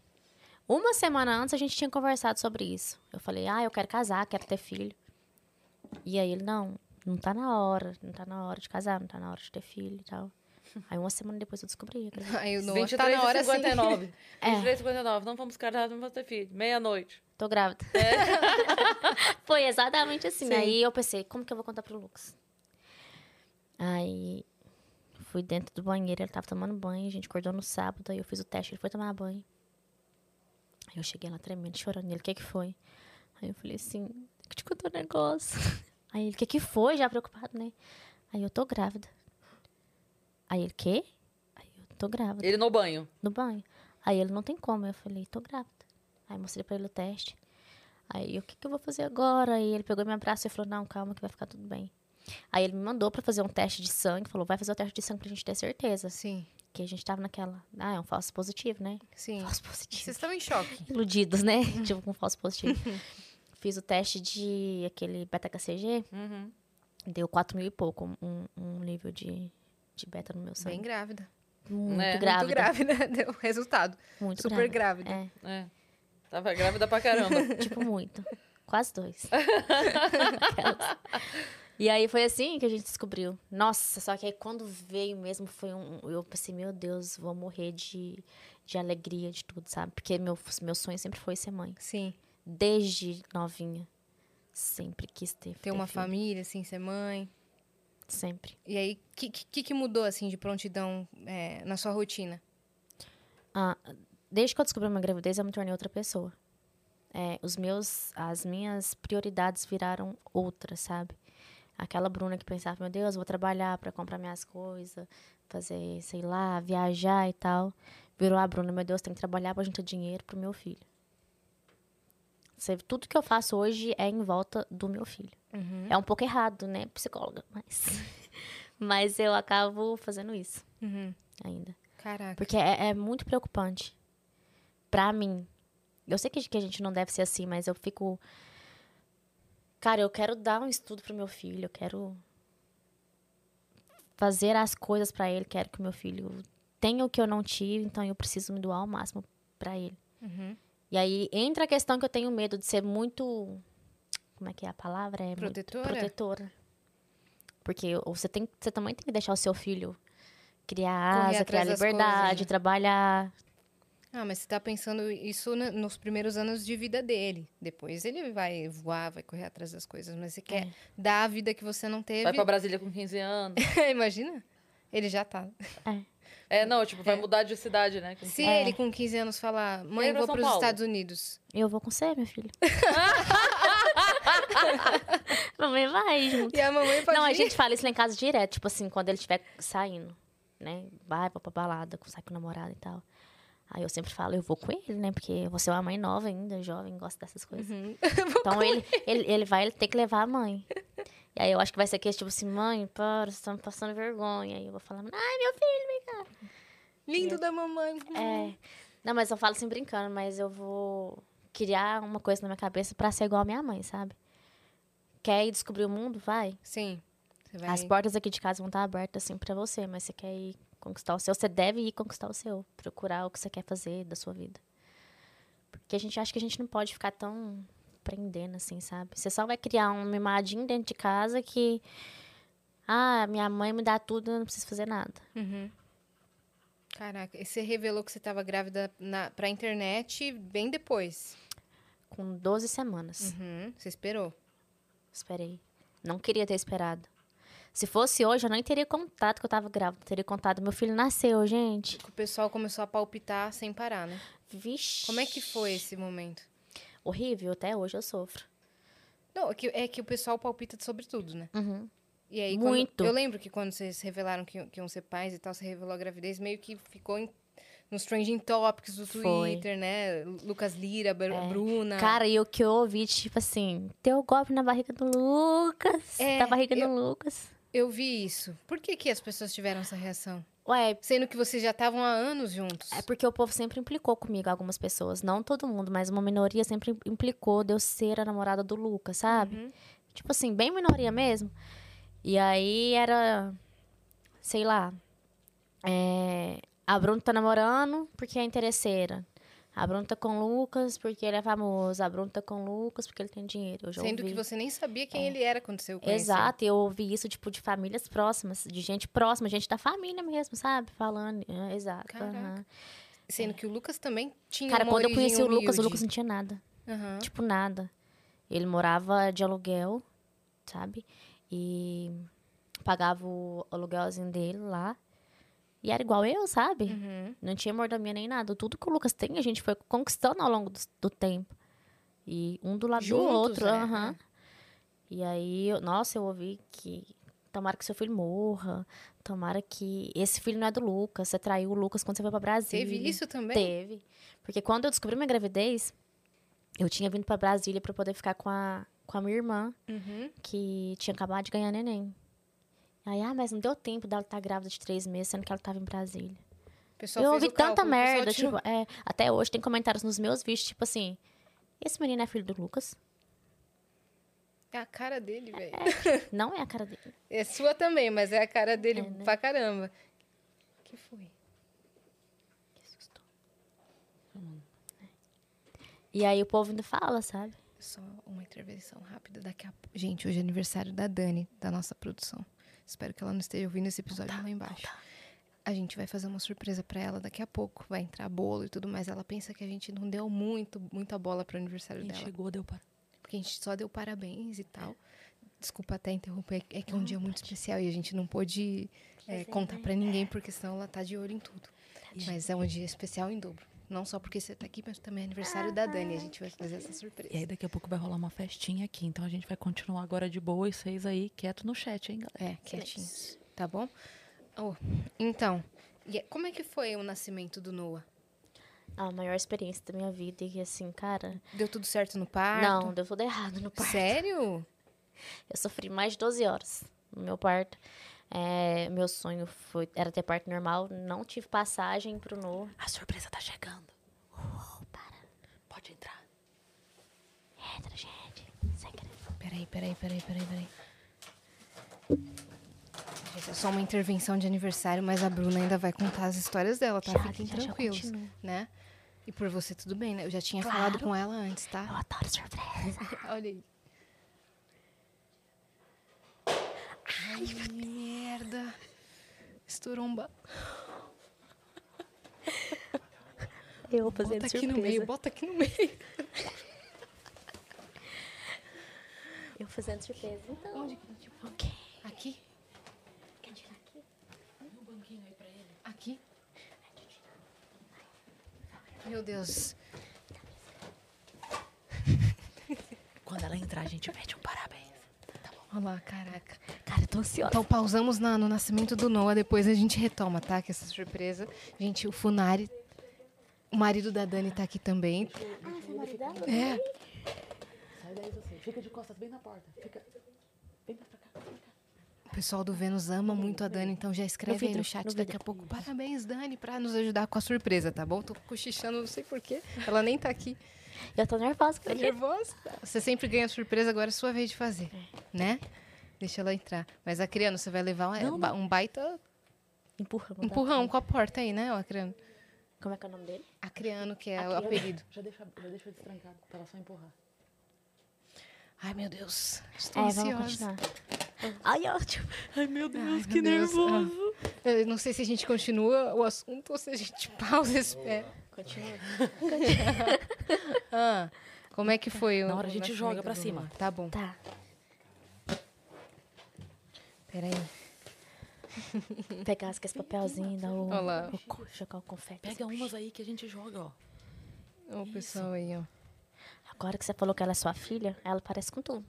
Speaker 3: Uma semana antes a gente tinha conversado sobre isso. Eu falei, ah, eu quero casar, quero ter filho. E aí ele, não, não tá na hora, não tá na hora de casar, não tá na hora de ter filho e tal. Aí uma semana depois eu descobri. acredita?
Speaker 2: Aí o Noah tá na hora, assim.
Speaker 1: 23h59.
Speaker 3: É.
Speaker 1: 23h59, não vamos casados, não vamos ter filho. Meia-noite.
Speaker 3: Tô grávida. Foi exatamente assim.
Speaker 2: Sim.
Speaker 3: Aí eu pensei, como que eu vou contar pro Lucas? Aí fui dentro do banheiro, ele tava tomando banho, a gente acordou no sábado, aí eu fiz o teste, ele foi tomar banho. Eu cheguei lá tremendo, chorando. E Ele, o que que foi? Aí eu falei assim, eu te contar um negócio. Aí ele, o que que foi? Já preocupado, né? Aí eu, tô grávida. Aí ele, quê? Aí eu, tô grávida
Speaker 1: Ele no banho.
Speaker 3: no banho. Aí ele, não tem como. Eu falei, tô grávida. Aí mostrei pra ele o teste. Aí, eu, o que, que eu vou fazer agora? Aí ele pegou e me abraçou e falou, não, calma que vai ficar tudo bem. Aí ele me mandou pra fazer um teste de sangue. Falou, vai fazer o teste de sangue pra gente ter certeza.
Speaker 2: Sim,
Speaker 3: Que a gente tava naquela, ah, é um falso positivo, né?
Speaker 2: sim.
Speaker 3: Falso positivo.
Speaker 2: Vocês estão em choque.
Speaker 3: Iludidos, né? tipo, com falso positivo. Fiz o teste de aquele beta-HCG.
Speaker 1: Uhum.
Speaker 3: Deu 4 mil e pouco um, um nível de, de beta no meu
Speaker 2: Bem
Speaker 3: sangue.
Speaker 2: grávida.
Speaker 3: Muito
Speaker 1: É. Muito
Speaker 3: grávida.
Speaker 2: Muito grávida, deu resultado.
Speaker 3: Muito
Speaker 2: Super
Speaker 3: grávida.
Speaker 2: grávida.
Speaker 3: É.
Speaker 1: É. Tava grávida pra caramba.
Speaker 3: Tipo, muito. Quase dois. Aquelas. e aí foi assim que a gente descobriu. Nossa, só que aí quando veio mesmo, foi um. Eu pensei, meu Deus, vou morrer de, de alegria, de tudo, sabe? Porque meu, meu sonho sempre foi ser
Speaker 1: É.
Speaker 3: mãe.
Speaker 2: Sim.
Speaker 3: Desde novinha. Sempre quis ter.
Speaker 2: Ter uma
Speaker 3: filho.
Speaker 2: família, assim, ser mãe.
Speaker 3: Sempre.
Speaker 2: E aí, o que, que, que mudou, assim, de prontidão é, na sua rotina?
Speaker 3: Ah, desde que eu descobri minha gravidez, eu me tornei outra pessoa. É, os meus, as minhas prioridades viraram outras, sabe? Aquela Bruna que pensava, meu Deus, vou trabalhar para comprar minhas coisas, fazer, sei lá, viajar e tal. Virou a Bruna, meu Deus, tem que trabalhar para juntar dinheiro pro meu filho. Você- Tudo que eu faço hoje é em volta do meu filho. É um pouco errado, né, psicóloga, mas mas eu acabo fazendo isso
Speaker 2: Uhum.
Speaker 3: ainda.
Speaker 2: Caraca.
Speaker 3: Porque é, é muito preocupante. Pra mim. Eu sei que, que a gente não deve ser assim, mas eu fico. Cara, eu quero dar um estudo pro meu filho, eu quero fazer as coisas pra ele, quero que o meu filho tenha o que eu não tive, então eu preciso me doar ao máximo pra ele.
Speaker 2: Uhum.
Speaker 3: E aí entra a questão que eu tenho medo de ser muito. Como é que é a palavra? É muito-
Speaker 2: Protetora?
Speaker 3: protetora. Porque o- você, tem, você também tem que deixar o seu filho criar
Speaker 2: Correr
Speaker 3: asa, criar
Speaker 2: atrás das coisas,
Speaker 3: liberdade,
Speaker 2: né?
Speaker 3: trabalhar.
Speaker 2: Ah, mas você tá pensando isso na- nos primeiros anos de vida dele. Depois ele vai voar, vai correr atrás das coisas. Mas você quer
Speaker 3: É.
Speaker 2: dar a vida que você não teve.
Speaker 1: Vai pra Brasília com 15 anos.
Speaker 2: Imagina? Ele já tá.
Speaker 1: É, não, tipo, vai mudar de cidade, né? Com
Speaker 2: Se
Speaker 1: 15.
Speaker 2: ele com 15 anos falar, mãe,
Speaker 1: Vem pra
Speaker 2: vou
Speaker 1: São
Speaker 2: pros
Speaker 1: Paulo."
Speaker 2: Estados Unidos.
Speaker 3: Eu vou com você, meu filho. Mamãe vai junto.
Speaker 2: E a mamãe pode
Speaker 3: Não, a
Speaker 2: ir?
Speaker 3: gente fala isso lá em casa direto, tipo assim, quando ele estiver saindo, né? Vai pra pra balada, com- sai com o namorado e tal. Aí eu sempre falo, eu vou com ele, né? Porque você é uma mãe nova ainda, jovem, gosta dessas coisas.
Speaker 2: Uhum.
Speaker 3: Então ele, ele, ele vai ter que levar a mãe. E aí eu acho que vai ser aquele tipo assim, mãe, para, vocês estão me passando vergonha. Aí eu vou falar, ai, meu filho, vem cá.
Speaker 2: Lindo da mamãe. Uhum.
Speaker 3: É. Não, mas eu falo assim brincando, mas eu vou criar uma coisa na minha cabeça pra ser igual a minha mãe, sabe? Quer ir descobrir o mundo? Vai.
Speaker 2: Sim. Você vai...
Speaker 3: As portas aqui de casa vão estar abertas assim pra você, mas você quer ir conquistar o seu, você deve ir conquistar o seu, procurar o que você quer fazer da sua vida. Porque a gente acha que a gente não pode ficar tão prendendo assim, sabe? Você só vai criar um mimadinho dentro de casa que ah, minha mãe me dá tudo, eu não preciso fazer nada.
Speaker 2: Uhum. Caraca, e você revelou que você tava grávida na... pra internet bem depois.
Speaker 3: Com 12 semanas.
Speaker 2: Uhum. Você esperou.
Speaker 3: Esperei. Não queria ter esperado. Se fosse hoje, eu nem teria contado que eu tava grávida. Teria contado, meu filho nasceu, gente.
Speaker 2: O pessoal começou a palpitar sem parar, né?
Speaker 3: Vixe.
Speaker 2: Como é que foi esse momento?
Speaker 3: Horrível, até hoje eu sofro.
Speaker 2: Não, é que, é que o pessoal palpita sobre tudo, né?
Speaker 3: Uhum.
Speaker 2: E aí, quando-
Speaker 3: Muito.
Speaker 2: eu lembro que quando vocês revelaram que, que iam ser pais e tal, você revelou a gravidez, meio que ficou em- nos trending topics do
Speaker 3: Foi. É.
Speaker 2: Twitter, né? Lucas Lira, Br- Bruna.
Speaker 3: Cara, e o que eu ouvi, tipo assim, deu golpe na barriga do Lucas.
Speaker 2: É,
Speaker 3: da barriga
Speaker 2: eu-
Speaker 3: do Lucas.
Speaker 2: Eu vi isso. Por que, que as pessoas tiveram essa reação?
Speaker 3: Ué,
Speaker 2: Sendo que vocês já estavam há anos juntos.
Speaker 3: é porque o povo sempre implicou comigo, algumas pessoas. Não todo mundo, mas uma minoria sempre implicou de eu ser a namorada do Lucas, sabe?
Speaker 2: Uhum.
Speaker 3: Tipo assim, bem minoria mesmo. E aí era. Sei lá. é, a Bruna tá namorando porque é interesseira. A Bruna tá com o Lucas porque ele é famoso. A Bruna tá com o Lucas porque ele tem dinheiro. Eu já
Speaker 2: Sendo
Speaker 3: ouvi. É.
Speaker 2: que você nem sabia quem ele era quando você o conheceu.
Speaker 3: Exato, eu ouvi isso, tipo, de famílias próximas, de gente próxima, gente da família mesmo, sabe? Falando, é, exato.
Speaker 2: Caraca.
Speaker 3: aham.
Speaker 2: Sendo que o Lucas também tinha
Speaker 3: Cara,
Speaker 2: uma
Speaker 3: quando eu
Speaker 2: origem
Speaker 3: conheci o Lucas,
Speaker 2: humilde.
Speaker 3: o Lucas não tinha nada,
Speaker 2: Aham.
Speaker 3: tipo, nada. Ele morava de aluguel, sabe? E pagava o aluguelzinho dele lá. E era igual eu, sabe?
Speaker 2: Uhum.
Speaker 3: Não tinha mordomia nem nada. Tudo que o Lucas tem, a gente foi conquistando ao longo do, do tempo. E um do lado
Speaker 2: Juntos,
Speaker 3: do outro.
Speaker 2: né?
Speaker 3: aham. E aí, eu- nossa, eu ouvi que. Tomara que seu filho morra. Tomara que. Esse filho não é do Lucas. Você traiu o Lucas quando você foi pra Brasília.
Speaker 2: Teve isso também?
Speaker 3: Teve. Porque quando eu descobri minha gravidez, eu tinha vindo pra Brasília pra poder ficar com a, com a minha irmã,
Speaker 2: Uhum.
Speaker 3: que tinha acabado de ganhar neném. Aí, ah, mas não deu tempo dela estar grávida de três meses, sendo que ela tava em Brasília.
Speaker 2: O pessoal
Speaker 3: eu
Speaker 2: fez
Speaker 3: ouvi
Speaker 2: o cálculo,
Speaker 3: tanta
Speaker 2: o pessoal
Speaker 3: merda,
Speaker 2: tirou-
Speaker 3: tipo, é, até hoje tem comentários nos meus vídeos, tipo assim, esse menino é filho do Lucas? tipo,
Speaker 2: É a cara dele, velho.
Speaker 3: Não é a cara dele.
Speaker 2: É sua também, mas é a cara dele
Speaker 3: É, né?
Speaker 2: pra caramba. que foi?
Speaker 3: E aí o povo ainda fala, sabe?
Speaker 2: Só uma intervenção rápida daqui a pouco. Gente, hoje é aniversário da Dani, da nossa produção. Espero que ela não esteja ouvindo esse episódio
Speaker 1: tá,
Speaker 2: lá embaixo. A gente vai fazer uma surpresa pra ela daqui a pouco. Vai entrar bolo e tudo mais. Ela pensa que a gente não deu muito, muita bola pro aniversário
Speaker 1: Quem
Speaker 2: dela.
Speaker 1: chegou deu para.
Speaker 2: Porque a gente só deu parabéns e tal. Desculpa até interromper, é que é um dia muito especial e a gente não pôde é, contar pra ninguém, porque senão ela tá de olho em tudo. Mas é um dia especial em dobro. Não só porque você tá aqui, mas também é aniversário da Dani. A gente vai fazer essa surpresa.
Speaker 1: E aí daqui a pouco vai rolar uma festinha aqui, então a gente vai continuar agora de boa e vocês aí quieto no chat, hein, galera?
Speaker 2: É,
Speaker 3: Tipo,
Speaker 2: quietinhos. Tá bom? Ô, então, e é- como é que foi o nascimento do Noah?
Speaker 3: "Ah, A maior experiência da minha vida. E assim, cara,
Speaker 2: Deu tudo certo no parto?
Speaker 3: não, deu tudo errado no parto.
Speaker 2: Sério?
Speaker 3: Eu sofri mais de 12 horas no meu parto. É, meu sonho foi, era ter parto normal, não tive passagem pro Noah.
Speaker 1: A surpresa tá chegando. Pode entrar.
Speaker 3: Entra, gente. Sai, cara.
Speaker 2: Peraí, peraí, peraí, peraí, peraí. Gente, é só uma intervenção de aniversário, mas a Bruna ainda vai contar as histórias dela, tá?
Speaker 3: Já,
Speaker 2: Fiquem
Speaker 3: já, já
Speaker 2: tranquilos,
Speaker 3: continuo.
Speaker 2: né? E por você tudo bem, né? Eu já tinha
Speaker 3: Claro.
Speaker 2: falado com ela antes,
Speaker 3: Eu
Speaker 2: tá?
Speaker 3: adoro surpresa.
Speaker 2: Olha aí. Ai, merda. Estourou um ba...
Speaker 3: Eu
Speaker 2: Bota aqui no meio, bota aqui no meio.
Speaker 3: Eu fazendo surpresa. Então. Onde? Ok.
Speaker 2: Aqui?
Speaker 3: Quer tirar aqui?
Speaker 2: Aqui? Meu Deus.
Speaker 1: Quando ela entrar, a gente pede um parabéns.
Speaker 2: Olha lá, caraca.
Speaker 3: Cara, eu tô ansiosa.
Speaker 2: Então pausamos na- no nascimento do Noah, depois a gente retoma, tá? Que essa surpresa. Gente, o Funari, o marido da Dani tá aqui também.
Speaker 3: Ah, você é marido dela?
Speaker 2: É,
Speaker 1: Sai daí você. Fica de costas bem na porta. Fica. Vem pra cá.
Speaker 2: o pessoal do Vênus ama muito
Speaker 1: Uhum.
Speaker 2: a Dani, então já escreve aí
Speaker 3: vidro,
Speaker 2: no chat
Speaker 3: no
Speaker 2: daqui a
Speaker 3: vidro.
Speaker 2: pouco. Parabéns, Dani, pra nos ajudar com a surpresa, tá bom? Tô cochichando, não sei porquê. Ela nem tá aqui.
Speaker 3: Eu tô nervosa com
Speaker 2: Tá
Speaker 3: ele.
Speaker 2: nervosa? Você sempre ganha surpresa, agora é sua vez de fazer, né? Deixa ela entrar. Mas a criança, você vai levar um-
Speaker 1: É. Não, não.
Speaker 2: um baita
Speaker 3: Empurra, vou dar-
Speaker 2: empurrão com a porta aí, né, Acriano?
Speaker 3: Como é que é o nome dele?
Speaker 2: Acriano, que é o
Speaker 3: Acriano.
Speaker 2: apelido.
Speaker 1: Já deixa, já deixa destrancado pra ela só empurrar.
Speaker 2: Ai, meu Deus. Estou
Speaker 3: É,
Speaker 2: ansiosa.
Speaker 3: vamos continuar. Ai, ótimo.
Speaker 1: Ai, meu Deus,
Speaker 2: Ai, meu Deus. Ah, eu não sei se a gente continua o assunto ou se a gente pausa e espera.
Speaker 3: Continua.
Speaker 2: Ah, como é que foi? o-
Speaker 1: Na hora a
Speaker 2: o
Speaker 1: gente
Speaker 2: nascimento
Speaker 1: joga pra
Speaker 2: do
Speaker 1: cima.
Speaker 2: Lula? Tá bom.
Speaker 3: Tá.
Speaker 2: Peraí.
Speaker 3: Pegar as- esse papelzinho, dar o,
Speaker 2: Olha lá.
Speaker 3: o co- jogar o confete.
Speaker 1: Pega umas aí que a gente joga, ó.
Speaker 2: Ó, o pessoal aí, ó.
Speaker 3: Agora que você falou que ela é sua filha, ela parece com tudo.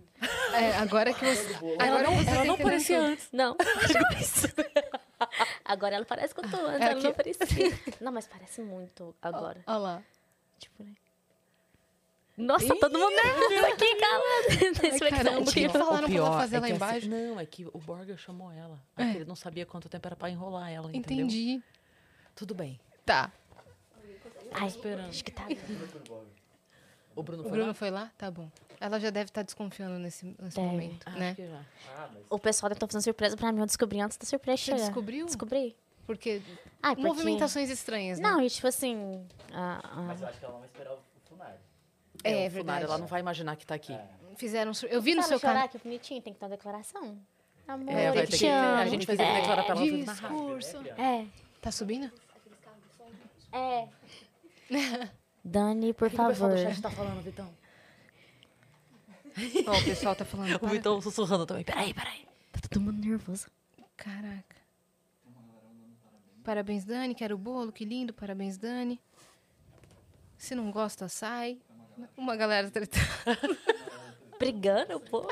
Speaker 2: É, agora que você. Agora você tá
Speaker 1: Ela não
Speaker 2: entendendo
Speaker 1: parecia
Speaker 2: tudo.
Speaker 1: antes.
Speaker 3: Não. é isso. agora ela parece com tudo. Antes
Speaker 2: É
Speaker 3: ela não
Speaker 2: que-
Speaker 3: parecia. Não, mas parece muito agora.
Speaker 2: Olha lá.
Speaker 3: Tipo, né? Nossa, todo mundo nervoso aqui, cara.
Speaker 2: É caramba, que
Speaker 3: Expectativa.
Speaker 2: falaram pra ela fazer
Speaker 1: é
Speaker 2: lá
Speaker 1: que
Speaker 2: embaixo?
Speaker 1: não, é que o Borga chamou ela. É que Ele não sabia quanto tempo era pra enrolar ela, entendeu?
Speaker 2: Entendi.
Speaker 1: Tudo bem.
Speaker 2: Tá.
Speaker 3: Ai, acho que tá.
Speaker 1: O Bruno
Speaker 2: O
Speaker 1: foi
Speaker 2: Bruno
Speaker 1: lá?
Speaker 2: foi lá? Tá bom. Ela já deve estar desconfiando nesse, nesse
Speaker 3: Deve.
Speaker 2: momento,
Speaker 1: Ah,
Speaker 2: né?
Speaker 1: acho que já.
Speaker 3: O pessoal tentou fazer uma surpresa pra mim, eu descobri antes da surpresa
Speaker 2: Você
Speaker 3: chegar.
Speaker 2: descobriu?
Speaker 3: Descobri.
Speaker 1: É
Speaker 2: Porque
Speaker 3: Ai, porque...
Speaker 2: movimentações estranhas, né?
Speaker 3: Não, e tipo assim... a- a-
Speaker 4: Mas eu acho que ela não vai esperar o o Funari.
Speaker 2: É,
Speaker 1: o
Speaker 2: é
Speaker 1: Funari,
Speaker 2: verdade.
Speaker 1: Ela não vai imaginar que tá aqui.
Speaker 2: Fizeram. sur- Eu vi no
Speaker 3: Sabe
Speaker 2: seu
Speaker 3: chorar,
Speaker 2: canal.
Speaker 3: que é bonitinho, tem que ter uma declaração. Amor,
Speaker 1: É, vai ter
Speaker 3: eu te
Speaker 1: que-
Speaker 3: amo.
Speaker 1: a gente vai ter que declarar pra ela fazer na rádio.
Speaker 2: Discurso.
Speaker 3: É,
Speaker 2: Tá subindo?
Speaker 3: é.
Speaker 4: É.
Speaker 3: Dani, por favor.
Speaker 1: tá falando, Vitão?
Speaker 2: Ó, o pessoal tá falando.
Speaker 1: O
Speaker 2: para.
Speaker 1: Vitão
Speaker 2: Tá
Speaker 1: sussurrando também. Peraí, peraí.
Speaker 3: Tá todo mundo nervoso.
Speaker 2: Caraca. Parabéns, Dani. Quero o bolo, que lindo. Parabéns, Dani. Se não gosta, sai. Uma galera tretando.
Speaker 3: Brigando, pô.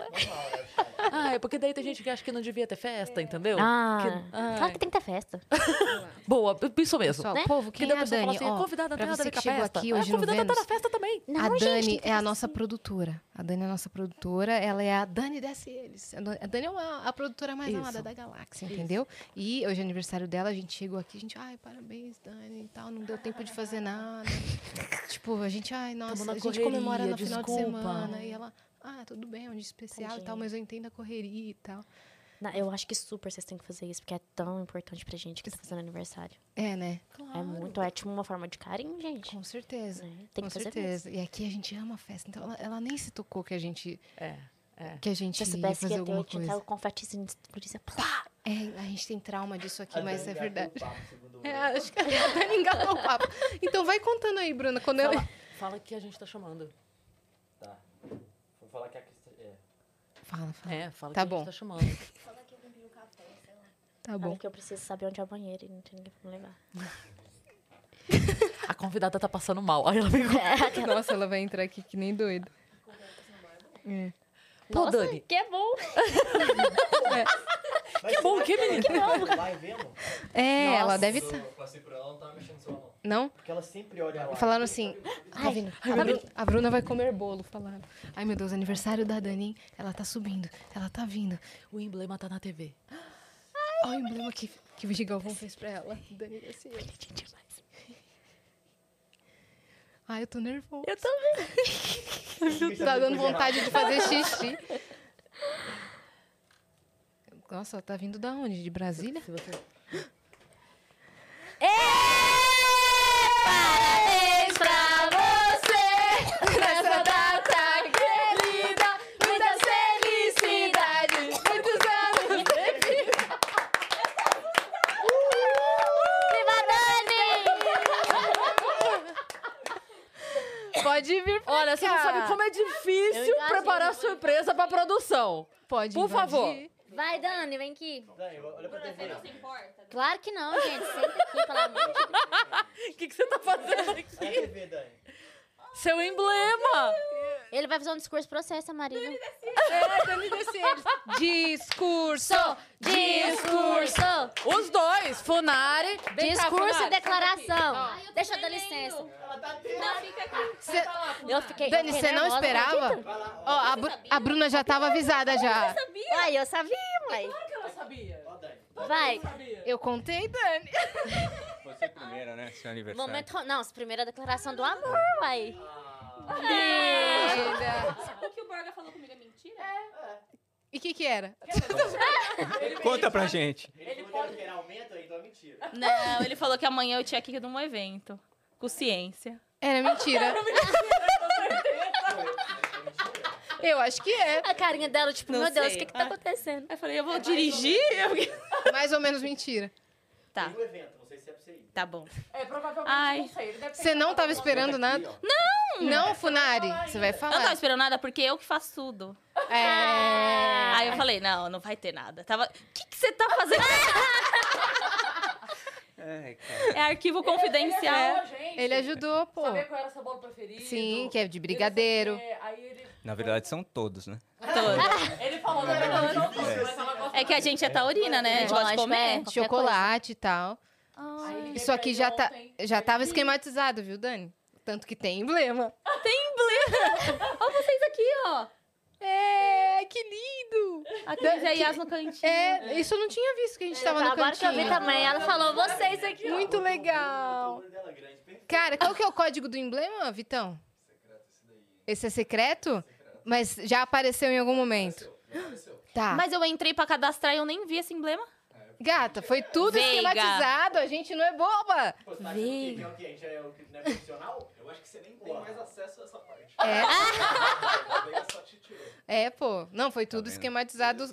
Speaker 1: Ah, é porque daí tem gente que acha que não devia ter festa, entendeu?
Speaker 3: Ah,
Speaker 1: Que- ai.
Speaker 3: claro que tem que ter festa.
Speaker 2: Ah.
Speaker 1: Boa, isso mesmo.
Speaker 2: Pessoal,
Speaker 3: Né?
Speaker 2: povo,
Speaker 1: Que
Speaker 2: quem
Speaker 1: daí
Speaker 2: é
Speaker 1: o
Speaker 2: a
Speaker 1: pessoal
Speaker 2: Dani?
Speaker 1: fala assim,
Speaker 2: Ó,
Speaker 1: convidada não tem
Speaker 2: pra
Speaker 1: nada a
Speaker 2: você
Speaker 1: ver com
Speaker 2: que
Speaker 1: a
Speaker 2: chegou
Speaker 1: festa.
Speaker 2: aqui
Speaker 1: Ah,
Speaker 2: hoje no
Speaker 1: convidada tá na
Speaker 2: Vênus,
Speaker 1: festa também.
Speaker 3: Não,
Speaker 2: a
Speaker 3: gente,
Speaker 2: Dani
Speaker 3: tem que
Speaker 2: é a
Speaker 3: ter
Speaker 2: nossa
Speaker 3: sim.
Speaker 2: produtora. A Dani é a nossa produtora, ela é a Dani desce eles. A Dan- a Dani é uma- a produtora mais
Speaker 1: Isso.
Speaker 2: amada da galáxia, entendeu? E hoje é aniversário dela, a gente chegou aqui, a gente, ai, parabéns, Dani e tal, não deu tempo de fazer nada. tipo, a gente, ai, nossa,
Speaker 1: na
Speaker 2: a gente comemora no
Speaker 1: correria,
Speaker 2: final de
Speaker 1: desculpa.
Speaker 2: semana. E ela, ah, tudo bem, é um dia especial e tal,
Speaker 3: Tadinha.
Speaker 2: mas eu entendo a correria e tal.
Speaker 3: Não, eu acho que super vocês têm que fazer isso, porque é tão importante pra gente que tá fazendo aniversário.
Speaker 2: É, né?
Speaker 3: É muito ótimo, uma forma de carinho, gente.
Speaker 2: Com certeza.
Speaker 3: né? Tem
Speaker 2: com
Speaker 3: que fazer mesmo.
Speaker 2: certeza. E aqui a gente ama festa, então ela, ela nem se tocou que a gente
Speaker 1: É, é.
Speaker 2: que a gente
Speaker 3: Se eu
Speaker 2: ia
Speaker 3: soubesse que
Speaker 2: fazer
Speaker 3: ia ter, eu
Speaker 2: alguma
Speaker 3: tinha
Speaker 2: coisa.
Speaker 3: trago um confetezinho de polícia. Pá!
Speaker 2: É, a gente tem trauma disso aqui,
Speaker 4: A
Speaker 2: mas é
Speaker 4: Dani já
Speaker 2: verdade.
Speaker 4: tem o papo, segundo
Speaker 2: É,
Speaker 4: ela.
Speaker 2: acho que a Dani engatou o papo. Então vai contando aí, Bruna, quando eu...
Speaker 1: Fala, fala que a gente tá chamando.
Speaker 4: Tá. Vou falar que a Crista... É.
Speaker 2: Fala, fala.
Speaker 1: É, fala
Speaker 2: Tá
Speaker 1: que a
Speaker 2: bom.
Speaker 1: gente tá chamando.
Speaker 2: Tá
Speaker 3: Fala
Speaker 2: bom.
Speaker 3: que eu preciso saber onde é o banheiro e não tem ninguém pra me levar.
Speaker 1: A convidada tá passando mal. Aí ela vem
Speaker 2: É.
Speaker 1: com...
Speaker 2: Nossa, ela vai entrar aqui que nem doida. É.
Speaker 1: Pô,
Speaker 3: Nossa,
Speaker 1: Dani,
Speaker 3: que é bom!
Speaker 1: que bom, que menina.
Speaker 4: Vai tá vendo?
Speaker 2: É, ela deve... tá-
Speaker 5: Eu passei por ela, ela não tava mexendo no celular, não.
Speaker 2: Não?
Speaker 4: Porque ela sempre olha lá.
Speaker 2: Falaram assim... Tá vindo.
Speaker 1: ai,
Speaker 2: A,
Speaker 1: meu
Speaker 2: Bru- a Bruna vai comer bolo, falaram. Ai, meu Deus, aniversário da Dani, ela tá subindo, ela tá vindo.
Speaker 1: O emblema tá na TV.
Speaker 2: Olha o emblema que, que o Gigalvão fez pra ela. Dani assim, Garcia.
Speaker 1: é
Speaker 2: Ai, eu tô nervosa.
Speaker 3: Eu também.
Speaker 2: Tá dando vontade de fazer xixi. Nossa, tá vindo da onde? De Brasília?
Speaker 1: Se você...
Speaker 3: Parabéns pra você nessa data querida, muitas felicidades, muitos anos de vida. Viva Dani!
Speaker 2: Pode vir pra
Speaker 1: Olha, você não
Speaker 2: cá.
Speaker 1: sabe como é difícil
Speaker 3: Eu
Speaker 1: preparar
Speaker 3: imagino.
Speaker 1: surpresa pra produção.
Speaker 2: Pode
Speaker 1: Por
Speaker 2: invadir.
Speaker 1: favor.
Speaker 3: Vai, Dani, vem aqui.
Speaker 4: Dani, olha pra TV.
Speaker 3: Claro que não, gente. Senta aqui, pelo amor de Deus.
Speaker 1: O que, que você tá fazendo aqui?
Speaker 4: Olha a TV, Dani.
Speaker 1: Seu emblema!
Speaker 3: Ele vai fazer um discurso pra você, essa Marina.
Speaker 2: É, Dani Desceres. Discurso.
Speaker 3: discurso,
Speaker 1: Os dois, Funari. Vem cá,
Speaker 3: discurso e
Speaker 1: Funari.
Speaker 3: declaração. Deixa eu dar licença.
Speaker 2: Cê-
Speaker 3: Eu fiquei.
Speaker 2: Dani,
Speaker 3: eu
Speaker 2: você
Speaker 3: fiquei
Speaker 2: não
Speaker 3: nervosa,
Speaker 2: esperava?
Speaker 3: acredita?
Speaker 2: Ó, a, Bru- a Bruna já tava avisada já.
Speaker 3: Ai, eu sabia, mãe.
Speaker 1: que ela sabia.
Speaker 4: Ó, Dani.
Speaker 3: Vai.
Speaker 2: Eu contei, Dani.
Speaker 5: Você primeira, né? Seu aniversário.
Speaker 3: Momento. Não, primeira declaração do amor, mãe.
Speaker 4: Ah.
Speaker 6: O que o Borga falou comigo é mentira?
Speaker 2: E o que que era?
Speaker 5: Conta pra gente.
Speaker 4: Ele pode gerar aumento, então é
Speaker 6: Ah,
Speaker 4: mentira.
Speaker 6: Não, ele falou que amanhã eu tinha que ir num evento. Com ciência.
Speaker 2: Era mentira. Eu acho que é.
Speaker 3: A carinha dela, tipo,
Speaker 6: Não
Speaker 3: meu Deus, o
Speaker 6: sei.
Speaker 3: que que tá
Speaker 6: Ah.
Speaker 3: acontecendo?
Speaker 6: Aí eu falei, eu vou dirigir? Eu fiquei-
Speaker 2: Mais ou menos mentira.
Speaker 6: Tá,
Speaker 4: Tem um evento, não sei se é pra você ir.
Speaker 6: tá bom.
Speaker 1: É, provavelmente
Speaker 6: Ai.
Speaker 1: não sei. Ele deve ter
Speaker 2: Você não tava esperando
Speaker 4: Aqui,
Speaker 2: nada?
Speaker 4: ó.
Speaker 2: Não, Funari. Você vai
Speaker 6: Eu não tava
Speaker 2: falar.
Speaker 6: esperando nada porque eu que faço tudo.
Speaker 2: É.
Speaker 6: Aí eu falei, não, não vai ter nada. Tava. O que que você tá fazendo?
Speaker 5: Ai, cara.
Speaker 6: É arquivo confidencial.
Speaker 2: Ele
Speaker 1: é
Speaker 2: ajudou, pô.
Speaker 1: Saber qual era seu bolo preferido.
Speaker 2: Sim, que é de brigadeiro.
Speaker 1: Ele, aí ele,
Speaker 5: Na verdade, são todos, né?
Speaker 6: Todo.
Speaker 1: ele falou, não, não, não, mas ela gosta.
Speaker 6: É que a gente é taurina, né? A gente gosta de
Speaker 3: Lógico,
Speaker 6: comer.
Speaker 3: é.
Speaker 2: Chocolate e tal.
Speaker 1: Aí eu liguei
Speaker 2: Isso
Speaker 1: pra
Speaker 2: aqui
Speaker 1: ele
Speaker 2: já tá,
Speaker 1: ontem.
Speaker 2: já tava esquematizado, viu, Dani? Tanto que tem emblema.
Speaker 6: Vocês aqui, ó.
Speaker 2: É, que lindo!
Speaker 6: A Cris e a Yas no cantinho. Tá,
Speaker 2: É, isso eu não tinha visto que a gente tava no
Speaker 3: Agora que eu vi
Speaker 2: cantinho.
Speaker 3: também, ela falou vocês aqui.
Speaker 2: Muito legal.
Speaker 4: olho dela grande, perfeito.
Speaker 2: Cara, qual que é o código do emblema, Vitão? Esse é secreto? Mas já apareceu em algum momento. Tá.
Speaker 6: Mas eu entrei pra cadastrar e eu nem vi esse emblema.
Speaker 2: Gata, foi tudo
Speaker 6: Veiga.
Speaker 2: esquematizado, a gente não é boba.
Speaker 4: Pô, você tá achando que- que é o quê? A gente é o que não é profissional? Eu acho que você nem tem mais acesso a essa parte.
Speaker 2: É,
Speaker 4: só te tirou.
Speaker 2: é pô. Não, foi tudo
Speaker 5: Tá vendo?
Speaker 2: esquematizado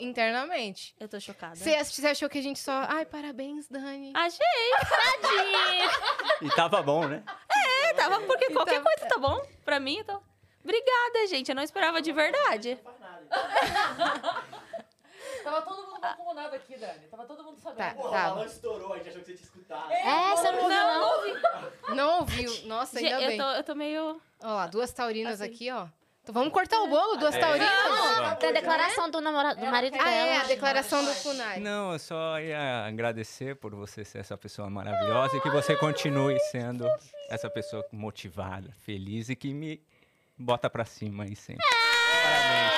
Speaker 2: internamente.
Speaker 6: Eu tô chocada.
Speaker 2: Você ach- você achou que a gente só. Ai, parabéns, Dani.
Speaker 6: Achei, tadinha.
Speaker 5: E tava bom, né?
Speaker 6: É, tava porque qualquer
Speaker 2: Então-
Speaker 6: coisa tá bom. Pra mim, então. Obrigada, gente. Eu não esperava de verdade.
Speaker 1: Tava todo mundo incomodado aqui, Dani. Tava todo mundo sabendo.
Speaker 2: Ah. Tá.
Speaker 4: Pô, a balão estourou, a gente achou que você tinha escutado.
Speaker 3: É, você não ouviu, não?
Speaker 2: Não ouviu. Nossa,
Speaker 6: Gente,
Speaker 2: ainda
Speaker 6: eu
Speaker 2: bem.
Speaker 6: tô, eu tô meio.
Speaker 2: Ó lá, duas taurinas
Speaker 6: Assim.
Speaker 2: aqui, ó. Então vamos cortar o bolo, duas
Speaker 5: É.
Speaker 2: taurinas?
Speaker 5: Não,
Speaker 3: Tem a declaração do, namorado, do marido
Speaker 2: Ah, é, a
Speaker 3: dela.
Speaker 2: declaração do Funai.
Speaker 5: Não, eu só ia agradecer por você ser essa pessoa maravilhosa e que você continue sendo essa pessoa motivada, feliz e que me bota pra cima aí sempre. Parabéns.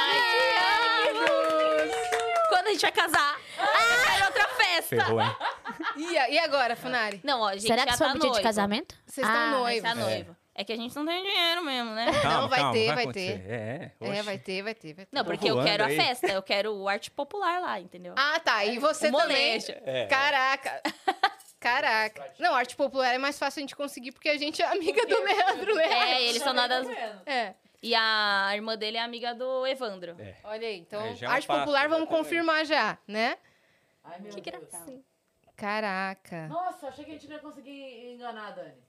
Speaker 6: Quando a gente vai casar, Ah, eu quero outra festa.
Speaker 5: Ferrou, hein?
Speaker 2: E, a- e agora, Funari?
Speaker 6: Não, ó, gente,
Speaker 3: Será
Speaker 6: já
Speaker 3: que isso foi
Speaker 6: tá
Speaker 3: um pedido de
Speaker 6: noivo.
Speaker 3: casamento?
Speaker 2: Vocês
Speaker 3: Ah,
Speaker 2: estão
Speaker 3: mas
Speaker 6: Mas
Speaker 2: noivos.
Speaker 6: tá noivo. É. que a gente não tem dinheiro mesmo, né?
Speaker 5: Calma,
Speaker 2: vai
Speaker 5: calma,
Speaker 2: ter, vai
Speaker 5: acontecer. É, é.
Speaker 2: É,
Speaker 5: oxe.
Speaker 2: vai ter, vai ter, vai ter.
Speaker 6: Não,
Speaker 5: Tô
Speaker 6: porque eu
Speaker 5: voando
Speaker 6: quero
Speaker 5: aí.
Speaker 6: a festa, eu quero o arte popular lá, entendeu?
Speaker 2: Ah, tá. E você
Speaker 6: o
Speaker 2: também.
Speaker 6: molejo.
Speaker 5: É.
Speaker 2: Caraca. Caraca. Não, arte popular é mais fácil a gente conseguir porque a gente é amiga do Leandro Leal.
Speaker 6: É, eles são nada.
Speaker 2: É.
Speaker 6: E a irmã dele é amiga do Evandro.
Speaker 5: É.
Speaker 2: Olha aí, então,
Speaker 5: É, já é um
Speaker 2: arte
Speaker 5: passo,
Speaker 2: popular vamos
Speaker 5: exatamente.
Speaker 2: confirmar já, né?
Speaker 1: Ai, meu
Speaker 3: Que
Speaker 1: Deus.
Speaker 3: gracinha.
Speaker 2: Caraca.
Speaker 1: Nossa, achei que a gente não ia conseguir enganar a Dani.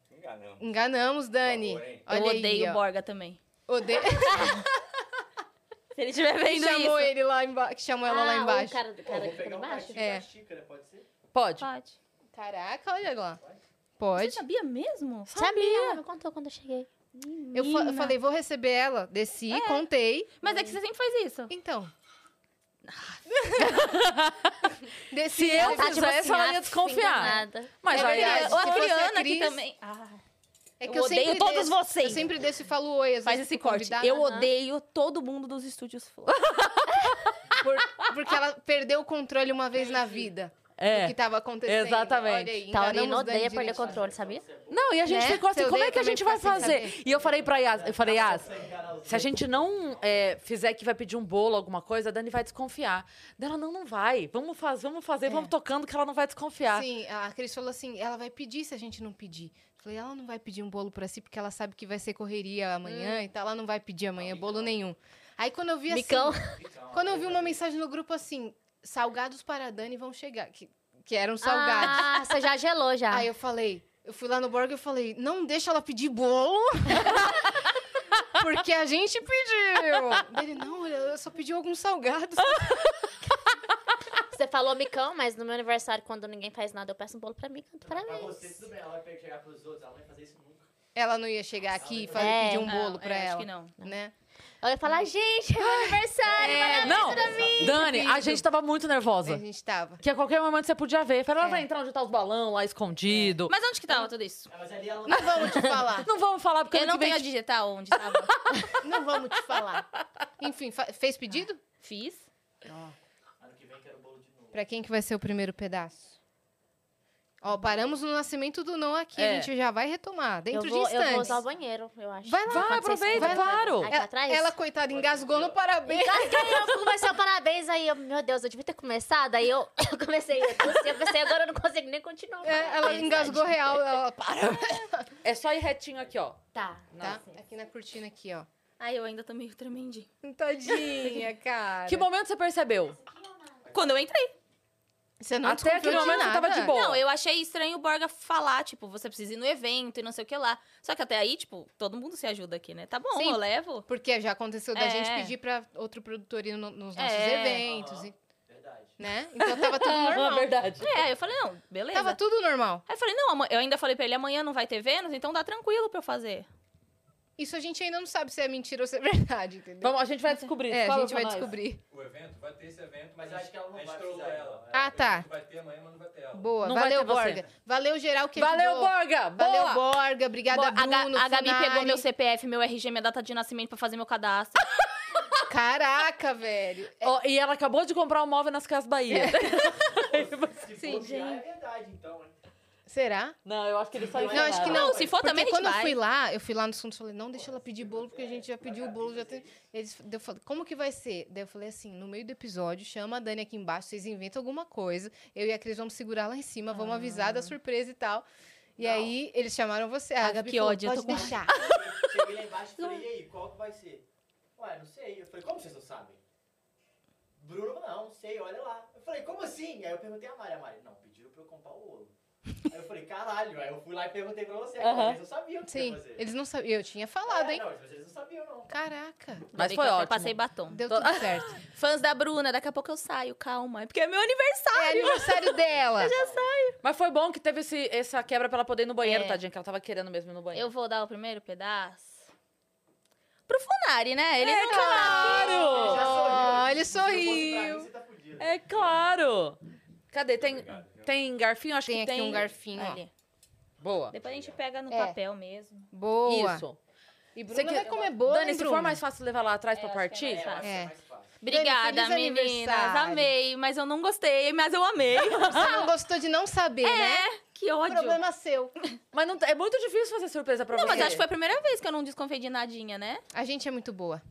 Speaker 2: Enganamos, Dani.
Speaker 5: Por favor, hein?
Speaker 2: Olha
Speaker 6: eu odeio
Speaker 2: aí,
Speaker 6: o Borga também.
Speaker 2: ó. Odeio.
Speaker 6: Se ele estiver
Speaker 2: Que
Speaker 6: Tá vendo
Speaker 2: chamou
Speaker 6: isso.
Speaker 2: ele lá embaixo, que chamou ela lá
Speaker 3: Ah, o
Speaker 2: embaixo.
Speaker 3: cara, do
Speaker 4: Pô,
Speaker 3: cara
Speaker 4: vou
Speaker 3: aqui
Speaker 4: pegar
Speaker 3: por
Speaker 4: um
Speaker 3: baixo?
Speaker 4: pratinho
Speaker 2: É.
Speaker 4: da xícara, pode ser?
Speaker 1: Pode.
Speaker 6: Pode.
Speaker 2: Caraca, olha lá.
Speaker 6: Você
Speaker 2: Pode.
Speaker 6: sabia mesmo?
Speaker 3: Sabia, ela me contou quando eu cheguei.
Speaker 2: Eu, fa- eu falei, vou receber ela. Desci, contei.
Speaker 6: Mas é que você sempre faz isso.
Speaker 2: Então. Desci,
Speaker 1: Se eu
Speaker 2: ela fez-
Speaker 1: tivesse,
Speaker 6: assim,
Speaker 1: ela ia desconfiar.
Speaker 3: Nada.
Speaker 1: Mas
Speaker 2: É
Speaker 1: aí,
Speaker 2: verdade.
Speaker 1: aí-
Speaker 6: Ou a
Speaker 2: se fosse a
Speaker 6: Adriana aqui
Speaker 2: Cris-
Speaker 6: também. Ah,
Speaker 2: É
Speaker 6: eu odeio todos
Speaker 2: desço-
Speaker 6: vocês.
Speaker 2: Eu sempre desço e falo oi. às
Speaker 6: faz
Speaker 2: vezes né?
Speaker 6: esse
Speaker 2: pro
Speaker 6: corte.
Speaker 2: convidado,
Speaker 6: Eu
Speaker 3: aham.
Speaker 6: odeio todo mundo dos estúdios Flow.
Speaker 2: por- porque ela perdeu o controle uma vez na vida. do
Speaker 1: É.
Speaker 2: que tava acontecendo.
Speaker 1: Exatamente.
Speaker 2: Olha aí,
Speaker 3: Taurina
Speaker 2: enganamos Dani
Speaker 3: Tá, Então, odeia perder
Speaker 2: direitinho.
Speaker 3: controle, sabia?
Speaker 1: Não, e a gente
Speaker 2: Né?
Speaker 1: ficou
Speaker 2: Você
Speaker 1: assim, como
Speaker 2: odeia
Speaker 1: é que a
Speaker 2: também
Speaker 1: gente vai
Speaker 2: ficar sem
Speaker 1: fazer?
Speaker 2: saber?
Speaker 1: E eu falei pra Yas, eu falei, Yas,
Speaker 4: Pra enganar os
Speaker 1: se a gente não é, fizer que vai pedir um bolo, alguma coisa, a Dani vai desconfiar. Dela, não, não vai. Vamos, faz, vamos fazer,
Speaker 2: É.
Speaker 1: vamos tocando que ela não vai desconfiar.
Speaker 2: Sim, a Cris falou assim, ela vai pedir se a gente não pedir. Eu Falei, ela não vai pedir um bolo pra si, porque ela sabe que vai ser correria amanhã e tal. Ela não vai pedir amanhã bolo nenhum. Aí quando eu vi assim...
Speaker 3: Micão.
Speaker 4: Então,
Speaker 2: Quando eu vi uma mensagem no grupo assim, salgados para a Dani vão chegar, que, que eram salgados.
Speaker 3: Ah, você já gelou já.
Speaker 2: Aí eu falei, eu fui lá no Borg e falei, não deixa ela pedir bolo, porque a gente pediu. Ele, não, olha, eu só pedi alguns salgados.
Speaker 3: Você falou micão, mas no meu aniversário, quando ninguém faz nada, eu peço um bolo pra mim, canto
Speaker 4: Pra
Speaker 3: parabéns.
Speaker 4: você, tudo bem, ela vai chegar pros outros, ela não vai fazer isso nunca.
Speaker 2: Ela não ia chegar aqui e fazer,
Speaker 3: É.
Speaker 2: pedir um
Speaker 6: Não,
Speaker 2: bolo
Speaker 6: é,
Speaker 2: pra
Speaker 6: Acho
Speaker 2: ela,
Speaker 6: que não.
Speaker 2: né?
Speaker 3: Eu ia falar, gente, é meu aniversário, parabéns.
Speaker 1: Não, Dani, a gente tava muito
Speaker 2: Aí a
Speaker 1: nervosa.
Speaker 2: gente tava.
Speaker 1: Que a qualquer momento você podia ver. Falei, ela
Speaker 2: É.
Speaker 1: vai entrar onde tá os balão lá escondido.
Speaker 6: Mas onde que tava tudo isso?
Speaker 4: Ah, mas ali ela
Speaker 2: Não vamos te falar,
Speaker 1: Não vamos falar porque
Speaker 6: Eu
Speaker 1: ano
Speaker 6: Então, não
Speaker 1: que vem
Speaker 6: tenho a
Speaker 1: a gente-
Speaker 6: digital onde tá. tava.
Speaker 2: não vamos te falar. Enfim, fa- fez pedido?
Speaker 6: Fiz.
Speaker 4: Ano que vem quero bolo de novo.
Speaker 2: Pra quem que vai ser o primeiro pedaço? Ó, paramos no nascimento do Noah aqui,
Speaker 1: É.
Speaker 2: a gente já vai retomar, dentro
Speaker 3: eu vou,
Speaker 2: de
Speaker 3: Eu vou
Speaker 2: instantes.
Speaker 3: usar o banheiro, eu acho.
Speaker 2: Vai lá,
Speaker 3: Quando
Speaker 1: vai,
Speaker 3: vocês
Speaker 1: aproveita,
Speaker 3: forem.
Speaker 1: claro.
Speaker 3: Aqui
Speaker 2: Ela,
Speaker 3: atrás?
Speaker 2: ela, coitada, engasgou no parabéns.
Speaker 3: Engasguei, eu fui começar o parabéns aí. Eu, meu Deus, eu devia ter começado. Aí eu, eu comecei, eu comecei, eu pensei, agora eu não consigo nem continuar.
Speaker 2: É, ela
Speaker 3: Parabéns,
Speaker 2: engasgou real. Ela para.
Speaker 1: É só ir retinho aqui, ó.
Speaker 3: Tá.
Speaker 2: Tá?
Speaker 3: Nossa.
Speaker 2: Aqui na cortina, aqui, ó.
Speaker 6: Ai, eu ainda tô meio tremendinho.
Speaker 2: Tadinha, cara.
Speaker 1: é Que momento você percebeu?
Speaker 6: Quando eu entrei.
Speaker 2: Você não
Speaker 1: Até aquele
Speaker 2: desconfiou de
Speaker 1: momento você
Speaker 2: nada.
Speaker 1: tava de boa.
Speaker 6: Não, eu achei estranho o Borga falar, tipo, você precisa ir no evento e não sei o que lá. Só que até aí, tipo, todo mundo se ajuda aqui, né? Tá bom,
Speaker 2: Sim.
Speaker 6: eu levo.
Speaker 2: Porque já aconteceu da
Speaker 6: É.
Speaker 2: gente pedir pra outro produtor ir no- nos nossos
Speaker 6: É.
Speaker 2: eventos,
Speaker 4: Aham.
Speaker 2: e-
Speaker 4: Verdade.
Speaker 2: né? Então tava tudo
Speaker 1: É
Speaker 2: normal.
Speaker 1: verdade.
Speaker 6: É, aí eu falei, não, beleza.
Speaker 2: Tava tudo normal.
Speaker 6: Aí eu falei, não, ama- eu ainda falei pra ele, amanhã não vai ter Vênus, então dá tranquilo pra eu fazer.
Speaker 2: Isso a gente ainda não sabe se é mentira ou se é verdade, entendeu?
Speaker 1: Vamos, a gente vai descobrir.
Speaker 2: é, a
Speaker 1: Fala
Speaker 2: gente
Speaker 1: pra
Speaker 2: vai
Speaker 1: nós.
Speaker 2: descobrir.
Speaker 7: O evento vai ter esse evento,
Speaker 4: Mas
Speaker 7: mas,
Speaker 4: acho que ela não
Speaker 7: a gente
Speaker 4: vai
Speaker 7: trollou
Speaker 4: precisar.
Speaker 5: É.
Speaker 7: ela.
Speaker 2: Ah,
Speaker 7: o
Speaker 2: tá.
Speaker 7: evento Vai ter amanhã, mas não vai ter ela.
Speaker 2: Boa.
Speaker 1: Não vai
Speaker 2: Valeu,
Speaker 1: ter você.
Speaker 2: Borga. Valeu, geral, que
Speaker 1: Valeu,
Speaker 2: ajudou.
Speaker 1: Borga!
Speaker 2: Valeu,
Speaker 1: Boa!
Speaker 2: Borga. Obrigada,
Speaker 6: Bom, a, Ga-
Speaker 2: Bruno,
Speaker 6: a Gabi
Speaker 2: Funari.
Speaker 6: pegou meu CPF, meu RG, minha data de nascimento pra fazer meu cadastro.
Speaker 2: Caraca, velho.
Speaker 1: Ó, e ela acabou de comprar um móvel nas Casas Bahia.
Speaker 4: Se
Speaker 6: Sim,
Speaker 4: for virar,
Speaker 6: gente.
Speaker 4: é verdade, então. hein?
Speaker 2: Será?
Speaker 1: Não, eu acho que ele só
Speaker 2: Não, acho que
Speaker 1: enganaram.
Speaker 2: não.
Speaker 6: Não, se for
Speaker 2: Porque
Speaker 6: também a gente
Speaker 2: quando eu
Speaker 6: vai.
Speaker 2: fui lá, eu fui lá nos fundos e falei, não deixa ela pedir bolo, porque a gente já pediu o bolo, já tem... Eles, daí eu falei, como que vai ser? Daí eu falei assim, no meio do episódio, chama a Dani aqui embaixo, vocês inventam alguma coisa, eu e a Cris vamos segurar lá em cima, vamos avisar da surpresa e tal. E aí, eles chamaram você. A
Speaker 6: Ah,
Speaker 2: Gabi
Speaker 6: que
Speaker 2: falou,
Speaker 6: ódio, eu
Speaker 2: pode
Speaker 6: tô com-
Speaker 2: deixar.
Speaker 4: Cheguei lá embaixo e falei, e aí, qual que vai ser? Ué, não sei. Eu falei, como vocês não sabem? Bruno, não, não sei, olha lá. Eu falei, como assim? Aí eu perguntei a Mari, a Mari, não, pediram pra eu comprar o bolo. Aí eu falei, caralho. Aí eu fui lá e perguntei pra você.
Speaker 6: Aham.
Speaker 4: Eles não sabiam o que
Speaker 2: Sim,
Speaker 4: ia fazer.
Speaker 2: eles não sabiam. Eu tinha falado,
Speaker 4: É,
Speaker 2: hein?
Speaker 4: Não, mas eles não sabiam, não.
Speaker 2: Caraca,
Speaker 1: Mas
Speaker 6: Falei
Speaker 1: foi
Speaker 6: que eu
Speaker 1: ótimo.
Speaker 6: Passei batom.
Speaker 2: deu tudo certo.
Speaker 6: Fãs da Bruna, daqui a pouco eu saio, calma. É porque é meu aniversário.
Speaker 2: É aniversário dela.
Speaker 1: Mas foi bom que teve esse, essa quebra pra ela poder ir no banheiro,
Speaker 6: É.
Speaker 1: tadinha, que ela tava querendo mesmo ir no banheiro.
Speaker 6: Eu vou dar o primeiro pedaço. Pro Funari, né? Ele não-
Speaker 1: Claro!
Speaker 4: Já
Speaker 2: Oh,
Speaker 4: sorriu.
Speaker 2: ele
Speaker 4: Se não fosse pra
Speaker 2: sorriu.
Speaker 4: mim, você tá fudido.
Speaker 1: É claro! Cadê? Tem, tem garfinho? Acho
Speaker 2: Tem
Speaker 1: que
Speaker 2: aqui
Speaker 1: tem.
Speaker 2: um garfinho. ó.
Speaker 6: Ali.
Speaker 1: Boa.
Speaker 6: Depois a gente pega no
Speaker 2: É.
Speaker 6: papel mesmo.
Speaker 2: Boa.
Speaker 1: Isso.
Speaker 2: E Bruna
Speaker 1: Você
Speaker 2: vai
Speaker 1: que-
Speaker 2: comer bolo,
Speaker 1: Dani, se
Speaker 2: hein, Bruna?
Speaker 1: for mais fácil levar lá atrás
Speaker 6: É,
Speaker 1: pra
Speaker 6: acho que
Speaker 1: partir.
Speaker 6: é mais fácil.
Speaker 2: É.
Speaker 4: Mais fácil.
Speaker 6: Obrigada,
Speaker 2: feliz
Speaker 6: meninas.
Speaker 2: aniversário.
Speaker 6: Amei, mas eu não gostei, mas eu amei.
Speaker 2: Você não gostou de não saber,
Speaker 6: É,
Speaker 2: né?
Speaker 6: que ódio.
Speaker 2: Problema seu.
Speaker 1: Mas não, é muito difícil fazer surpresa pra
Speaker 6: Não,
Speaker 1: você.
Speaker 6: mas acho que foi a primeira vez que eu não desconfiei de nadinha, né?
Speaker 2: A gente é muito boa.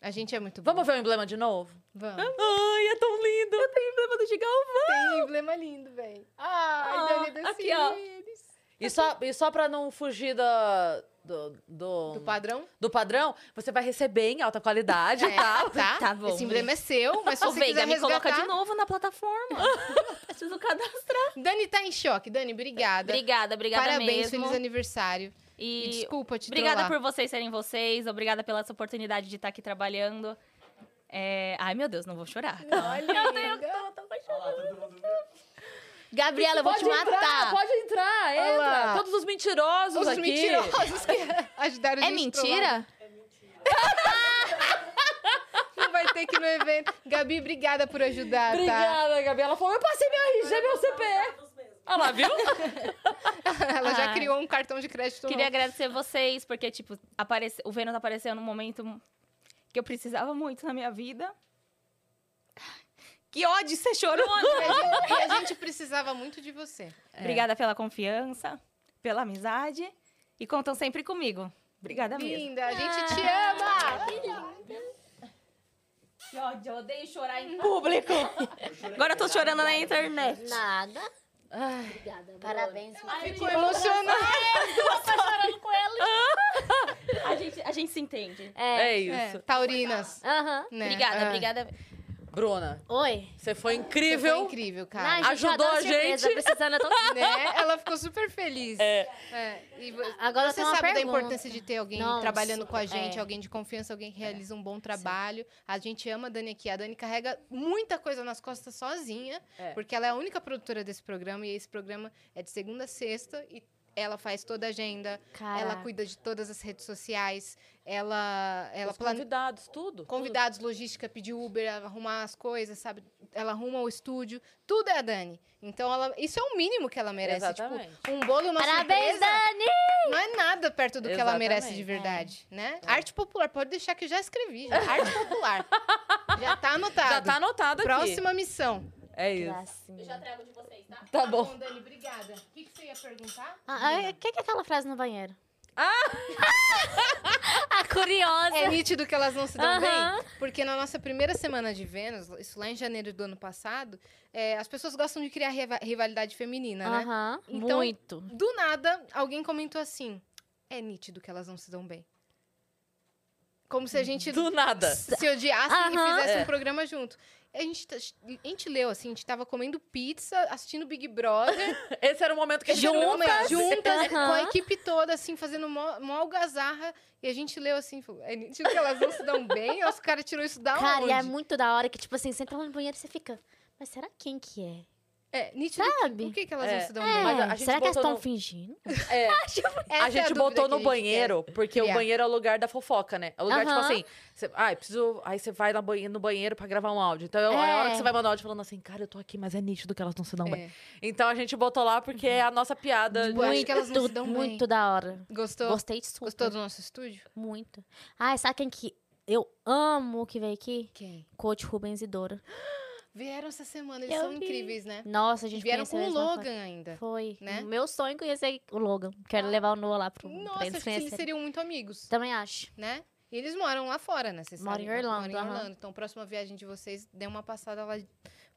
Speaker 2: A gente é muito boa.
Speaker 1: Vamos ver o emblema de novo?
Speaker 2: Vamos.
Speaker 1: Ai, é tão lindo! Eu tenho emblema do Gigal.
Speaker 2: Tem um emblema lindo, velho. Ai,
Speaker 6: Ah,
Speaker 2: Dani dos
Speaker 6: aqui, ó.
Speaker 2: Cílios.
Speaker 1: E só, e só pra não fugir da- do, do,
Speaker 2: Do padrão?
Speaker 1: do padrão, você vai receber em alta qualidade, tá?
Speaker 2: tá?
Speaker 6: Tá bom.
Speaker 2: Esse emblema é seu, mas se
Speaker 6: Ô,
Speaker 2: você
Speaker 6: Veiga,
Speaker 2: quiser
Speaker 6: me coloca
Speaker 2: resgatar-
Speaker 6: de novo na plataforma. Preciso cadastrar.
Speaker 2: Dani tá em choque. Dani, obrigada.
Speaker 6: Obrigada, obrigada
Speaker 2: Parabéns,
Speaker 6: mesmo.
Speaker 2: feliz aniversário. E,
Speaker 6: E
Speaker 2: desculpa te
Speaker 6: obrigada
Speaker 2: trollar.
Speaker 6: por vocês serem vocês. Obrigada pela essa oportunidade de estar aqui trabalhando. É, Ai, meu Deus, não vou chorar. calma.
Speaker 2: Olha, linda.
Speaker 4: Olha lá, todo mundo
Speaker 6: Gabriela, eu vou te
Speaker 1: Pode entrar,
Speaker 6: matar.
Speaker 1: Pode entrar,
Speaker 2: Olha
Speaker 1: entra.
Speaker 2: lá.
Speaker 1: Todos os mentirosos
Speaker 2: Os
Speaker 1: aqui.
Speaker 2: mentirosos que ajudaram a
Speaker 6: É
Speaker 2: gente trollar.
Speaker 6: mentira?
Speaker 2: Não vai ter que ir no evento. Gabi, obrigada por ajudar, tá?
Speaker 1: Obrigada, Gabi. Ela falou, eu passei meu RG, meu CPF. Olha lá, viu?
Speaker 2: Ela já
Speaker 6: Ah.
Speaker 2: criou um cartão de crédito.
Speaker 6: Queria agradecer vocês, porque, tipo, aparece... o Vênus apareceu num momento que eu precisava muito na minha vida. Que ódio, você chorou!
Speaker 2: E a gente- e a gente precisava muito de você.
Speaker 6: Obrigada pela confiança, pela amizade. E contam sempre comigo. Obrigada mesmo.
Speaker 2: Linda, a gente te ama!
Speaker 6: Que ódio, eu odeio chorar em
Speaker 1: Público.
Speaker 6: Agora eu tô chorando na internet.
Speaker 3: Nada. Obrigada. Parabéns.
Speaker 2: Ficou emocionada.
Speaker 6: A gente, a gente se entende.
Speaker 3: É.
Speaker 1: É
Speaker 2: É,
Speaker 1: isso.
Speaker 2: taurinas.
Speaker 3: Aham.
Speaker 2: né?
Speaker 6: Obrigada,
Speaker 3: é.
Speaker 2: Ah,
Speaker 6: obrigada.
Speaker 1: Bruna,
Speaker 3: Oi.
Speaker 1: você foi
Speaker 2: você foi
Speaker 1: incrível.
Speaker 2: incrível,
Speaker 3: Ai,
Speaker 2: cara.
Speaker 3: gente, eu
Speaker 1: Ajudou
Speaker 3: adoro
Speaker 1: a
Speaker 3: surpresa,
Speaker 1: gente.
Speaker 3: Precisando, eu tô...
Speaker 2: Né? Ela ficou super feliz. É. e vo-
Speaker 3: Agora eu
Speaker 2: você
Speaker 3: tenho uma
Speaker 2: sabe da
Speaker 3: pergunta.
Speaker 2: importância de ter alguém
Speaker 3: Nossa,
Speaker 2: trabalhando com a gente,
Speaker 3: é.
Speaker 2: alguém de confiança, alguém que realiza um bom trabalho. A gente ama a Dani aqui. A Dani carrega muita coisa nas costas sozinha,
Speaker 1: É.
Speaker 2: porque ela é a única produtora desse programa e esse programa é de segunda a sexta e ela faz toda a agenda,
Speaker 3: Caraca.
Speaker 2: ela cuida de todas as redes sociais, ela ela
Speaker 1: Os
Speaker 2: planeja
Speaker 1: convidados, tudo.
Speaker 2: convidados, logística, pedir Uber, arrumar as coisas, sabe? Ela arruma o estúdio, tudo é a Dani. Então, ela, isso é o mínimo que ela merece.
Speaker 1: Exatamente.
Speaker 2: Tipo, um bolo e uma
Speaker 3: Parabéns,
Speaker 2: surpresa
Speaker 3: Dani!
Speaker 2: não é nada perto do que ela merece de
Speaker 1: Exatamente. É.
Speaker 2: verdade, né? Arte popular, pode deixar que eu já escrevi. já. Arte popular. já tá anotado.
Speaker 1: Já tá anotado aqui.
Speaker 2: Próxima missão.
Speaker 1: É isso.
Speaker 3: Gracinha.
Speaker 6: trago de vocês, tá?
Speaker 1: Tá bom.
Speaker 2: Dani, obrigada. O que, que você ia perguntar?
Speaker 3: Ah, ah, O que, que é aquela frase no banheiro? Ah! a curiosa.
Speaker 2: É nítido que elas não se
Speaker 6: Então,
Speaker 2: dão
Speaker 3: Aham.
Speaker 2: bem, porque na nossa primeira semana de Vênus, isso lá em janeiro do ano passado, é, as pessoas gostam de criar riva- rivalidade feminina, né?
Speaker 3: Aham.
Speaker 2: Então-
Speaker 3: Muito.
Speaker 2: Do nada, alguém comentou assim: é nítido que elas não se dão bem. Como se a gente
Speaker 1: Do nada.
Speaker 2: se odiassem e
Speaker 3: Aham.
Speaker 2: fizessem
Speaker 1: É.
Speaker 2: um programa junto. A gente, tá- a gente leu assim, a gente tava comendo pizza, assistindo Big Brother,
Speaker 1: Esse era o momento que a gente...
Speaker 2: juntas, juntas com a
Speaker 3: Aham.
Speaker 2: equipe toda, assim, fazendo mó, mó algazarra. E a gente leu assim, falou, é nítido que elas não se dão bem, ou os caras tirou isso da
Speaker 3: Cara,
Speaker 2: onde?
Speaker 3: e é muito da hora que, tipo assim, você entra lá no banheiro e você fica... Mas será quem que é?
Speaker 2: É, nítido. Por
Speaker 3: Sabe?
Speaker 2: que, que elas
Speaker 1: É.
Speaker 2: não se dão
Speaker 3: É,
Speaker 2: bem?
Speaker 1: Mas a- a gente
Speaker 3: será que elas
Speaker 1: botou
Speaker 3: estão
Speaker 1: no-
Speaker 3: fingindo?
Speaker 1: É.
Speaker 2: Essa é
Speaker 1: a gente
Speaker 2: dúvida
Speaker 1: botou
Speaker 2: que a
Speaker 1: no
Speaker 2: gente
Speaker 1: banheiro, porque
Speaker 2: criar.
Speaker 1: o banheiro é o lugar da fofoca, né? É o lugar, tipo
Speaker 3: Aham.
Speaker 1: assim, cê, ai, preciso. Aí você vai na banhe- no banheiro pra gravar um áudio. Então é a hora que
Speaker 3: É.
Speaker 1: você vai mandar um áudio falando assim, cara, eu tô aqui, mas é nítido que elas não se dão bem.
Speaker 2: É.
Speaker 1: Então a gente botou lá porque é a nossa piada.
Speaker 2: Tipo, Eu acho que elas não se dão bem.
Speaker 3: muito da hora.
Speaker 2: Gostou?
Speaker 3: Gostei de super.
Speaker 2: Gostou do nosso estúdio?
Speaker 3: Muito. Ah, sabe quem que eu amo que veio aqui?
Speaker 2: Quem?
Speaker 3: Coach Rubens e Dora.
Speaker 2: Vieram essa semana, eles
Speaker 3: Eu
Speaker 2: são
Speaker 3: vi.
Speaker 2: incríveis, né?
Speaker 3: Nossa, a gente
Speaker 2: Vieram
Speaker 3: conheceu
Speaker 2: com o
Speaker 3: eles na
Speaker 2: Logan
Speaker 3: fac-
Speaker 2: ainda.
Speaker 3: Foi.
Speaker 2: né? Ah.
Speaker 3: Meu sonho é conhecer o Logan. Quero levar o Noah lá pro, pra
Speaker 2: Nossa,
Speaker 3: eles
Speaker 2: acho que eles
Speaker 3: conhecerem.
Speaker 2: seriam muito amigos,
Speaker 3: Também acho.
Speaker 2: né? E eles moram lá fora, né? Vocês
Speaker 3: Moram
Speaker 2: sabem,
Speaker 3: em
Speaker 2: né?
Speaker 3: Orlando,
Speaker 2: Moram em
Speaker 3: aham.
Speaker 2: Orlando. Então, próxima viagem de vocês, dê uma passada lá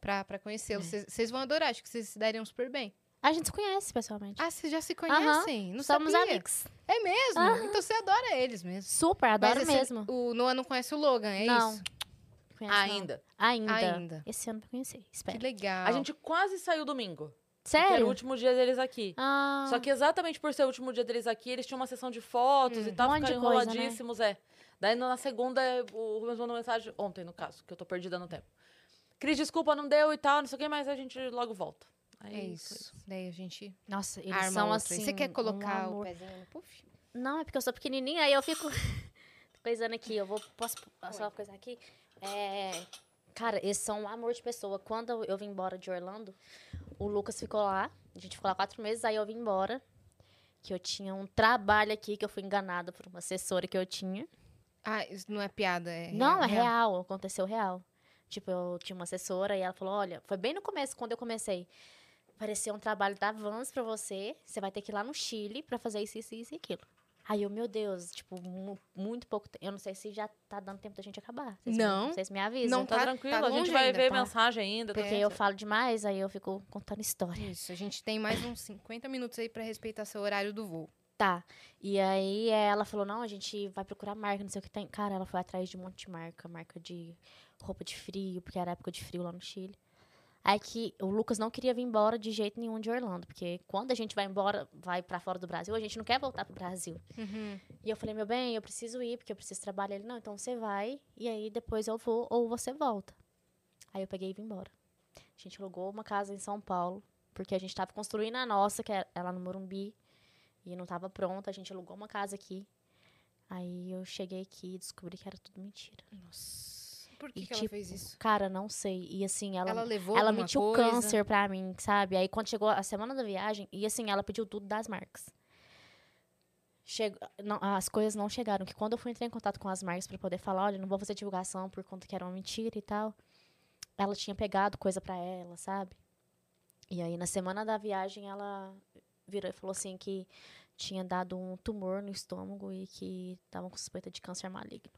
Speaker 2: pra, pra conhecê-los.
Speaker 3: É.
Speaker 2: Vocês- Vocês vão adorar, acho que vocês se dariam super bem.
Speaker 3: A gente se conhece pessoalmente.
Speaker 2: Ah, vocês já se
Speaker 3: Aham.
Speaker 2: conhecem? Não
Speaker 3: Somos
Speaker 2: sabia.
Speaker 3: amigos.
Speaker 2: É mesmo? Então você adora eles mesmo.
Speaker 3: Super, adoro
Speaker 2: Mas esse-
Speaker 3: mesmo.
Speaker 2: O Noah não conhece o Logan, é
Speaker 3: Não.
Speaker 2: isso?
Speaker 3: Conhece, não.
Speaker 1: Ainda.
Speaker 3: Ainda.
Speaker 2: Ainda.
Speaker 3: Esse ano pra conhecer.
Speaker 2: Que
Speaker 3: Espero.
Speaker 2: legal. é
Speaker 1: A gente quase saiu domingo. Que era
Speaker 3: Sério?
Speaker 1: o último dia deles aqui.
Speaker 3: Ah,
Speaker 1: Só que exatamente por ser o último dia deles aqui, eles tinham uma sessão de fotos e tal,
Speaker 3: um monte
Speaker 1: ficaram
Speaker 3: de coisa, né?
Speaker 1: enroladíssimos, é. Daí na segunda, o Rubens mandou mensagem ontem, no caso, que eu tô perdida no tempo. Cris, desculpa, não deu e tal, não sei o que, mas a gente logo volta. Aí
Speaker 2: É
Speaker 1: foi
Speaker 2: isso. Daí a gente
Speaker 3: nossa, eles
Speaker 2: arma
Speaker 3: são
Speaker 2: outra.
Speaker 3: assim.
Speaker 2: Você quer
Speaker 3: um
Speaker 2: colocar
Speaker 3: amor.
Speaker 2: o pezinho no puff?
Speaker 3: Não, é porque eu sou pequenininha, aí eu fico coisando aqui. Eu vou, posso passar uma coisa aqui? É, cara, eles são um amor de pessoa. Quando eu vim embora de Orlando, o Lucas ficou lá. A gente ficou lá quatro meses, aí eu vim embora. Que eu tinha um trabalho aqui, que eu fui enganada por uma assessora que eu tinha.
Speaker 2: Ah, isso não é piada, é
Speaker 3: Não, é real, aconteceu real. Tipo, eu tinha uma assessora e ela falou: olha, foi bem no começo, quando eu comecei. Pareceu um trabalho da Vans pra você, você vai ter que ir lá no Chile pra fazer isso, isso, isso e aquilo. Aí eu, meu Deus, tipo, mu- muito pouco tempo. Eu não sei se já tá dando tempo da gente acabar. Vocês me-
Speaker 2: Não.
Speaker 3: Vocês me avisam. então,
Speaker 2: Não
Speaker 1: Tá,
Speaker 2: Tá-
Speaker 1: tranquilo,
Speaker 2: tá
Speaker 1: a gente
Speaker 2: longe
Speaker 1: vai
Speaker 2: ainda,
Speaker 1: ver
Speaker 2: tá?
Speaker 1: mensagem ainda. tá
Speaker 3: Porque eu falo demais, aí eu fico contando história.
Speaker 2: Isso, a gente tem mais uns 50 minutos aí pra respeitar seu horário do voo.
Speaker 3: Tá. E aí eh, ela falou: não, a gente vai procurar marca, não sei o que tem. Cara, ela foi atrás de um monte de marca, marca de roupa de frio, porque era época de frio lá no Chile. Aí que o Lucas não queria vir embora de jeito nenhum de Orlando, porque quando a gente vai embora, vai pra fora do Brasil, a gente não quer voltar pro Brasil. E eu falei, meu bem, eu preciso ir, porque eu preciso trabalhar. Ele, não, então você vai, e aí depois eu vou, ou você volta. Aí eu peguei e vim embora. A gente alugou uma casa em São Paulo, porque a gente tava construindo a nossa, que era é lá no Morumbi. E não tava pronta, a gente alugou uma casa aqui. Aí eu cheguei aqui e descobri que era tudo mentira.
Speaker 2: Nossa. Por que,
Speaker 3: E
Speaker 2: que ela
Speaker 3: tipo,
Speaker 2: fez isso?
Speaker 3: Cara, não sei. E assim, ela,
Speaker 2: Ela
Speaker 3: ela,
Speaker 2: levou alguma
Speaker 3: mentiu
Speaker 2: coisa?
Speaker 3: câncer pra mim, sabe? Aí quando chegou a semana da viagem, e assim, ela pediu tudo das marcas. Chegou, não, as coisas não chegaram. Que quando eu fui entrar em contato com as marcas pra poder falar, olha, não vou fazer divulgação por conta que era uma mentira e tal. Ela tinha pegado coisa pra ela, sabe? E aí na semana da viagem ela virou e falou assim que tinha dado um tumor no estômago e que estavam com suspeita de câncer maligno.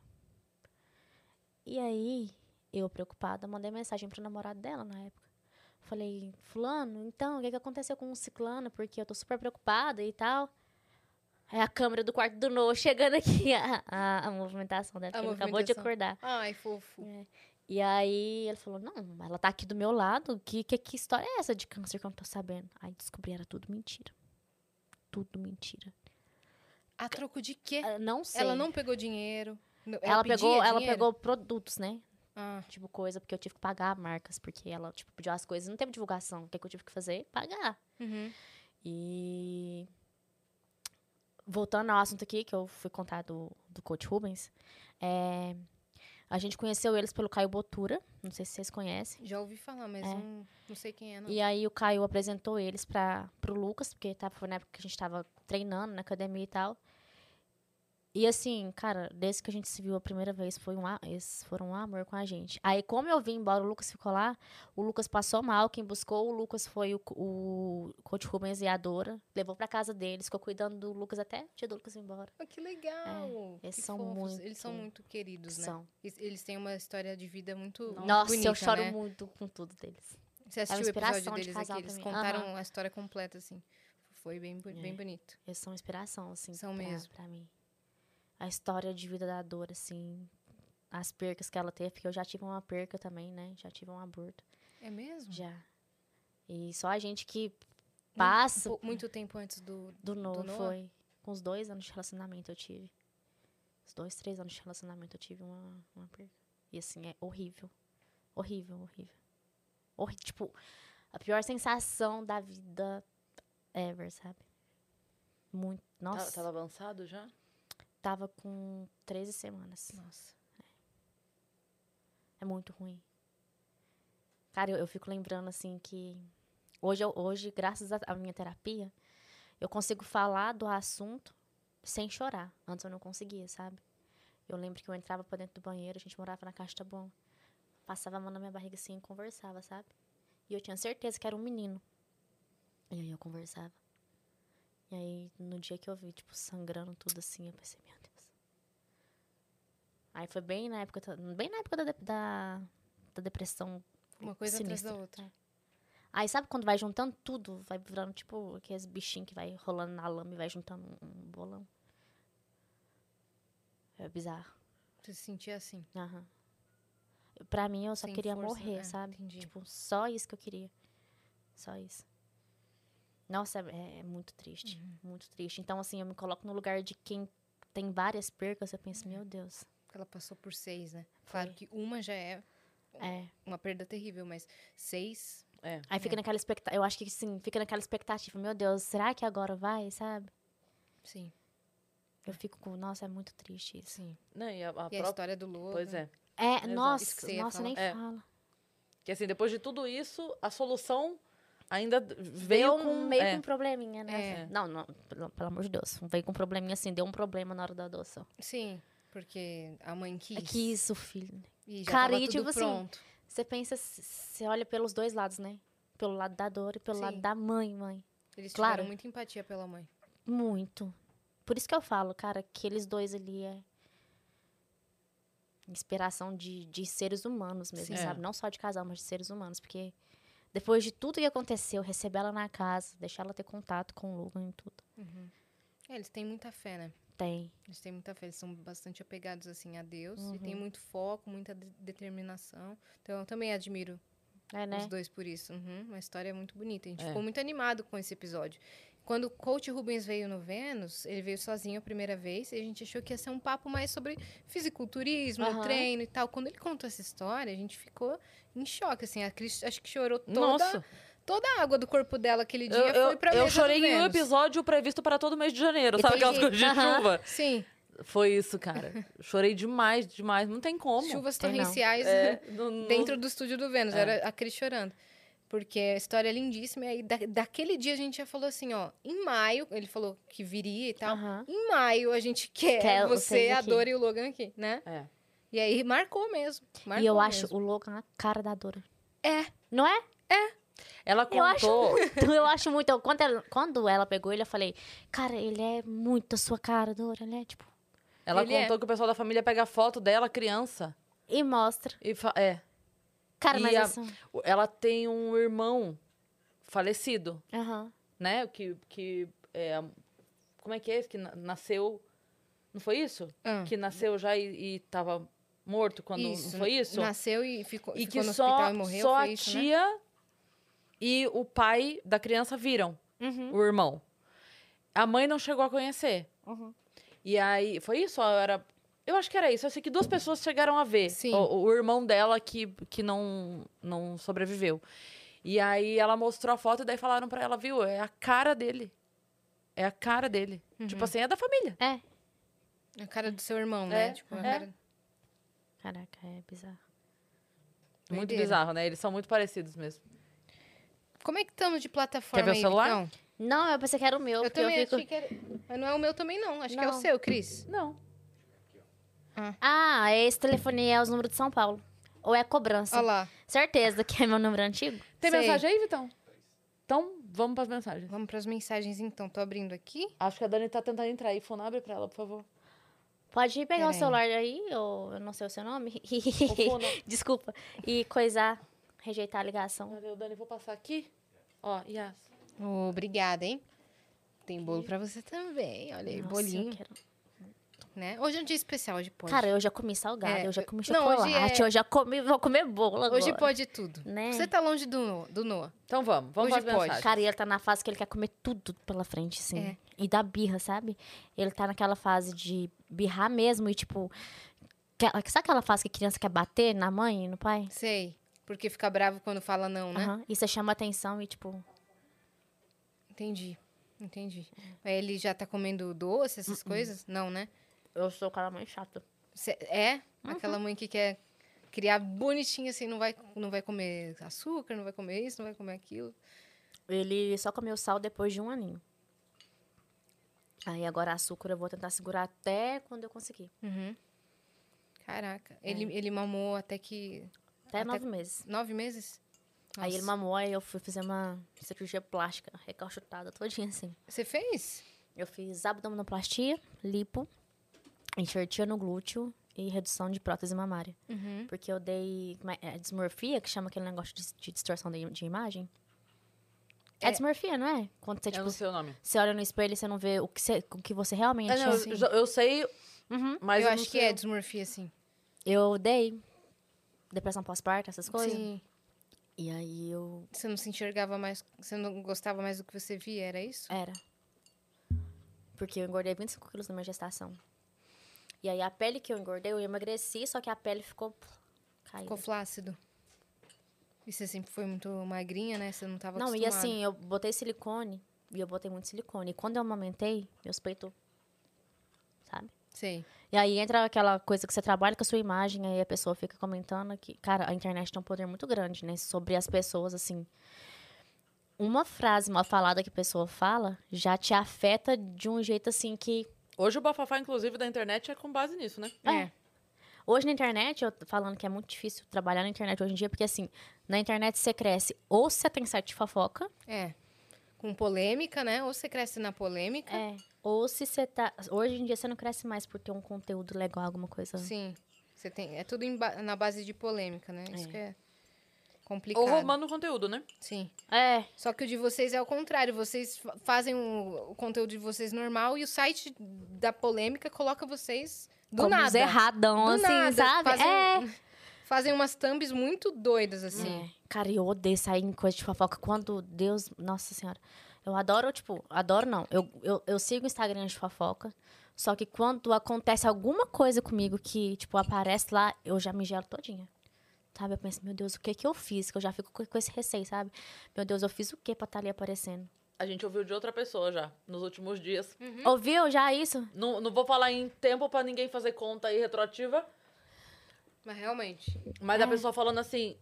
Speaker 3: E aí, eu preocupada, mandei mensagem pro namorado dela na época. Falei, fulano, então, o que, que aconteceu com o ciclano? Porque eu tô super preocupada e tal. É a câmera do quarto do Noah chegando aqui, a, a- a movimentação dela,
Speaker 2: A
Speaker 3: porque ele acabou de
Speaker 2: movimentação.
Speaker 3: acordar.
Speaker 2: Ai, fofo.
Speaker 3: E aí ele falou, não, ela tá aqui do meu lado, que, que, que história é essa de câncer que eu não tô sabendo? Aí descobri, era tudo mentira. Tudo mentira.
Speaker 2: A troco de quê?
Speaker 3: Ah, Não sei.
Speaker 2: Ela não pegou dinheiro. Não-
Speaker 3: ela
Speaker 2: É, pedia
Speaker 3: pegou, ela
Speaker 2: dinheiro?
Speaker 3: pegou produtos, né?
Speaker 2: Ah,
Speaker 3: tipo, coisa, porque eu tive que pagar marcas, porque ela, tipo, pediu as coisas, não teve divulgação. O que, que eu tive que fazer? Pagar.
Speaker 2: uhum.
Speaker 3: E. Voltando ao assunto aqui, que eu fui contar do, do Coach Rubens, é, a gente conheceu eles pelo Caio Botura, não sei se vocês conhecem.
Speaker 2: Já ouvi falar, mas
Speaker 3: É.
Speaker 2: não, não sei quem é, não.
Speaker 3: E aí o Caio apresentou eles para pro Lucas, porque tava, foi na época que a gente tava treinando na academia e tal. E assim, cara, desde que a gente se viu a primeira vez, foi um, a- eles foram um amor com a gente. Aí, como eu vim embora, o Lucas ficou lá, o Lucas passou mal, quem buscou o Lucas foi o, co- o coach Rubens e a Dora, levou pra casa deles, ficou cuidando do Lucas até o dia do Lucas ir embora.
Speaker 2: Ah, que legal.
Speaker 3: É, eles
Speaker 2: que
Speaker 3: são
Speaker 2: fofos. Eles são
Speaker 3: muito-
Speaker 2: muito queridos, né?
Speaker 3: São.
Speaker 2: Eles- Eles têm uma história de vida muito
Speaker 3: Nossa,
Speaker 2: bonita,
Speaker 3: eu choro
Speaker 2: né?
Speaker 3: muito com tudo deles.
Speaker 2: Você assistiu o
Speaker 3: inspiração
Speaker 2: episódio
Speaker 3: de
Speaker 2: deles aqui,
Speaker 3: casal
Speaker 2: eles
Speaker 3: pra mim.
Speaker 2: contaram a história completa, assim. Foi bem, bo- bem
Speaker 3: É.
Speaker 2: bonito.
Speaker 3: Eles são inspiração, assim.
Speaker 2: São
Speaker 3: pra,
Speaker 2: mesmo.
Speaker 3: Pra mim. A história de vida da Dora, assim. As percas que ela teve, porque eu já tive uma perca também, né? Já tive um aborto.
Speaker 2: É mesmo?
Speaker 3: Já. E só a gente que
Speaker 2: Um
Speaker 3: passa
Speaker 2: pou- muito tempo antes do...
Speaker 3: do novo
Speaker 2: Noah?
Speaker 3: foi. Com os dois anos de relacionamento eu tive. Os dois, três anos de relacionamento eu tive uma, uma perca. E assim, é horrível. Horrível, horrível. Horri tipo, a pior sensação da vida ever, sabe? Muito.
Speaker 2: Tá,
Speaker 3: Nossa.
Speaker 1: Tá, Tava avançado já?
Speaker 3: Tava com 13 semanas.
Speaker 2: Nossa.
Speaker 3: É muito ruim. Cara, eu, eu fico lembrando assim que hoje, eu- hoje graças à à minha terapia, eu consigo falar do assunto sem chorar. Antes eu não conseguia, sabe? Eu lembro que eu entrava pra dentro do banheiro, a gente morava na Caixa Bom. Passava a mão na minha barriga assim e conversava, sabe? E eu tinha certeza que era um menino. E aí eu conversava. E aí, no dia que eu vi, tipo, sangrando tudo assim, eu pensei, meu Deus. Aí foi bem na época, ta- bem na época da, de- da, da depressão.
Speaker 2: Uma coisa
Speaker 3: Sinistra.
Speaker 2: atrás da outra.
Speaker 3: Aí sabe quando vai juntando tudo, vai virando tipo aqueles bichinhos que vai rolando na lama e vai juntando um, um bolão. É bizarro.
Speaker 2: Você se sentia assim.
Speaker 3: Aham. Pra mim, eu só
Speaker 2: Sem
Speaker 3: queria
Speaker 2: força,
Speaker 3: morrer,
Speaker 2: é,
Speaker 3: sabe?
Speaker 2: entendi.
Speaker 3: Tipo, só isso que eu queria. Só isso. Nossa, é, é muito triste.
Speaker 2: Uhum.
Speaker 3: Muito triste. Então, assim, eu me coloco no lugar de quem tem várias percas. Eu
Speaker 2: É.
Speaker 3: penso, meu Deus.
Speaker 2: Porque ela passou por seis, né? Claro que uma já é
Speaker 3: É.
Speaker 2: uma perda terrível, mas seis.
Speaker 3: Aí
Speaker 2: É.
Speaker 3: fica naquela expectativa. Eu acho que, sim, fica naquela expectativa. Meu Deus, será que agora vai, sabe?
Speaker 2: Sim,
Speaker 3: Eu fico com. Nossa, é muito triste isso.
Speaker 2: sim.
Speaker 1: Não, e a, a
Speaker 2: E a
Speaker 1: pró-
Speaker 2: história do Lobo.
Speaker 1: Pois é.
Speaker 3: É,
Speaker 1: Exato.
Speaker 2: Isso que
Speaker 3: nossa,
Speaker 2: você ia
Speaker 3: nossa, nem
Speaker 1: falar. É.
Speaker 3: fala.
Speaker 1: Que assim, depois de tudo isso, a solução ainda d- veio
Speaker 3: Veio um,
Speaker 1: com...
Speaker 3: meio
Speaker 1: é,
Speaker 3: com um probleminha, né?
Speaker 1: É.
Speaker 3: Não, não, pelo, pelo amor de Deus. Veio com um probleminha assim, deu um problema na hora da adoção.
Speaker 2: Sim, porque a mãe quis.
Speaker 3: É que isso, filho.
Speaker 2: E já
Speaker 3: Cara,
Speaker 2: tava
Speaker 3: e
Speaker 2: tudo
Speaker 3: tipo assim,
Speaker 2: pronto.
Speaker 3: Você pensa, c- você olha pelos dois lados, né? Pelo lado da dor e pelo
Speaker 2: Sim.
Speaker 3: lado da mãe, mãe.
Speaker 2: Eles
Speaker 3: claro.
Speaker 2: tiveram muita empatia pela mãe.
Speaker 3: Muito. Por isso que eu falo, cara, aqueles dois ali é inspiração de, de seres humanos mesmo,
Speaker 1: Sim. É.
Speaker 3: sabe? Não só de casal, mas de seres humanos. Porque depois de tudo que aconteceu, receber ela na casa, deixar ela ter contato com o Logan e tudo.
Speaker 2: É, eles têm muita fé, né?
Speaker 3: Tem.
Speaker 2: Eles têm muita fé, eles são bastante apegados assim a Deus e têm
Speaker 1: Uhum.
Speaker 2: muito foco, muita de- determinação. Então eu também admiro
Speaker 3: É,
Speaker 2: os
Speaker 3: né?
Speaker 2: dois por isso. Uhum, uma história muito bonita. A gente
Speaker 1: É.
Speaker 2: ficou muito animado com esse episódio. Quando o coach Rubens veio no Vênus, ele veio sozinho a primeira vez e a gente achou que ia ser um papo mais sobre fisiculturismo,
Speaker 3: Aham.
Speaker 2: treino e tal. Quando ele contou essa história, a gente ficou em choque, assim. A Cris acho que chorou toda,
Speaker 1: Nossa,
Speaker 2: toda a água do corpo dela aquele dia
Speaker 1: eu, eu,
Speaker 2: foi pra
Speaker 1: eu
Speaker 2: mesa do
Speaker 1: chorei em um
Speaker 2: Vênus.
Speaker 1: episódio previsto para todo mês de janeiro,
Speaker 3: E
Speaker 1: sabe?
Speaker 3: tem
Speaker 1: Aquelas coisas de
Speaker 3: Aham.
Speaker 1: chuva.
Speaker 2: Sim,
Speaker 1: Foi isso, cara. Chorei demais, demais. Não tem como.
Speaker 2: chuvas
Speaker 3: Tem não.
Speaker 2: torrenciais
Speaker 1: É, não- não-
Speaker 2: dentro do estúdio do Vênus.
Speaker 1: É.
Speaker 2: Era a Cris chorando. Porque a história é lindíssima. E aí, da- daquele dia, a gente já falou assim, ó... Em maio, ele falou que viria e tal.
Speaker 3: Tá. Aham.
Speaker 2: Em maio, a gente quer,
Speaker 3: Quer
Speaker 2: você,
Speaker 3: vocês
Speaker 2: a
Speaker 3: aqui.
Speaker 2: Dora e o Logan aqui, né?
Speaker 1: É.
Speaker 2: E aí, marcou mesmo.
Speaker 3: e eu
Speaker 2: marcou
Speaker 3: acho
Speaker 2: mesmo.
Speaker 3: o Logan a cara da Dora.
Speaker 2: É.
Speaker 3: Não é?
Speaker 1: Ela
Speaker 3: Eu acho
Speaker 1: contou.
Speaker 3: muito, eu acho muito. Quando ela, quando ela pegou ele, eu falei, cara, ele é muito a sua cara, Dora. Ele é tipo.
Speaker 1: Ela
Speaker 2: Ele é.
Speaker 1: contou que o pessoal da família pega foto dela, criança.
Speaker 3: E mostra.
Speaker 1: E fa- é.
Speaker 3: Cara,
Speaker 1: E
Speaker 3: mas
Speaker 1: a-
Speaker 3: assim.
Speaker 1: O- Ela tem um irmão falecido,
Speaker 3: Aham.
Speaker 1: né? Que. que é, como é que é? Que na- nasceu. Não foi isso?
Speaker 2: Ah,
Speaker 1: Que nasceu já e, e tava morto quando. não foi isso?
Speaker 2: Nasceu e ficou,
Speaker 1: e
Speaker 2: ficou
Speaker 1: que
Speaker 2: no
Speaker 1: só,
Speaker 2: hospital e morreu,
Speaker 1: só
Speaker 2: foi
Speaker 1: a
Speaker 2: isso, né?
Speaker 1: tia e o pai da criança viram
Speaker 2: Uhum.
Speaker 1: o irmão. A mãe não chegou a conhecer.
Speaker 2: Uhum.
Speaker 1: E aí, foi isso? Ou Era, eu acho que era isso. Eu sei que duas pessoas chegaram a ver.
Speaker 2: Sim.
Speaker 1: O, o irmão dela que, que não, não sobreviveu. E aí ela mostrou a foto e daí falaram pra ela, viu? É a cara dele. É a cara dele.
Speaker 2: Uhum.
Speaker 1: Tipo assim, é da família.
Speaker 2: A cara do seu irmão, né?
Speaker 1: É,
Speaker 2: Tipo, a
Speaker 1: é.
Speaker 2: cara-
Speaker 3: Caraca, é bizarro.
Speaker 1: Muito
Speaker 2: Doideira.
Speaker 1: bizarro, né? Eles são muito parecidos mesmo.
Speaker 2: Como é que estamos de plataforma
Speaker 1: Quer ver o
Speaker 2: aí,
Speaker 1: celular?
Speaker 2: Vitão?
Speaker 3: Não, eu pensei que era o meu.
Speaker 2: Eu,
Speaker 3: porque
Speaker 2: também
Speaker 3: eu fico...
Speaker 2: achei que era... Mas não é o meu também, não. Acho que é o
Speaker 3: Não.
Speaker 2: seu, Cris.
Speaker 1: Não.
Speaker 3: Ah, esse telefone é os números de São Paulo. Ou é cobrança.
Speaker 2: Olha lá.
Speaker 3: Certeza que é meu número antigo?
Speaker 1: Tem
Speaker 2: Sei.
Speaker 1: mensagem aí, Vitão? Então, vamos pras mensagens.
Speaker 2: Vamos para as mensagens, então. Tô abrindo aqui.
Speaker 1: Acho que a Dani tá tentando entrar aí. Fona, abre pra ela, por favor.
Speaker 3: Pode pegar o
Speaker 2: Peraí.
Speaker 3: celular aí, ou eu não sei o seu nome.
Speaker 1: Ô, Fona.
Speaker 3: Desculpa. E coisar, rejeitar a ligação.
Speaker 1: Valeu, Dani. Vou passar aqui. Ó, Yas.
Speaker 2: Obrigada, hein? Tem bolo para você também. Olha aí,
Speaker 3: Nossa, eu
Speaker 2: bolinho,
Speaker 3: quero-
Speaker 2: né? Hoje é um dia especial, hoje pode.
Speaker 3: Cara, eu já comi salgado,
Speaker 2: É,
Speaker 3: eu já comi
Speaker 2: eu- não, hoje
Speaker 3: chocolate,
Speaker 2: é-
Speaker 3: eu já comi, vou comer bolo agora.
Speaker 2: hoje pode tudo.
Speaker 3: Né?
Speaker 2: Você tá longe do, No- do Noah.
Speaker 1: Então vamos, vamos
Speaker 2: Hoje
Speaker 1: pras
Speaker 2: pode.
Speaker 1: mensagens.
Speaker 3: Cara, e ele tá na fase que ele quer comer tudo pela frente, assim.
Speaker 2: É.
Speaker 3: E dá birra, sabe? Ele tá naquela fase de birrar mesmo e, tipo... que- Sabe aquela fase que a criança quer bater na mãe e no pai?
Speaker 2: Sei. Porque fica bravo quando fala não, né?
Speaker 3: Aham. E você chama atenção e, tipo...
Speaker 2: Entendi. Entendi. Aí ele já tá comendo doce, essas
Speaker 3: Uh-uh.
Speaker 2: coisas? Não, né?
Speaker 3: Eu sou o cara mais chato.
Speaker 2: Cê- é?
Speaker 3: Uhum.
Speaker 2: Aquela mãe que quer criar bonitinha assim, não vai, não vai comer açúcar, não vai comer isso, não vai comer aquilo.
Speaker 3: Ele só comeu sal depois de um aninho. Aí agora açúcar eu vou tentar segurar até quando eu conseguir.
Speaker 2: Uhum. Caraca. Ele,
Speaker 3: É.
Speaker 2: ele mamou até que.
Speaker 3: Até,
Speaker 2: Até-
Speaker 3: nove meses.
Speaker 2: Nove meses?
Speaker 3: Aí ele
Speaker 2: Nossa.
Speaker 3: mamou, aí eu fui fazer uma cirurgia plástica, recalchutada, todinha assim.
Speaker 2: Você fez?
Speaker 3: Eu fiz abdominoplastia, lipo, enxertia no glúteo e redução de prótese mamária.
Speaker 2: Uhum.
Speaker 3: Porque eu dei como é- é dismorfia, que chama aquele negócio de, de distorção de, de imagem. É,
Speaker 2: É.
Speaker 3: dismorfia, não é? Quando você,
Speaker 1: Eu
Speaker 3: tipo,
Speaker 1: não sei o nome.
Speaker 3: você olha no espelho e você não vê o que, você, o que você realmente
Speaker 1: É, não,
Speaker 3: é.
Speaker 1: eu, já- eu sei,
Speaker 3: Uhum.
Speaker 1: mas
Speaker 2: eu
Speaker 1: eu
Speaker 2: acho
Speaker 1: não
Speaker 2: que
Speaker 1: sei.
Speaker 2: é desmorfia, sim.
Speaker 3: Eu dei depressão pós-parto, essas coisas.
Speaker 2: Sim.
Speaker 3: E aí eu.
Speaker 2: Você não se enxergava mais, você não gostava mais do que você via, era isso?
Speaker 3: Era. Porque eu engordei 25 quilos na minha gestação. E aí a pele que eu engordei, eu emagreci, só que a pele ficou. Caiu.
Speaker 2: Ficou flácido. E você sempre foi muito magrinha, né? Você não tava
Speaker 3: Não, e
Speaker 2: acostumada.
Speaker 3: assim, eu botei silicone. E eu botei muito silicone. E quando eu amamentei, meus peitos. Sabe?
Speaker 2: Sei.
Speaker 3: E aí entra aquela coisa que você trabalha com a sua imagem, aí a pessoa fica comentando que, cara, a internet tem um poder muito grande, né? Sobre as pessoas, assim. Uma frase mal falada que a pessoa fala já te afeta de um jeito assim que.
Speaker 8: Hoje o bafafá, inclusive, da internet é com base nisso, né?
Speaker 3: É. Hoje na internet, eu tô falando que é muito difícil trabalhar na internet hoje em dia, porque assim, na internet você cresce ou você tem site de fofoca,
Speaker 2: É. é. Com polêmica, né? Ou você cresce na polêmica.
Speaker 3: é, ou se você tá. Hoje em dia você não cresce mais por ter um conteúdo legal, alguma coisa.
Speaker 2: Sim. Você tem, é tudo em ba- na base de polêmica, né? Isso que é complicado.
Speaker 8: Ou roubando o conteúdo, né?
Speaker 2: Sim.
Speaker 3: É,
Speaker 2: Só que o de vocês é o contrário. Vocês fa- fazem o, o conteúdo de vocês normal e o site da polêmica coloca vocês do
Speaker 3: como
Speaker 2: nada.
Speaker 3: uns erradão,
Speaker 2: Do
Speaker 3: assim,
Speaker 2: nada.
Speaker 3: sabe?
Speaker 2: Fazem, um,
Speaker 3: É.
Speaker 2: fazem umas thumbs muito doidas, assim.
Speaker 3: É. Cara, eu odeio sair em coisa de fofoca. Quando Deus. Nossa Senhora. Eu adoro, tipo, adoro não. Eu, eu, eu sigo Instagram de fofoca. Só que quando acontece alguma coisa comigo que, tipo, aparece lá, eu já me gelo todinha. Sabe? Eu penso, meu Deus, o que que eu fiz? Que eu já fico com com esse receio, sabe? Meu Deus, eu fiz o que pra estar ali aparecendo?
Speaker 8: A gente ouviu de outra pessoa já, nos últimos dias.
Speaker 1: Hum.
Speaker 3: Ouviu já isso?
Speaker 1: Uhum.
Speaker 8: Não, não vou falar em tempo pra ninguém fazer conta aí retroativa,
Speaker 2: Mas realmente.
Speaker 8: mas
Speaker 1: É.
Speaker 8: a pessoa falando assim,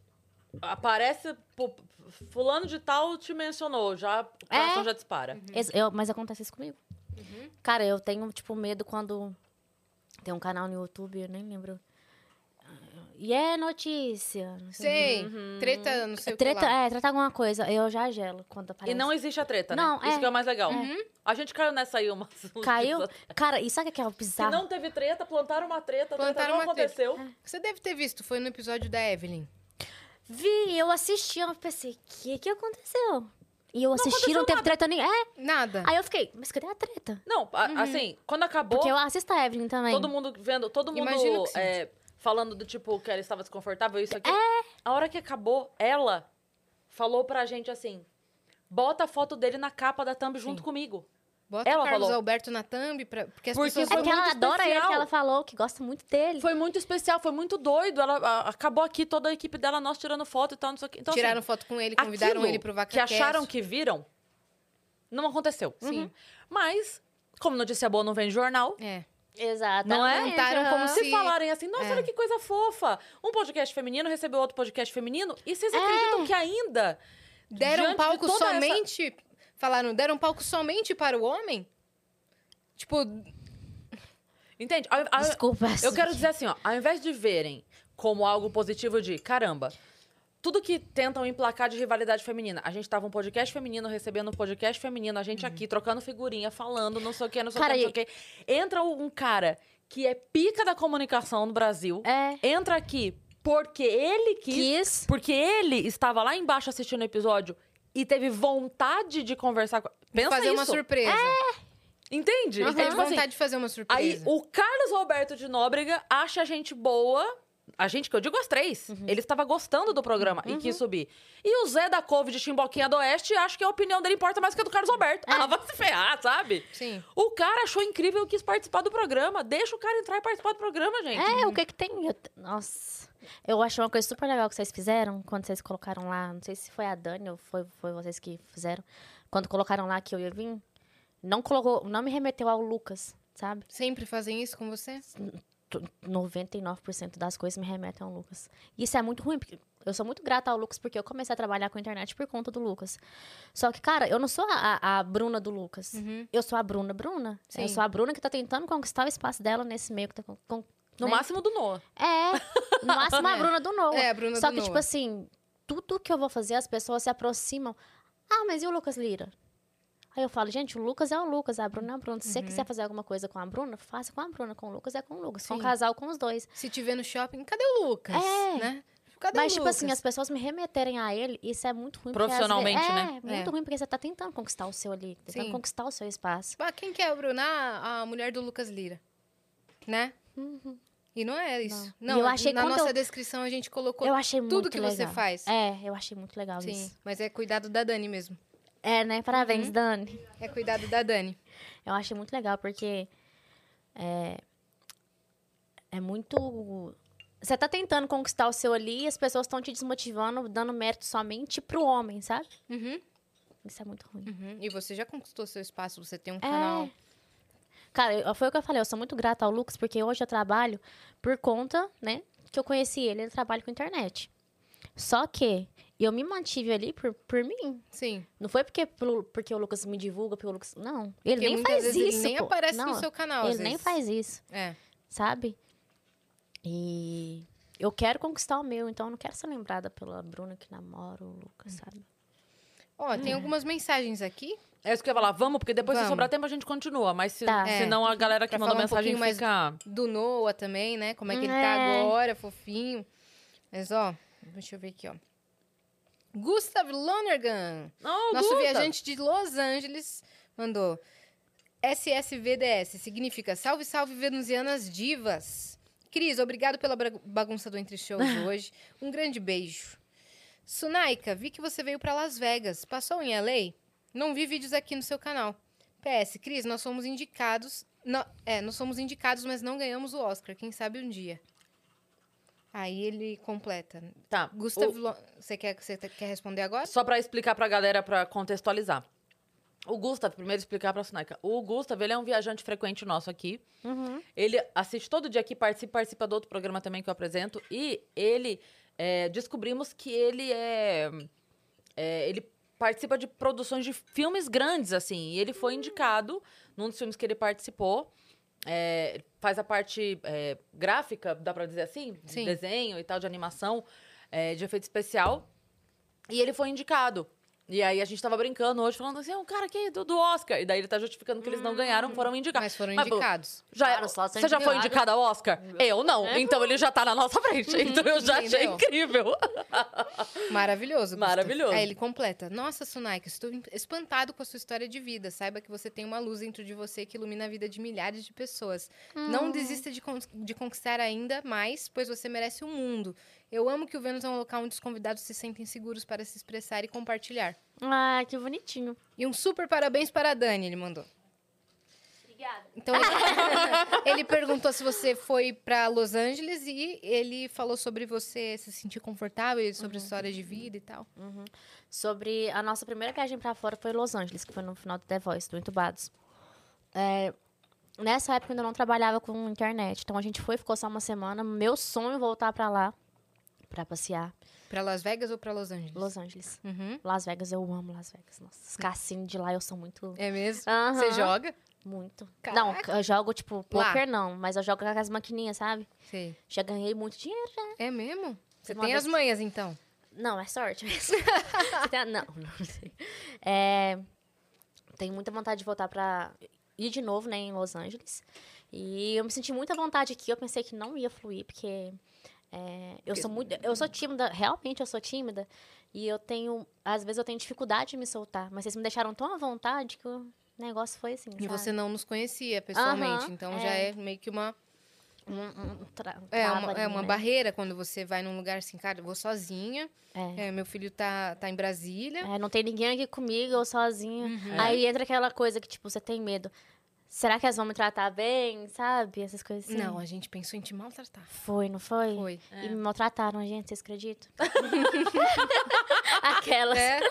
Speaker 8: aparece, pu- fulano de tal te mencionou, já, o
Speaker 1: É?
Speaker 8: coração já dispara.
Speaker 1: Uhum.
Speaker 3: Ex- eu- mas acontece isso comigo. Cara, eu tenho, tipo, medo quando. Tem um canal no YouTube, eu nem lembro. E é notícia. não sei o quê.
Speaker 2: Sei.
Speaker 8: Uhum.
Speaker 2: Treta, não sei o
Speaker 3: Treta,
Speaker 2: que lá.
Speaker 3: é, treta alguma coisa. Eu já gelo quando aparece.
Speaker 8: E não existe a treta, né?
Speaker 3: Não,
Speaker 8: Isso
Speaker 3: é.
Speaker 8: que é o mais legal.
Speaker 1: Uhum.
Speaker 8: A gente caiu nessa aí umas... uns
Speaker 3: Caiu.
Speaker 8: dias
Speaker 3: Cara, e sabe o que é o
Speaker 8: Se
Speaker 3: bizarro?
Speaker 8: não teve treta, plantaram uma treta,
Speaker 2: Tá. Plantaram
Speaker 8: plantaram treta não
Speaker 2: uma treta. É.
Speaker 8: aconteceu.
Speaker 2: Você deve ter visto, foi no episódio da Evelyn.
Speaker 3: Vi, eu assisti, eu pensei, o que que aconteceu? E eu assisti, não,
Speaker 8: aconteceu
Speaker 3: teve treta nem. É,
Speaker 2: Nada.
Speaker 3: aí eu fiquei, mas cadê a treta?
Speaker 8: Não, a-
Speaker 2: Uhum.
Speaker 8: assim, quando acabou,
Speaker 3: Porque eu assisto a Evelyn também.
Speaker 8: todo mundo vendo, todo mundo
Speaker 2: é Imagino que sim.
Speaker 8: é, falando do tipo que ela estava desconfortável, isso aqui. É. A hora que acabou, ela falou pra gente assim: bota a foto dele na capa da thumb junto comigo.
Speaker 2: Bota
Speaker 8: Ela
Speaker 2: o Carlos
Speaker 8: falou.
Speaker 2: Alberto na thumb, pra, porque as
Speaker 8: Porque
Speaker 2: pessoas
Speaker 3: é
Speaker 8: foi
Speaker 2: vão...
Speaker 3: que ela
Speaker 8: muito
Speaker 3: adora ele,
Speaker 8: especial.
Speaker 3: que ela falou, que gosta muito dele.
Speaker 8: Foi muito especial, foi muito doido. Ela a- acabou aqui, toda a equipe dela, nós tirando foto e tal, não sei o que. Então, assim,
Speaker 2: tiraram foto com ele, convidaram
Speaker 8: aquilo
Speaker 2: ele pro vaca Uhum.
Speaker 8: Que acharam que viram, não aconteceu.
Speaker 2: Sim.
Speaker 8: Mas, como notícia boa não vem em jornal,
Speaker 2: É.
Speaker 3: Exato.
Speaker 8: Não é?
Speaker 2: Contaram como
Speaker 8: se
Speaker 2: se-
Speaker 8: falarem assim, nossa,
Speaker 2: Ah. É.
Speaker 8: olha que coisa fofa. Um podcast feminino recebeu outro podcast feminino. E
Speaker 2: É.
Speaker 8: vocês acreditam que ainda.
Speaker 2: Deram
Speaker 8: diante de
Speaker 2: palco
Speaker 8: toda essa-
Speaker 2: somente. Falaram, deram palco somente para o homem? Tipo,
Speaker 8: Entende? Ao- ao-
Speaker 3: Desculpa.
Speaker 8: Eu quero
Speaker 3: Suzy.
Speaker 8: dizer assim, ó, ao invés de verem como algo positivo de caramba. Tudo que tentam emplacar de rivalidade feminina. A gente tava um podcast feminino recebendo um podcast feminino, a gente aqui trocando figurinha, falando, não sei o quê, não sei o
Speaker 3: Cara,
Speaker 8: quê, não sei o quê. Entra um cara que é pica da comunicação no Brasil,
Speaker 3: É.
Speaker 8: entra aqui porque ele
Speaker 3: Quis.
Speaker 8: Porque ele estava lá embaixo assistindo o episódio e teve vontade de conversar com. Pensa
Speaker 2: fazer uma Uhum.
Speaker 8: isso.
Speaker 2: surpresa.
Speaker 8: Entende?
Speaker 2: Ele
Speaker 8: Então,
Speaker 2: teve
Speaker 8: tipo assim,
Speaker 2: vontade de fazer uma
Speaker 8: aí
Speaker 2: surpresa.
Speaker 8: o Carlos Roberto de Nóbrega acha a gente boa. A gente, que eu digo as três.
Speaker 3: Uhum.
Speaker 8: Ele estava gostando do programa e quis subir. E o Zé da Couve de Chimboquinha do Oeste acha que a opinião dele importa mais que a do Carlos
Speaker 3: É.
Speaker 8: Roberto. Ah, vai se ferrar, sabe?
Speaker 2: Sim.
Speaker 8: O cara achou incrível e quis participar do programa. Deixa o cara entrar e participar do programa, gente.
Speaker 3: É,
Speaker 2: Uhum.
Speaker 3: o que que tem? Eu te- Nossa. Eu achei uma coisa super legal que vocês fizeram quando vocês colocaram lá. Não sei se foi a Dani ou foi, foi vocês que fizeram. Quando colocaram lá que eu ia vir, não, colocou, não me remeteu ao Lucas, sabe?
Speaker 2: Sempre fazem isso com você?
Speaker 3: T- 99% das coisas me remetem ao Lucas. Isso é muito ruim, porque eu sou muito grata ao Lucas, porque eu comecei a trabalhar com a internet por conta do Lucas. Só que, cara, eu não sou a, a- a Bruna do Lucas. Eu sou a Bruna Bruna.
Speaker 2: Uhum. Sim.
Speaker 3: Eu sou a Bruna que tá tentando conquistar o espaço dela nesse meio que tá con- con-
Speaker 8: No
Speaker 3: né?
Speaker 8: máximo do Noah.
Speaker 3: É, no máximo a
Speaker 2: É.
Speaker 3: Bruna do Noah.
Speaker 2: É, a Bruna
Speaker 3: Só
Speaker 2: do
Speaker 3: que, tipo
Speaker 2: Noah.
Speaker 3: assim, tudo que eu vou fazer, as pessoas se aproximam. Ah, mas e o Lucas Lira? Aí eu falo, gente, o Lucas é o Lucas, a Bruna é a Bruna. Se
Speaker 2: Uhum.
Speaker 3: você quiser fazer alguma coisa com a Bruna, faça com a Bruna. Com o Lucas é com o Lucas. Com o
Speaker 2: Sim.
Speaker 3: casal, com os dois.
Speaker 2: Se tiver no shopping, cadê o Lucas?
Speaker 3: É.
Speaker 2: Né? Cadê
Speaker 3: Mas,
Speaker 2: o
Speaker 3: tipo
Speaker 2: Lucas?
Speaker 3: assim, as pessoas me remeterem a ele, isso é muito ruim. porque às
Speaker 8: Profissionalmente,
Speaker 3: vezes-
Speaker 8: né?
Speaker 3: É, muito
Speaker 2: É.
Speaker 3: ruim, porque você tá tentando conquistar o seu ali. tá Tentando
Speaker 2: Sim.
Speaker 3: conquistar o seu espaço.
Speaker 2: Ah, Quem que é a Bruna? Ah, A mulher do Lucas Lira. Né? E não é isso.
Speaker 3: Uhum. Não.
Speaker 2: Não,
Speaker 3: E eu achei
Speaker 2: na
Speaker 3: quando
Speaker 2: nossa
Speaker 3: eu-
Speaker 2: descrição a gente colocou
Speaker 3: Eu achei muito
Speaker 2: tudo que
Speaker 3: legal.
Speaker 2: você faz.
Speaker 3: É, eu achei muito legal
Speaker 2: Sim,
Speaker 3: isso.
Speaker 2: mas é cuidado da Dani mesmo.
Speaker 3: É, né? Parabéns, Dani.
Speaker 2: É cuidado da Dani.
Speaker 3: Eu achei muito legal, porque é, é muito. Você tá tentando conquistar o seu ali e as pessoas estão te desmotivando, dando mérito somente pro homem, sabe?
Speaker 2: Uhum,
Speaker 3: Isso é muito ruim.
Speaker 2: uhum. E você já conquistou seu espaço, você tem um
Speaker 3: É.
Speaker 2: canal.
Speaker 3: Cara, eu- foi o que eu falei, eu sou muito grata ao Lucas, porque hoje eu trabalho por conta, né, que eu conheci ele, ele trabalha com internet. Só que eu me mantive ali por, por mim.
Speaker 2: Sim.
Speaker 3: Não foi porque, pelo- porque o Lucas me divulga, porque o Lucas. Não, ele
Speaker 2: Porque
Speaker 3: nem
Speaker 2: muitas
Speaker 3: faz
Speaker 2: vezes
Speaker 3: isso.
Speaker 2: ele nem
Speaker 3: pô.
Speaker 2: aparece
Speaker 3: Não,
Speaker 2: no seu canal. às
Speaker 3: Ele nem
Speaker 2: vezes.
Speaker 3: faz isso.
Speaker 2: É.
Speaker 3: sabe? E eu quero conquistar o meu, então eu não quero ser lembrada pela Bruna que namora o
Speaker 1: Hum.
Speaker 3: Lucas, sabe?
Speaker 2: Ó,
Speaker 3: É.
Speaker 2: tem algumas mensagens aqui.
Speaker 1: É isso que eu ia falar, vamos, porque depois se
Speaker 2: Vamos.
Speaker 1: sobrar tempo a gente continua. Mas se,
Speaker 3: Tá.
Speaker 1: se não, a galera que
Speaker 2: Pra
Speaker 1: mandou
Speaker 2: falar um
Speaker 1: mensagem
Speaker 2: pouquinho mais-
Speaker 1: fica...
Speaker 2: Do Noah também, né? Como é que ele tá
Speaker 3: É.
Speaker 2: agora, fofinho. Mas, ó, deixa eu ver aqui, ó. Gustav Lonergan,
Speaker 1: Não,
Speaker 2: nosso
Speaker 1: Guta!
Speaker 2: viajante de Los Angeles, mandou. SSVDS significa Salve, Salve Venusianas Divas. Cris, obrigado pela bra- bagunça do Entre Shows hoje. Um grande beijo. Sunaika, vi que você veio pra Las Vegas. Passou em LA? Não vi vídeos aqui no seu canal. PS, Cris, nós somos indicados. Nó- é, nós somos indicados, mas não ganhamos o Oscar. Quem sabe um dia. Aí ele completa.
Speaker 1: Tá.
Speaker 2: Gustavo,
Speaker 1: o-
Speaker 2: você quer, você te- quer responder agora?
Speaker 1: Só pra explicar pra galera, pra contextualizar. O Gustav, primeiro explicar pra Sunaika. O Gustav, ele é um viajante frequente nosso aqui. Ele assiste todo dia aqui, participa, participa do outro programa também que eu apresento. E ele, é, descobrimos que ele é, é, Ele participa de produções de filmes grandes, assim. E ele foi indicado num dos filmes que ele participou. é, faz a parte é, gráfica, dá pra dizer assim? de
Speaker 2: Sim.
Speaker 1: Desenho e tal, de animação, é, de efeito especial. E ele foi indicado. E aí a gente tava brincando hoje, falando assim, "Ah, o cara aqui do, do Oscar. E daí ele tá justificando que eles não ganharam, foram
Speaker 8: Tá.
Speaker 1: indicados.
Speaker 2: Mas foram
Speaker 1: Mas, bom,
Speaker 2: indicados.
Speaker 1: Já,
Speaker 8: é,
Speaker 3: Claro, só
Speaker 1: você
Speaker 3: sendo É.
Speaker 1: já foi
Speaker 3: indicado.
Speaker 1: indicado ao Oscar? Eu não. Então ele já tá na nossa frente.
Speaker 3: Uhum.
Speaker 1: Então eu já achei
Speaker 2: Entendeu?
Speaker 1: incrível.
Speaker 2: Maravilhoso. Gustavo.
Speaker 1: Maravilhoso.
Speaker 2: Aí ele completa. Nossa, Sunaika, estou em- espantado com a sua história de vida. Saiba que você tem uma luz dentro de você que ilumina a vida de milhares de pessoas. Não desista de, con- de conquistar ainda mais, pois você merece o mundo. Eu amo que o Vênus é um local onde os convidados se sentem seguros para se expressar e compartilhar.
Speaker 3: Ah, que bonitinho.
Speaker 2: E um super parabéns para a Dani, ele mandou.
Speaker 3: Obrigada.
Speaker 2: Então ele, ele perguntou se você foi para Los Angeles e ele falou sobre você se sentir confortável e sobre a história de vida e tal.
Speaker 3: Sobre a nossa primeira viagem pra fora foi Los Angeles, que foi no final do The Voice, do Entubados. É, nessa época eu ainda não trabalhava com internet, então a gente foi, ficou só uma semana. Meu sonho é voltar pra lá, pra passear.
Speaker 2: Para Las Vegas ou para Los Angeles?
Speaker 3: Los Angeles.
Speaker 2: Uhum.
Speaker 3: Las Vegas, eu amo Las Vegas. Nossa, os cassinos de lá eu sou muito.
Speaker 2: É mesmo?
Speaker 3: Aham.
Speaker 2: Você joga?
Speaker 3: Muito.
Speaker 2: Caraca.
Speaker 3: Não, eu jogo, tipo,
Speaker 2: Lá.
Speaker 3: poker não, mas eu jogo com as maquininhas, sabe?
Speaker 2: Sei.
Speaker 3: Já ganhei muito dinheiro.
Speaker 2: É mesmo? Você
Speaker 3: Uma
Speaker 2: tem
Speaker 3: vez-
Speaker 2: as manhas, então?
Speaker 3: Não, é sorte mesmo. Você tem- não, não sei. É, tenho muita vontade de voltar pra. ir de novo, né, em Los Angeles. E eu me senti muita vontade aqui. Eu pensei que não ia fluir, porque. é, eu sou muito. Eu sou tímida, realmente eu sou tímida. E eu tenho. Às vezes eu tenho dificuldade de me soltar. Mas vocês me deixaram tão à vontade que o negócio foi assim.
Speaker 2: E
Speaker 3: sabe?
Speaker 2: você não nos conhecia pessoalmente,
Speaker 3: Aham,
Speaker 2: então
Speaker 3: é.
Speaker 2: já é meio que uma,
Speaker 3: Um- um tra-
Speaker 2: é
Speaker 3: trava
Speaker 2: uma, é
Speaker 3: ali,
Speaker 2: uma
Speaker 3: né?
Speaker 2: barreira quando você vai num lugar assim, cara, eu vou sozinha,
Speaker 3: É.
Speaker 2: é, meu filho tá, tá em Brasília.
Speaker 3: É, não tem ninguém aqui comigo, eu sozinha.
Speaker 8: Uhum.
Speaker 3: Aí entra aquela coisa que, tipo, você tem medo. Será que elas vão me tratar bem, sabe? Essas coisas assim.
Speaker 2: Não, a gente pensou em te maltratar.
Speaker 3: Foi, não foi?
Speaker 2: Foi.
Speaker 3: E me maltrataram, gente, vocês acreditam? Aquelas.
Speaker 2: É,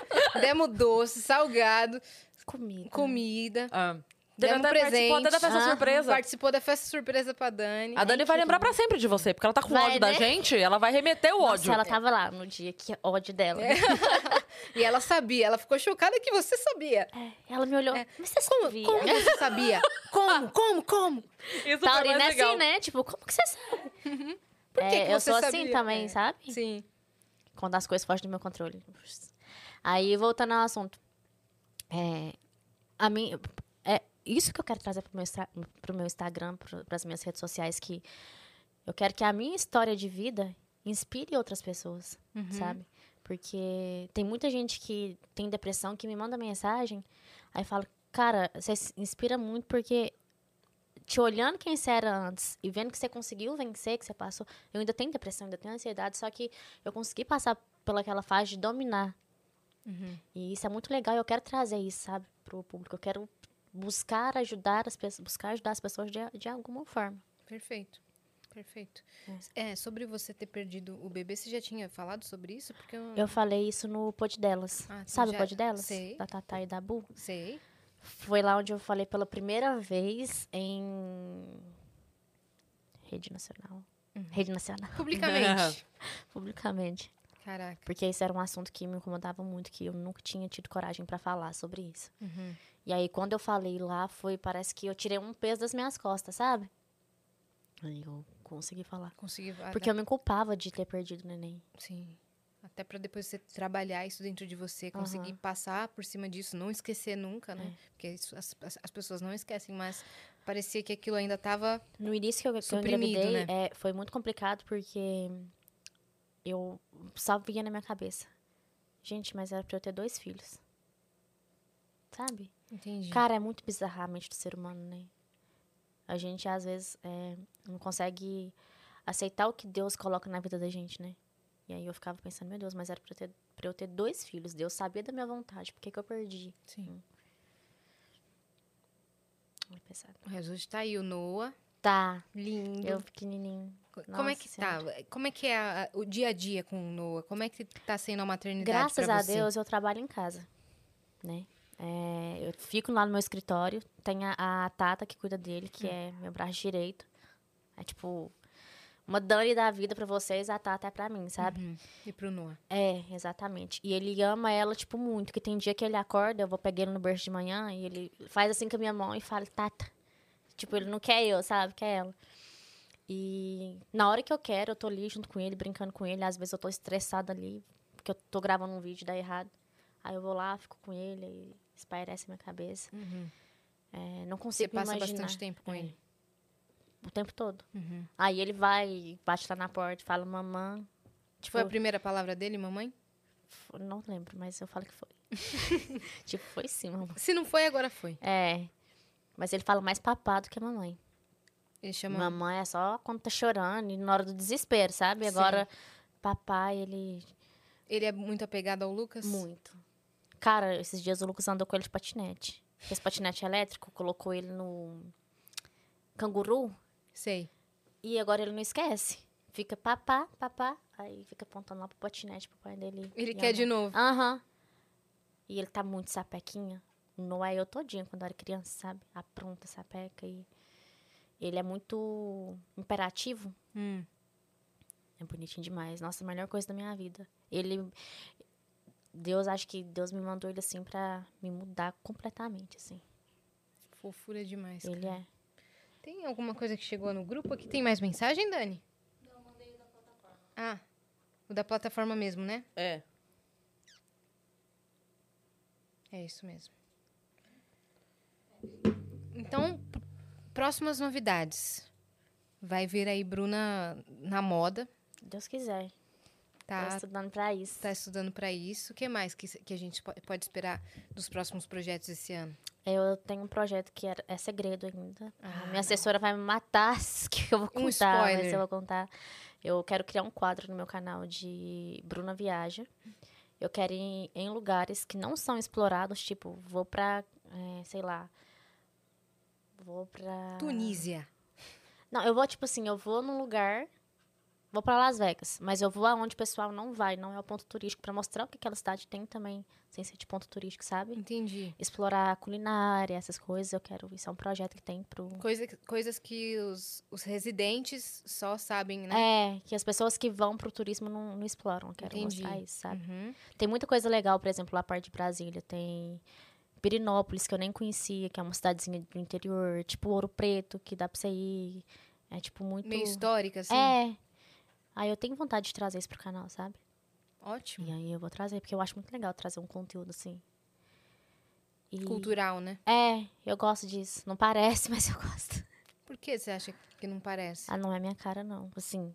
Speaker 2: demos doce, salgado,
Speaker 3: Comida.
Speaker 2: comida.
Speaker 1: Ah,
Speaker 2: Demos
Speaker 1: até participou
Speaker 2: presente.
Speaker 1: até da festa
Speaker 3: Aham.
Speaker 1: surpresa.
Speaker 2: Participou da festa surpresa pra Dani.
Speaker 1: A Dani vai lembrar pra sempre de você, porque ela tá com
Speaker 3: Vai,
Speaker 1: ódio da
Speaker 3: né?
Speaker 1: gente, ela vai remeter o
Speaker 3: Nossa,
Speaker 1: ódio.
Speaker 8: É.
Speaker 3: ela tava lá no dia, que ódio dela.
Speaker 2: E ela sabia, ela ficou chocada que você sabia.
Speaker 3: Ela me olhou, mas você
Speaker 2: Como,
Speaker 3: sabia?
Speaker 2: como você sabia? Como, como, como?
Speaker 1: Isso foi
Speaker 8: tá
Speaker 3: Taurina é
Speaker 1: mais legal.
Speaker 3: assim, né? Tipo, como que você sabe?
Speaker 2: Por que,
Speaker 3: É,
Speaker 2: que
Speaker 3: eu
Speaker 2: você
Speaker 3: sou
Speaker 2: sabia?
Speaker 3: assim também,
Speaker 2: É.
Speaker 3: sabe?
Speaker 2: Sim.
Speaker 3: quando as coisas fogem do meu controle. Aí, voltando ao assunto. É, a mim, é isso que eu quero trazer pro meu, Insta- pro meu Instagram, para as minhas redes sociais, que eu quero que a minha história de vida inspire outras pessoas, sabe? Porque tem muita gente que tem depressão, que me manda mensagem, aí fala, cara, você se inspira muito porque te olhando quem você era antes e vendo que você conseguiu vencer, que você passou. Eu ainda tenho depressão, ainda tenho ansiedade, só que eu consegui passar pelaquela fase de dominar.
Speaker 2: Uhum.
Speaker 3: E isso é muito legal e eu quero trazer isso, sabe, pro público. Eu quero buscar ajudar as pessoas, buscar ajudar as pessoas de, de alguma forma.
Speaker 2: Perfeito. Perfeito. É. sobre você ter perdido o bebê, você já tinha falado sobre isso? Porque eu,
Speaker 3: Eu falei isso no Pod Delas.
Speaker 2: Hum. Ah, tu
Speaker 3: sabe
Speaker 2: já-
Speaker 3: o Pod Delas?
Speaker 2: sei.
Speaker 3: Da Tatá e da Bu.
Speaker 2: sei.
Speaker 3: Foi lá onde eu falei pela primeira vez em rede nacional.
Speaker 2: Uhum.
Speaker 3: Rede nacional,
Speaker 2: Publicamente.
Speaker 3: publicamente.
Speaker 2: Caraca.
Speaker 3: Porque esse era um assunto que me incomodava muito, que eu nunca tinha tido coragem pra falar sobre isso. E aí, quando eu falei lá, foi, parece que eu tirei um peso das minhas costas, sabe? Aí eu consegui falar.
Speaker 2: Consegui.
Speaker 3: Porque eu me culpava de ter perdido o neném.
Speaker 2: Sim. Até pra depois você trabalhar isso dentro de você, conseguir
Speaker 3: Aham.
Speaker 2: passar por cima disso, não esquecer nunca, né? Porque isso- as, as- as pessoas não esquecem, mas parecia que aquilo ainda tava.
Speaker 3: No início que eu, que eu
Speaker 2: Suprimido,
Speaker 3: engravidei, é, foi muito complicado porque eu só via na minha cabeça. Gente, mas era pra eu ter dois filhos. Sabe?
Speaker 2: Entendi.
Speaker 3: Cara, é muito bizarra a mente do ser humano, né? A gente, às vezes, é, não consegue aceitar o que Deus coloca na vida da gente, né? E aí eu ficava pensando, meu Deus, mas era pra eu ter, pra eu ter dois filhos. Deus sabia da minha vontade, por que, que eu perdi? Hum.
Speaker 2: Sim.
Speaker 3: Muito É pesado.
Speaker 2: Mas hoje tá aí o Noah.
Speaker 3: Tá,
Speaker 2: Lindo.
Speaker 3: eu pequenininho.
Speaker 2: Co- Como é
Speaker 3: Nossa
Speaker 2: que tá? Como é que é a- a- o dia a dia com o Noah? Como é que tá sendo a maternidade
Speaker 3: Graças
Speaker 2: pra
Speaker 3: a
Speaker 2: você?
Speaker 3: Deus eu trabalho em casa, né? É, eu fico lá no meu escritório, tem a, a Tata que cuida dele,
Speaker 2: Hum.
Speaker 3: que é meu braço direito. É tipo uma Dani da vida pra vocês, a Tata é pra mim, sabe?
Speaker 2: E pro Noah.
Speaker 3: É, exatamente. E ele ama ela tipo muito, que tem dia que ele acorda, eu vou pegar ele no berço de manhã e ele faz assim com a minha mão e fala Tata. Tipo, ele não quer eu, sabe? Quer ela. E na hora que eu quero, eu tô ali junto com ele, brincando com ele. Às vezes eu tô estressada ali, porque eu tô gravando um vídeo e dá errado. Aí eu vou lá, fico com ele, aí espairece a minha cabeça. É,
Speaker 2: Uhum.
Speaker 3: não
Speaker 2: Você
Speaker 3: consigo me
Speaker 2: passa
Speaker 3: imaginar
Speaker 2: bastante tempo com
Speaker 3: É.
Speaker 2: ele. Uhum.
Speaker 3: o tempo todo. Aí ele vai, bate lá na porta, fala mamãe. Tipo,
Speaker 2: Foi a primeira palavra dele, mamãe?
Speaker 3: f- não lembro, mas eu falo que foi. tipo, foi sim, mamãe.
Speaker 2: Se não foi, agora foi.
Speaker 3: É. Mas ele fala mais papá do que mamãe.
Speaker 2: Ele chama.
Speaker 3: Mamãe é só quando tá chorando e na hora do desespero, sabe?
Speaker 2: Sim.
Speaker 3: Agora, papai, ele.
Speaker 2: Ele é muito apegado ao Lucas?
Speaker 3: Muito. Cara, esses dias o Lucas andou com ele de patinete. Esse patinete elétrico colocou ele no canguru
Speaker 2: Sei.
Speaker 3: e agora ele não esquece. Fica papá, papá. Aí fica apontando lá pro patinete, pro pai dele.
Speaker 2: Ele
Speaker 3: e
Speaker 2: quer
Speaker 3: a
Speaker 2: de
Speaker 3: mãe.
Speaker 2: novo.
Speaker 3: Aham. E ele tá muito sapequinha. Não é eu todinha quando eu era criança, sabe? Apronta, sapeca. E ele é muito imperativo.
Speaker 2: Hum.
Speaker 3: É bonitinho demais. Nossa, a melhor coisa da minha vida. Ele. Deus, acho que Deus me mandou ele assim pra me mudar completamente, assim.
Speaker 2: Fofura demais.
Speaker 3: ele
Speaker 2: cara.
Speaker 3: é.
Speaker 2: Tem alguma coisa que chegou no grupo aqui? Tem mais mensagem, Dani? Não, mandei o da plataforma. Ah, o da plataforma mesmo, né?
Speaker 1: É.
Speaker 2: É isso mesmo. Então, pr- próximas novidades. Vai vir aí Bruna na moda,
Speaker 3: Deus quiser. Tô
Speaker 2: tá?
Speaker 3: estudando pra isso.
Speaker 2: Tá estudando pra isso. O que mais que, se- que a gente po- pode esperar dos próximos projetos esse ano?
Speaker 3: Eu tenho um projeto que era- é segredo ainda.
Speaker 2: Ah,
Speaker 3: a minha assessora vai me matar se que eu vou
Speaker 2: Um
Speaker 3: contar, mas
Speaker 2: spoiler.
Speaker 3: eu vou contar. Eu quero criar um quadro no meu canal de Bruna Viaja. Eu quero ir em lugares que não são explorados, tipo, vou pra, eh, sei lá, vou pra...
Speaker 2: Tunísia.
Speaker 3: Não, eu vou, tipo assim, eu vou num lugar, vou pra Las Vegas, mas eu vou aonde o pessoal não vai, não é o ponto turístico, pra mostrar o que aquela cidade tem também, sem ser de ponto turístico, sabe?
Speaker 2: Entendi.
Speaker 3: explorar a culinária, essas coisas. Eu quero. Isso é um projeto que tem pro.
Speaker 2: Coisa, coisas que os, os residentes só sabem, né?
Speaker 3: É, que as pessoas que vão pro turismo não, não exploram. Eu quero
Speaker 2: Entendi.
Speaker 3: mostrar isso, sabe?
Speaker 2: Uhum.
Speaker 3: Tem muita coisa legal, por exemplo, lá parte de Brasília. Tem Pirinópolis, que eu nem conhecia, que é uma cidadezinha do interior. Tipo Ouro Preto, que dá pra você ir. É tipo muito.
Speaker 2: Meio histórica, assim.
Speaker 3: É. Aí eu tenho vontade de trazer isso pro canal, sabe?
Speaker 2: Ótimo.
Speaker 3: E aí eu vou trazer, porque eu acho muito legal trazer um conteúdo assim. E-
Speaker 2: Cultural, né?
Speaker 3: É, eu gosto disso. Não parece, mas eu gosto.
Speaker 2: Por que você acha que não parece?
Speaker 3: Ah, não é minha cara, não. Assim.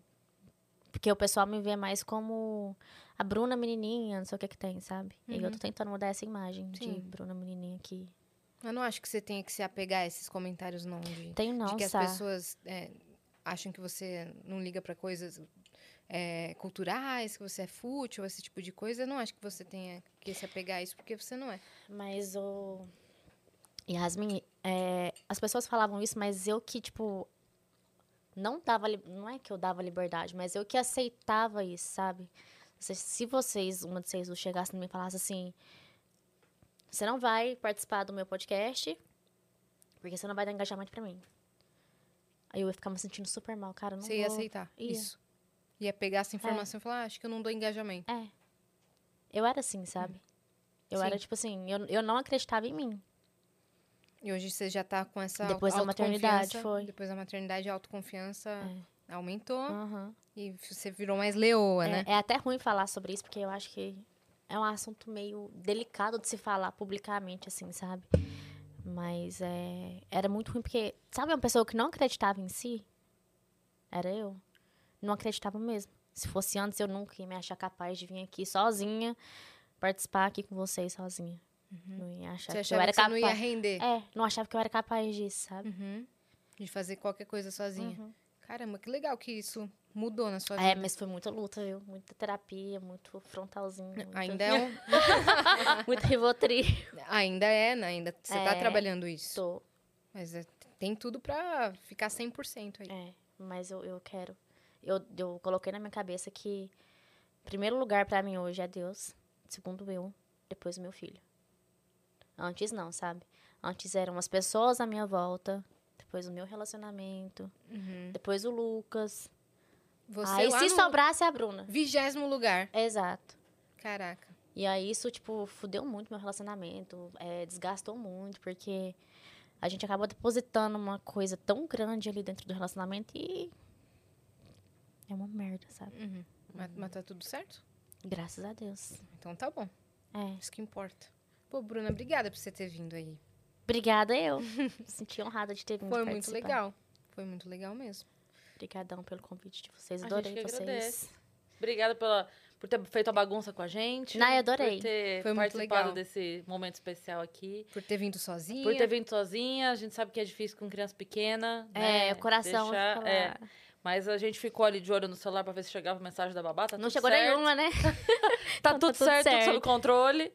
Speaker 3: Porque o pessoal me vê mais como a Bruna menininha, não sei o que que tem, sabe? E eu tô tentando mudar essa imagem
Speaker 2: Uhum. Sim.
Speaker 3: de Bruna menininha que
Speaker 2: Eu não acho que você tenha que se apegar a esses comentários, não. De,
Speaker 3: Tenho
Speaker 2: de
Speaker 3: não,
Speaker 2: que as
Speaker 3: Sá.
Speaker 2: pessoas é, acham que você não liga pra coisas é, culturais, que você é fútil, esse tipo de coisa. Eu não acho que você tenha que se apegar a isso, porque você não é.
Speaker 3: Mas o. Yasmin, é, as pessoas falavam isso, mas eu que, tipo. Não dava. li- Não é que eu dava liberdade, mas eu que aceitava isso, sabe? Se, se vocês, uma de vocês, duas chegasse em mim e falasse assim: Você não vai participar do meu podcast, porque você não vai dar engajamento pra mim. Aí eu ia ficar me sentindo super mal, cara. eu Não
Speaker 2: você ia
Speaker 3: vou.
Speaker 2: aceitar
Speaker 3: Ia.
Speaker 2: isso. Ia pegar essa informação e falar, ah, acho que eu não dou engajamento.
Speaker 3: É. Eu era assim, sabe? Eu
Speaker 2: Sim.
Speaker 3: era, tipo assim, eu, eu não acreditava em mim.
Speaker 2: E hoje você já tá com essa
Speaker 3: Depois da
Speaker 2: autoconfiança,
Speaker 3: maternidade, foi.
Speaker 2: Depois da maternidade, a autoconfiança aumentou
Speaker 3: Aham.
Speaker 2: e você virou mais leoa,
Speaker 3: É,
Speaker 2: né?
Speaker 3: é até ruim falar sobre isso, porque eu acho que é um assunto meio delicado de se falar publicamente, assim, sabe? Mas é, era muito ruim, porque, sabe, uma pessoa que não acreditava em si, era eu, não acreditava mesmo. Se fosse antes, eu nunca ia me achar capaz de vir aqui sozinha, participar aqui com vocês sozinha. Não ia achar
Speaker 2: Uhum. Você
Speaker 3: que eu
Speaker 2: achava
Speaker 3: era
Speaker 2: que você não
Speaker 3: capaz.
Speaker 2: ia render
Speaker 3: É, não achava que eu era capaz disso, sabe?
Speaker 2: Uhum. de fazer qualquer coisa sozinha. Caramba, que legal que isso mudou na sua vida.
Speaker 3: Uhum. É, mas foi muita luta, viu? Muita terapia, muito frontalzinho. muito-
Speaker 2: Ainda é, um-
Speaker 3: muito rivotril.
Speaker 2: ainda é, né? Ainda você tá
Speaker 3: É.
Speaker 2: trabalhando isso.
Speaker 3: Tô.
Speaker 2: Mas é- tem tudo pra ficar 100% aí.
Speaker 3: É, mas eu, eu quero. Eu, eu coloquei na minha cabeça que primeiro lugar pra mim hoje é Deus, segundo eu, depois o meu filho. Antes não, sabe? Antes eram as pessoas à minha volta, depois o meu relacionamento, depois o Lucas.
Speaker 2: Uhum. Você
Speaker 3: aí
Speaker 2: lá
Speaker 3: É. se
Speaker 2: no
Speaker 3: sobrasse a Bruna.
Speaker 2: vigésimo lugar.
Speaker 3: Exato.
Speaker 2: Caraca.
Speaker 3: E aí isso, tipo, fudeu muito meu relacionamento, é, desgastou muito, porque a gente acabou depositando uma coisa tão grande ali dentro do relacionamento e. É uma merda, sabe?
Speaker 2: Mas, mas tá tudo certo?
Speaker 3: Graças a Deus.
Speaker 2: Então tá bom.
Speaker 3: É.
Speaker 2: Isso que importa. Pô, Bruna, obrigada por você ter vindo aí.
Speaker 3: Obrigada eu. Senti honrada de ter vindo
Speaker 2: Foi muito
Speaker 3: participar.
Speaker 2: legal. Foi muito legal mesmo.
Speaker 3: Obrigadão pelo convite de vocês.
Speaker 1: A
Speaker 3: Adorei
Speaker 1: gente que
Speaker 3: vocês.
Speaker 1: agradece. Obrigada pela, por ter feito a bagunça com a gente.
Speaker 3: Não, eu adorei.
Speaker 1: Por ter
Speaker 2: Foi muito
Speaker 1: participado
Speaker 2: legal.
Speaker 1: desse momento especial aqui.
Speaker 2: Por ter vindo sozinha.
Speaker 1: Por ter vindo sozinha. A gente sabe que é difícil com criança pequena.
Speaker 3: É,
Speaker 1: né?
Speaker 3: o coração
Speaker 1: Deixar-
Speaker 3: fica lá.
Speaker 1: é. Mas a gente ficou ali de olho no celular pra ver se chegava mensagem da babá. Tá
Speaker 3: Não
Speaker 1: tudo
Speaker 3: chegou
Speaker 1: certo.
Speaker 3: nenhuma, né?
Speaker 1: Tá
Speaker 3: Então,
Speaker 1: tudo,
Speaker 3: tá tudo
Speaker 1: certo, tudo sob
Speaker 3: certo.
Speaker 1: controle.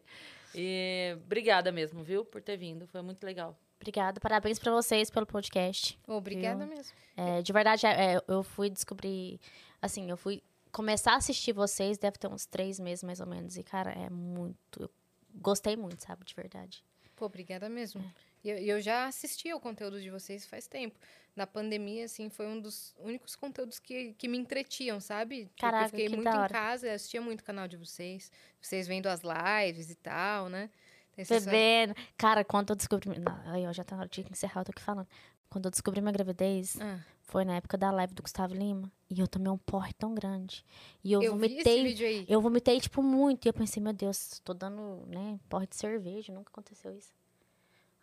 Speaker 1: E obrigada mesmo, viu? Por ter vindo. Foi muito legal.
Speaker 3: Obrigada. Parabéns pra vocês pelo podcast.
Speaker 2: Obrigada
Speaker 3: Eu-
Speaker 2: mesmo.
Speaker 3: É, de verdade, é, é, eu fui descobrir. Assim, eu fui começar a assistir vocês, deve ter uns três meses mais ou menos. E, cara, é muito. Eu gostei muito, sabe? De verdade.
Speaker 2: Pô, obrigada mesmo. E Eu, e eu já assisti ao conteúdo de vocês faz tempo. Na pandemia, assim, foi um dos únicos conteúdos que, que me entretiam, sabe? Porque
Speaker 3: Caraca,
Speaker 2: eu fiquei
Speaker 3: que
Speaker 2: muito
Speaker 3: da
Speaker 2: em
Speaker 3: hora.
Speaker 2: casa, eu assistia muito o canal de vocês. Vocês vendo as lives e tal, né? Tem essa-
Speaker 3: Bebendo. Cara, quando eu descobri. Não, aí, ó, já tá na hora de encerrar, eu tô aqui falando. Quando eu descobri minha gravidez,
Speaker 2: Ah,
Speaker 3: foi na época da live do Gustavo Lima. E eu tomei um porre tão grande. E eu,
Speaker 2: eu vi esse
Speaker 3: vomitei.
Speaker 2: vídeo aí.
Speaker 3: eu vomitei, tipo, muito. E eu pensei, meu Deus, tô dando, né, porre de cerveja. Nunca aconteceu isso.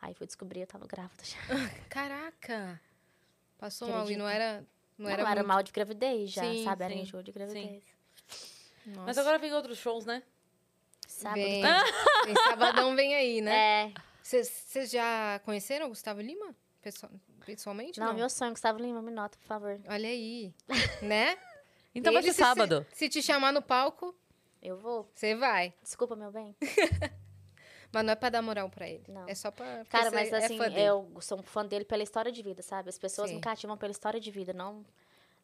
Speaker 3: Aí fui descobrir, eu tava grávida já.
Speaker 2: Caraca! Passou
Speaker 3: Acredita?
Speaker 2: mal e não era. Não,
Speaker 3: Não,
Speaker 2: era,
Speaker 3: era,
Speaker 2: muito-
Speaker 3: mal de gravidez já,
Speaker 2: Sim,
Speaker 3: sabe? Era
Speaker 1: sim,
Speaker 3: enjoo de gravidez.
Speaker 1: Mas
Speaker 2: Nossa.
Speaker 1: agora vem outros shows, né?
Speaker 3: Sábado.
Speaker 2: Vem, tem sabadão vem aí, né?
Speaker 3: Então, É.
Speaker 2: Vocês vocês já conheceram o Gustavo Lima? Pessoal- Pessoalmente?
Speaker 3: Não, meu sonho, Gustavo Lima, me nota, por favor.
Speaker 2: Olha aí. né?
Speaker 1: Então vai
Speaker 2: Ele
Speaker 1: ser
Speaker 2: se-
Speaker 1: sábado.
Speaker 2: Se te chamar no palco,
Speaker 3: Eu vou.
Speaker 2: você vai.
Speaker 3: Desculpa, meu bem.
Speaker 2: Mas não é pra dar moral pra ele.
Speaker 3: Não.
Speaker 2: É só pra. porque
Speaker 3: Cara,
Speaker 2: você
Speaker 3: mas
Speaker 2: é
Speaker 3: assim,
Speaker 2: fã dele.
Speaker 3: eu sou um fã dele pela história de vida, sabe? As pessoas
Speaker 2: Sim.
Speaker 3: me cativam pela história de vida, não.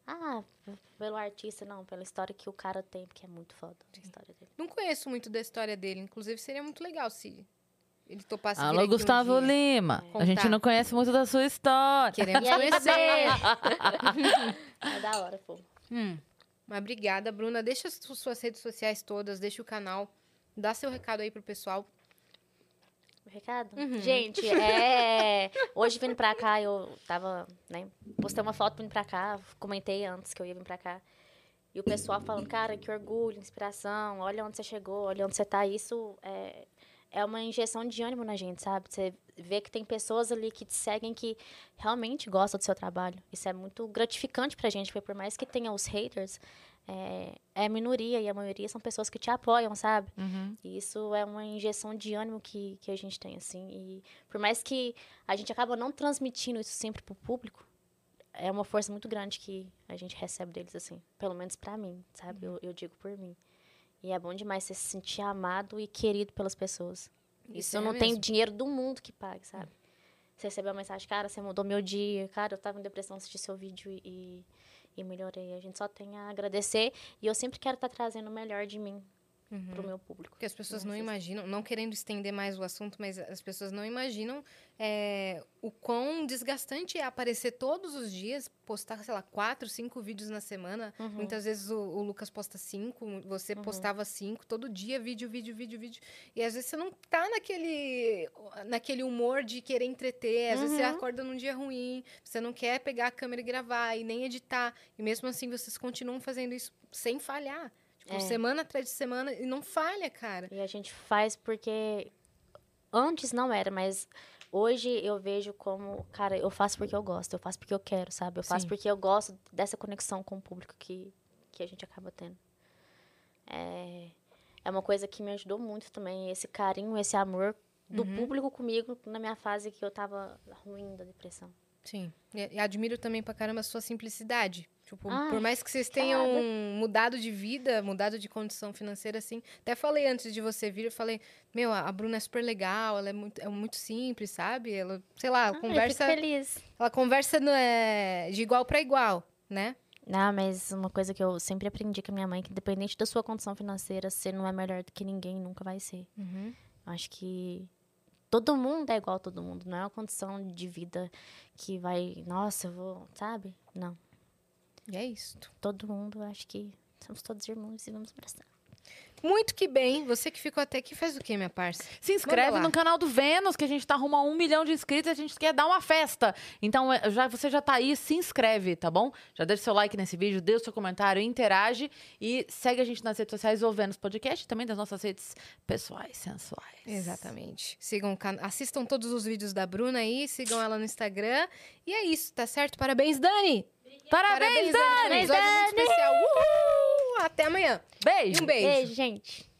Speaker 3: Ah, p- pelo artista, não, pela história que o cara tem, porque é muito foda a história dele.
Speaker 2: Não conheço muito da história dele. Inclusive, seria muito legal se ele topasse. vir
Speaker 1: Alô,
Speaker 2: aqui um
Speaker 1: Gustavo
Speaker 2: dia.
Speaker 1: Lima.
Speaker 2: Contar.
Speaker 1: A gente não conhece muito da sua história.
Speaker 2: Queremos
Speaker 3: E aí,
Speaker 2: conhecer.
Speaker 3: É da hora, pô.
Speaker 2: Hum. Mas obrigada, Bruna. Deixa as su- suas redes sociais todas, deixa o canal. Dá seu recado aí pro pessoal.
Speaker 3: O recado? Gente, é. Hoje vindo pra cá, eu tava, né? Postei uma foto vindo pra cá, comentei antes que eu ia vir pra cá. E o pessoal falando, cara, que orgulho, inspiração, olha onde você chegou, olha onde você tá. Isso é, é uma injeção de ânimo na gente, sabe? Você vê que tem pessoas ali que te seguem que realmente gostam do seu trabalho. Isso é muito gratificante pra gente, porque por mais que tenha os haters, é, é minoria e a maioria são pessoas que te apoiam, sabe?
Speaker 1: Uhum.
Speaker 3: E isso é uma injeção de ânimo que, que a gente tem, assim. E por mais que a gente acaba não transmitindo isso sempre pro público, é uma força muito grande que a gente recebe deles, assim. Pelo menos pra mim, sabe? Eu, eu digo por mim. E é bom demais você se sentir amado e querido pelas pessoas. Isso eu não tem dinheiro do mundo que pague, sabe? Você recebeu uma mensagem, cara, você mudou meu dia, cara, eu tava em depressão, assisti seu vídeo e, e, e melhorei. A gente só tem a agradecer e eu sempre quero estar trazendo o melhor de mim
Speaker 1: Uhum.
Speaker 3: pro meu público.
Speaker 2: Porque as pessoas não
Speaker 3: Nossa,
Speaker 2: imaginam, não querendo estender mais o assunto, mas as pessoas não imaginam é, o quão desgastante é aparecer todos os dias, postar, sei lá, quatro, cinco vídeos na semana.
Speaker 3: Uhum.
Speaker 2: Muitas vezes o, o Lucas posta cinco, você postava cinco, todo dia vídeo, vídeo, vídeo, vídeo. E às vezes você não tá naquele, naquele humor de querer entreter, às vezes você
Speaker 3: Uhum.
Speaker 2: acorda num dia ruim, você não quer pegar a câmera e gravar e nem editar. E mesmo assim vocês continuam fazendo isso sem falhar. Tipo,
Speaker 3: É.
Speaker 2: semana atrás de semana e não falha, cara.
Speaker 3: E a gente faz porque antes não era, mas hoje eu vejo como, cara, eu faço porque eu gosto, eu faço porque eu quero, sabe? Eu faço
Speaker 1: Sim.
Speaker 3: porque eu gosto dessa conexão com o público que, que a gente acaba tendo. É, é uma coisa que me ajudou muito também, esse carinho, esse amor do público comigo na minha fase que eu tava ruim da depressão.
Speaker 2: Sim. E, e admiro também pra caramba a sua simplicidade. Tipo,
Speaker 3: Ai,
Speaker 2: por mais que vocês tenham mudado de vida, mudado de condição financeira, assim. Até falei antes de você vir, eu falei, meu, a a Bruna é super legal, ela é muito, é muito simples, sabe? Ela, sei lá,
Speaker 3: Ah,
Speaker 2: conversa.
Speaker 3: Eu fico feliz.
Speaker 2: Ela conversa no, é, de igual pra igual, né?
Speaker 3: Não, mas uma coisa que eu sempre aprendi com a minha mãe, que independente da sua condição financeira, você não é melhor do que ninguém, nunca vai ser. Acho que todo mundo é igual a todo mundo. Não é uma condição de vida que vai, nossa, eu vou, sabe? Não.
Speaker 2: E é isto.
Speaker 3: Todo mundo, acho que somos todos irmãos e vamos abraçar.
Speaker 2: Muito que bem. Você que ficou até aqui faz o quê, minha parça?
Speaker 1: Se inscreve
Speaker 2: Manda lá.
Speaker 1: no canal do Vênus, que a gente tá rumo a um milhão de inscritos e a gente quer dar uma festa. Então, é, já, você já tá aí, se inscreve, tá bom? Já deixa seu like nesse vídeo, deixa seu comentário, interage e segue a gente nas redes sociais ou Vênus Podcast, e também das nossas redes pessoais, sensuais.
Speaker 2: Exatamente. Sigam, o can- assistam todos os vídeos da Bruna aí, sigam ela no Instagram. E é isso, tá certo? Parabéns, Dani!
Speaker 1: Parabéns,
Speaker 2: Dani! Episódio muito especial. Uhul! Até amanhã.
Speaker 1: Beijo!
Speaker 2: E um beijo.
Speaker 3: Beijo gente.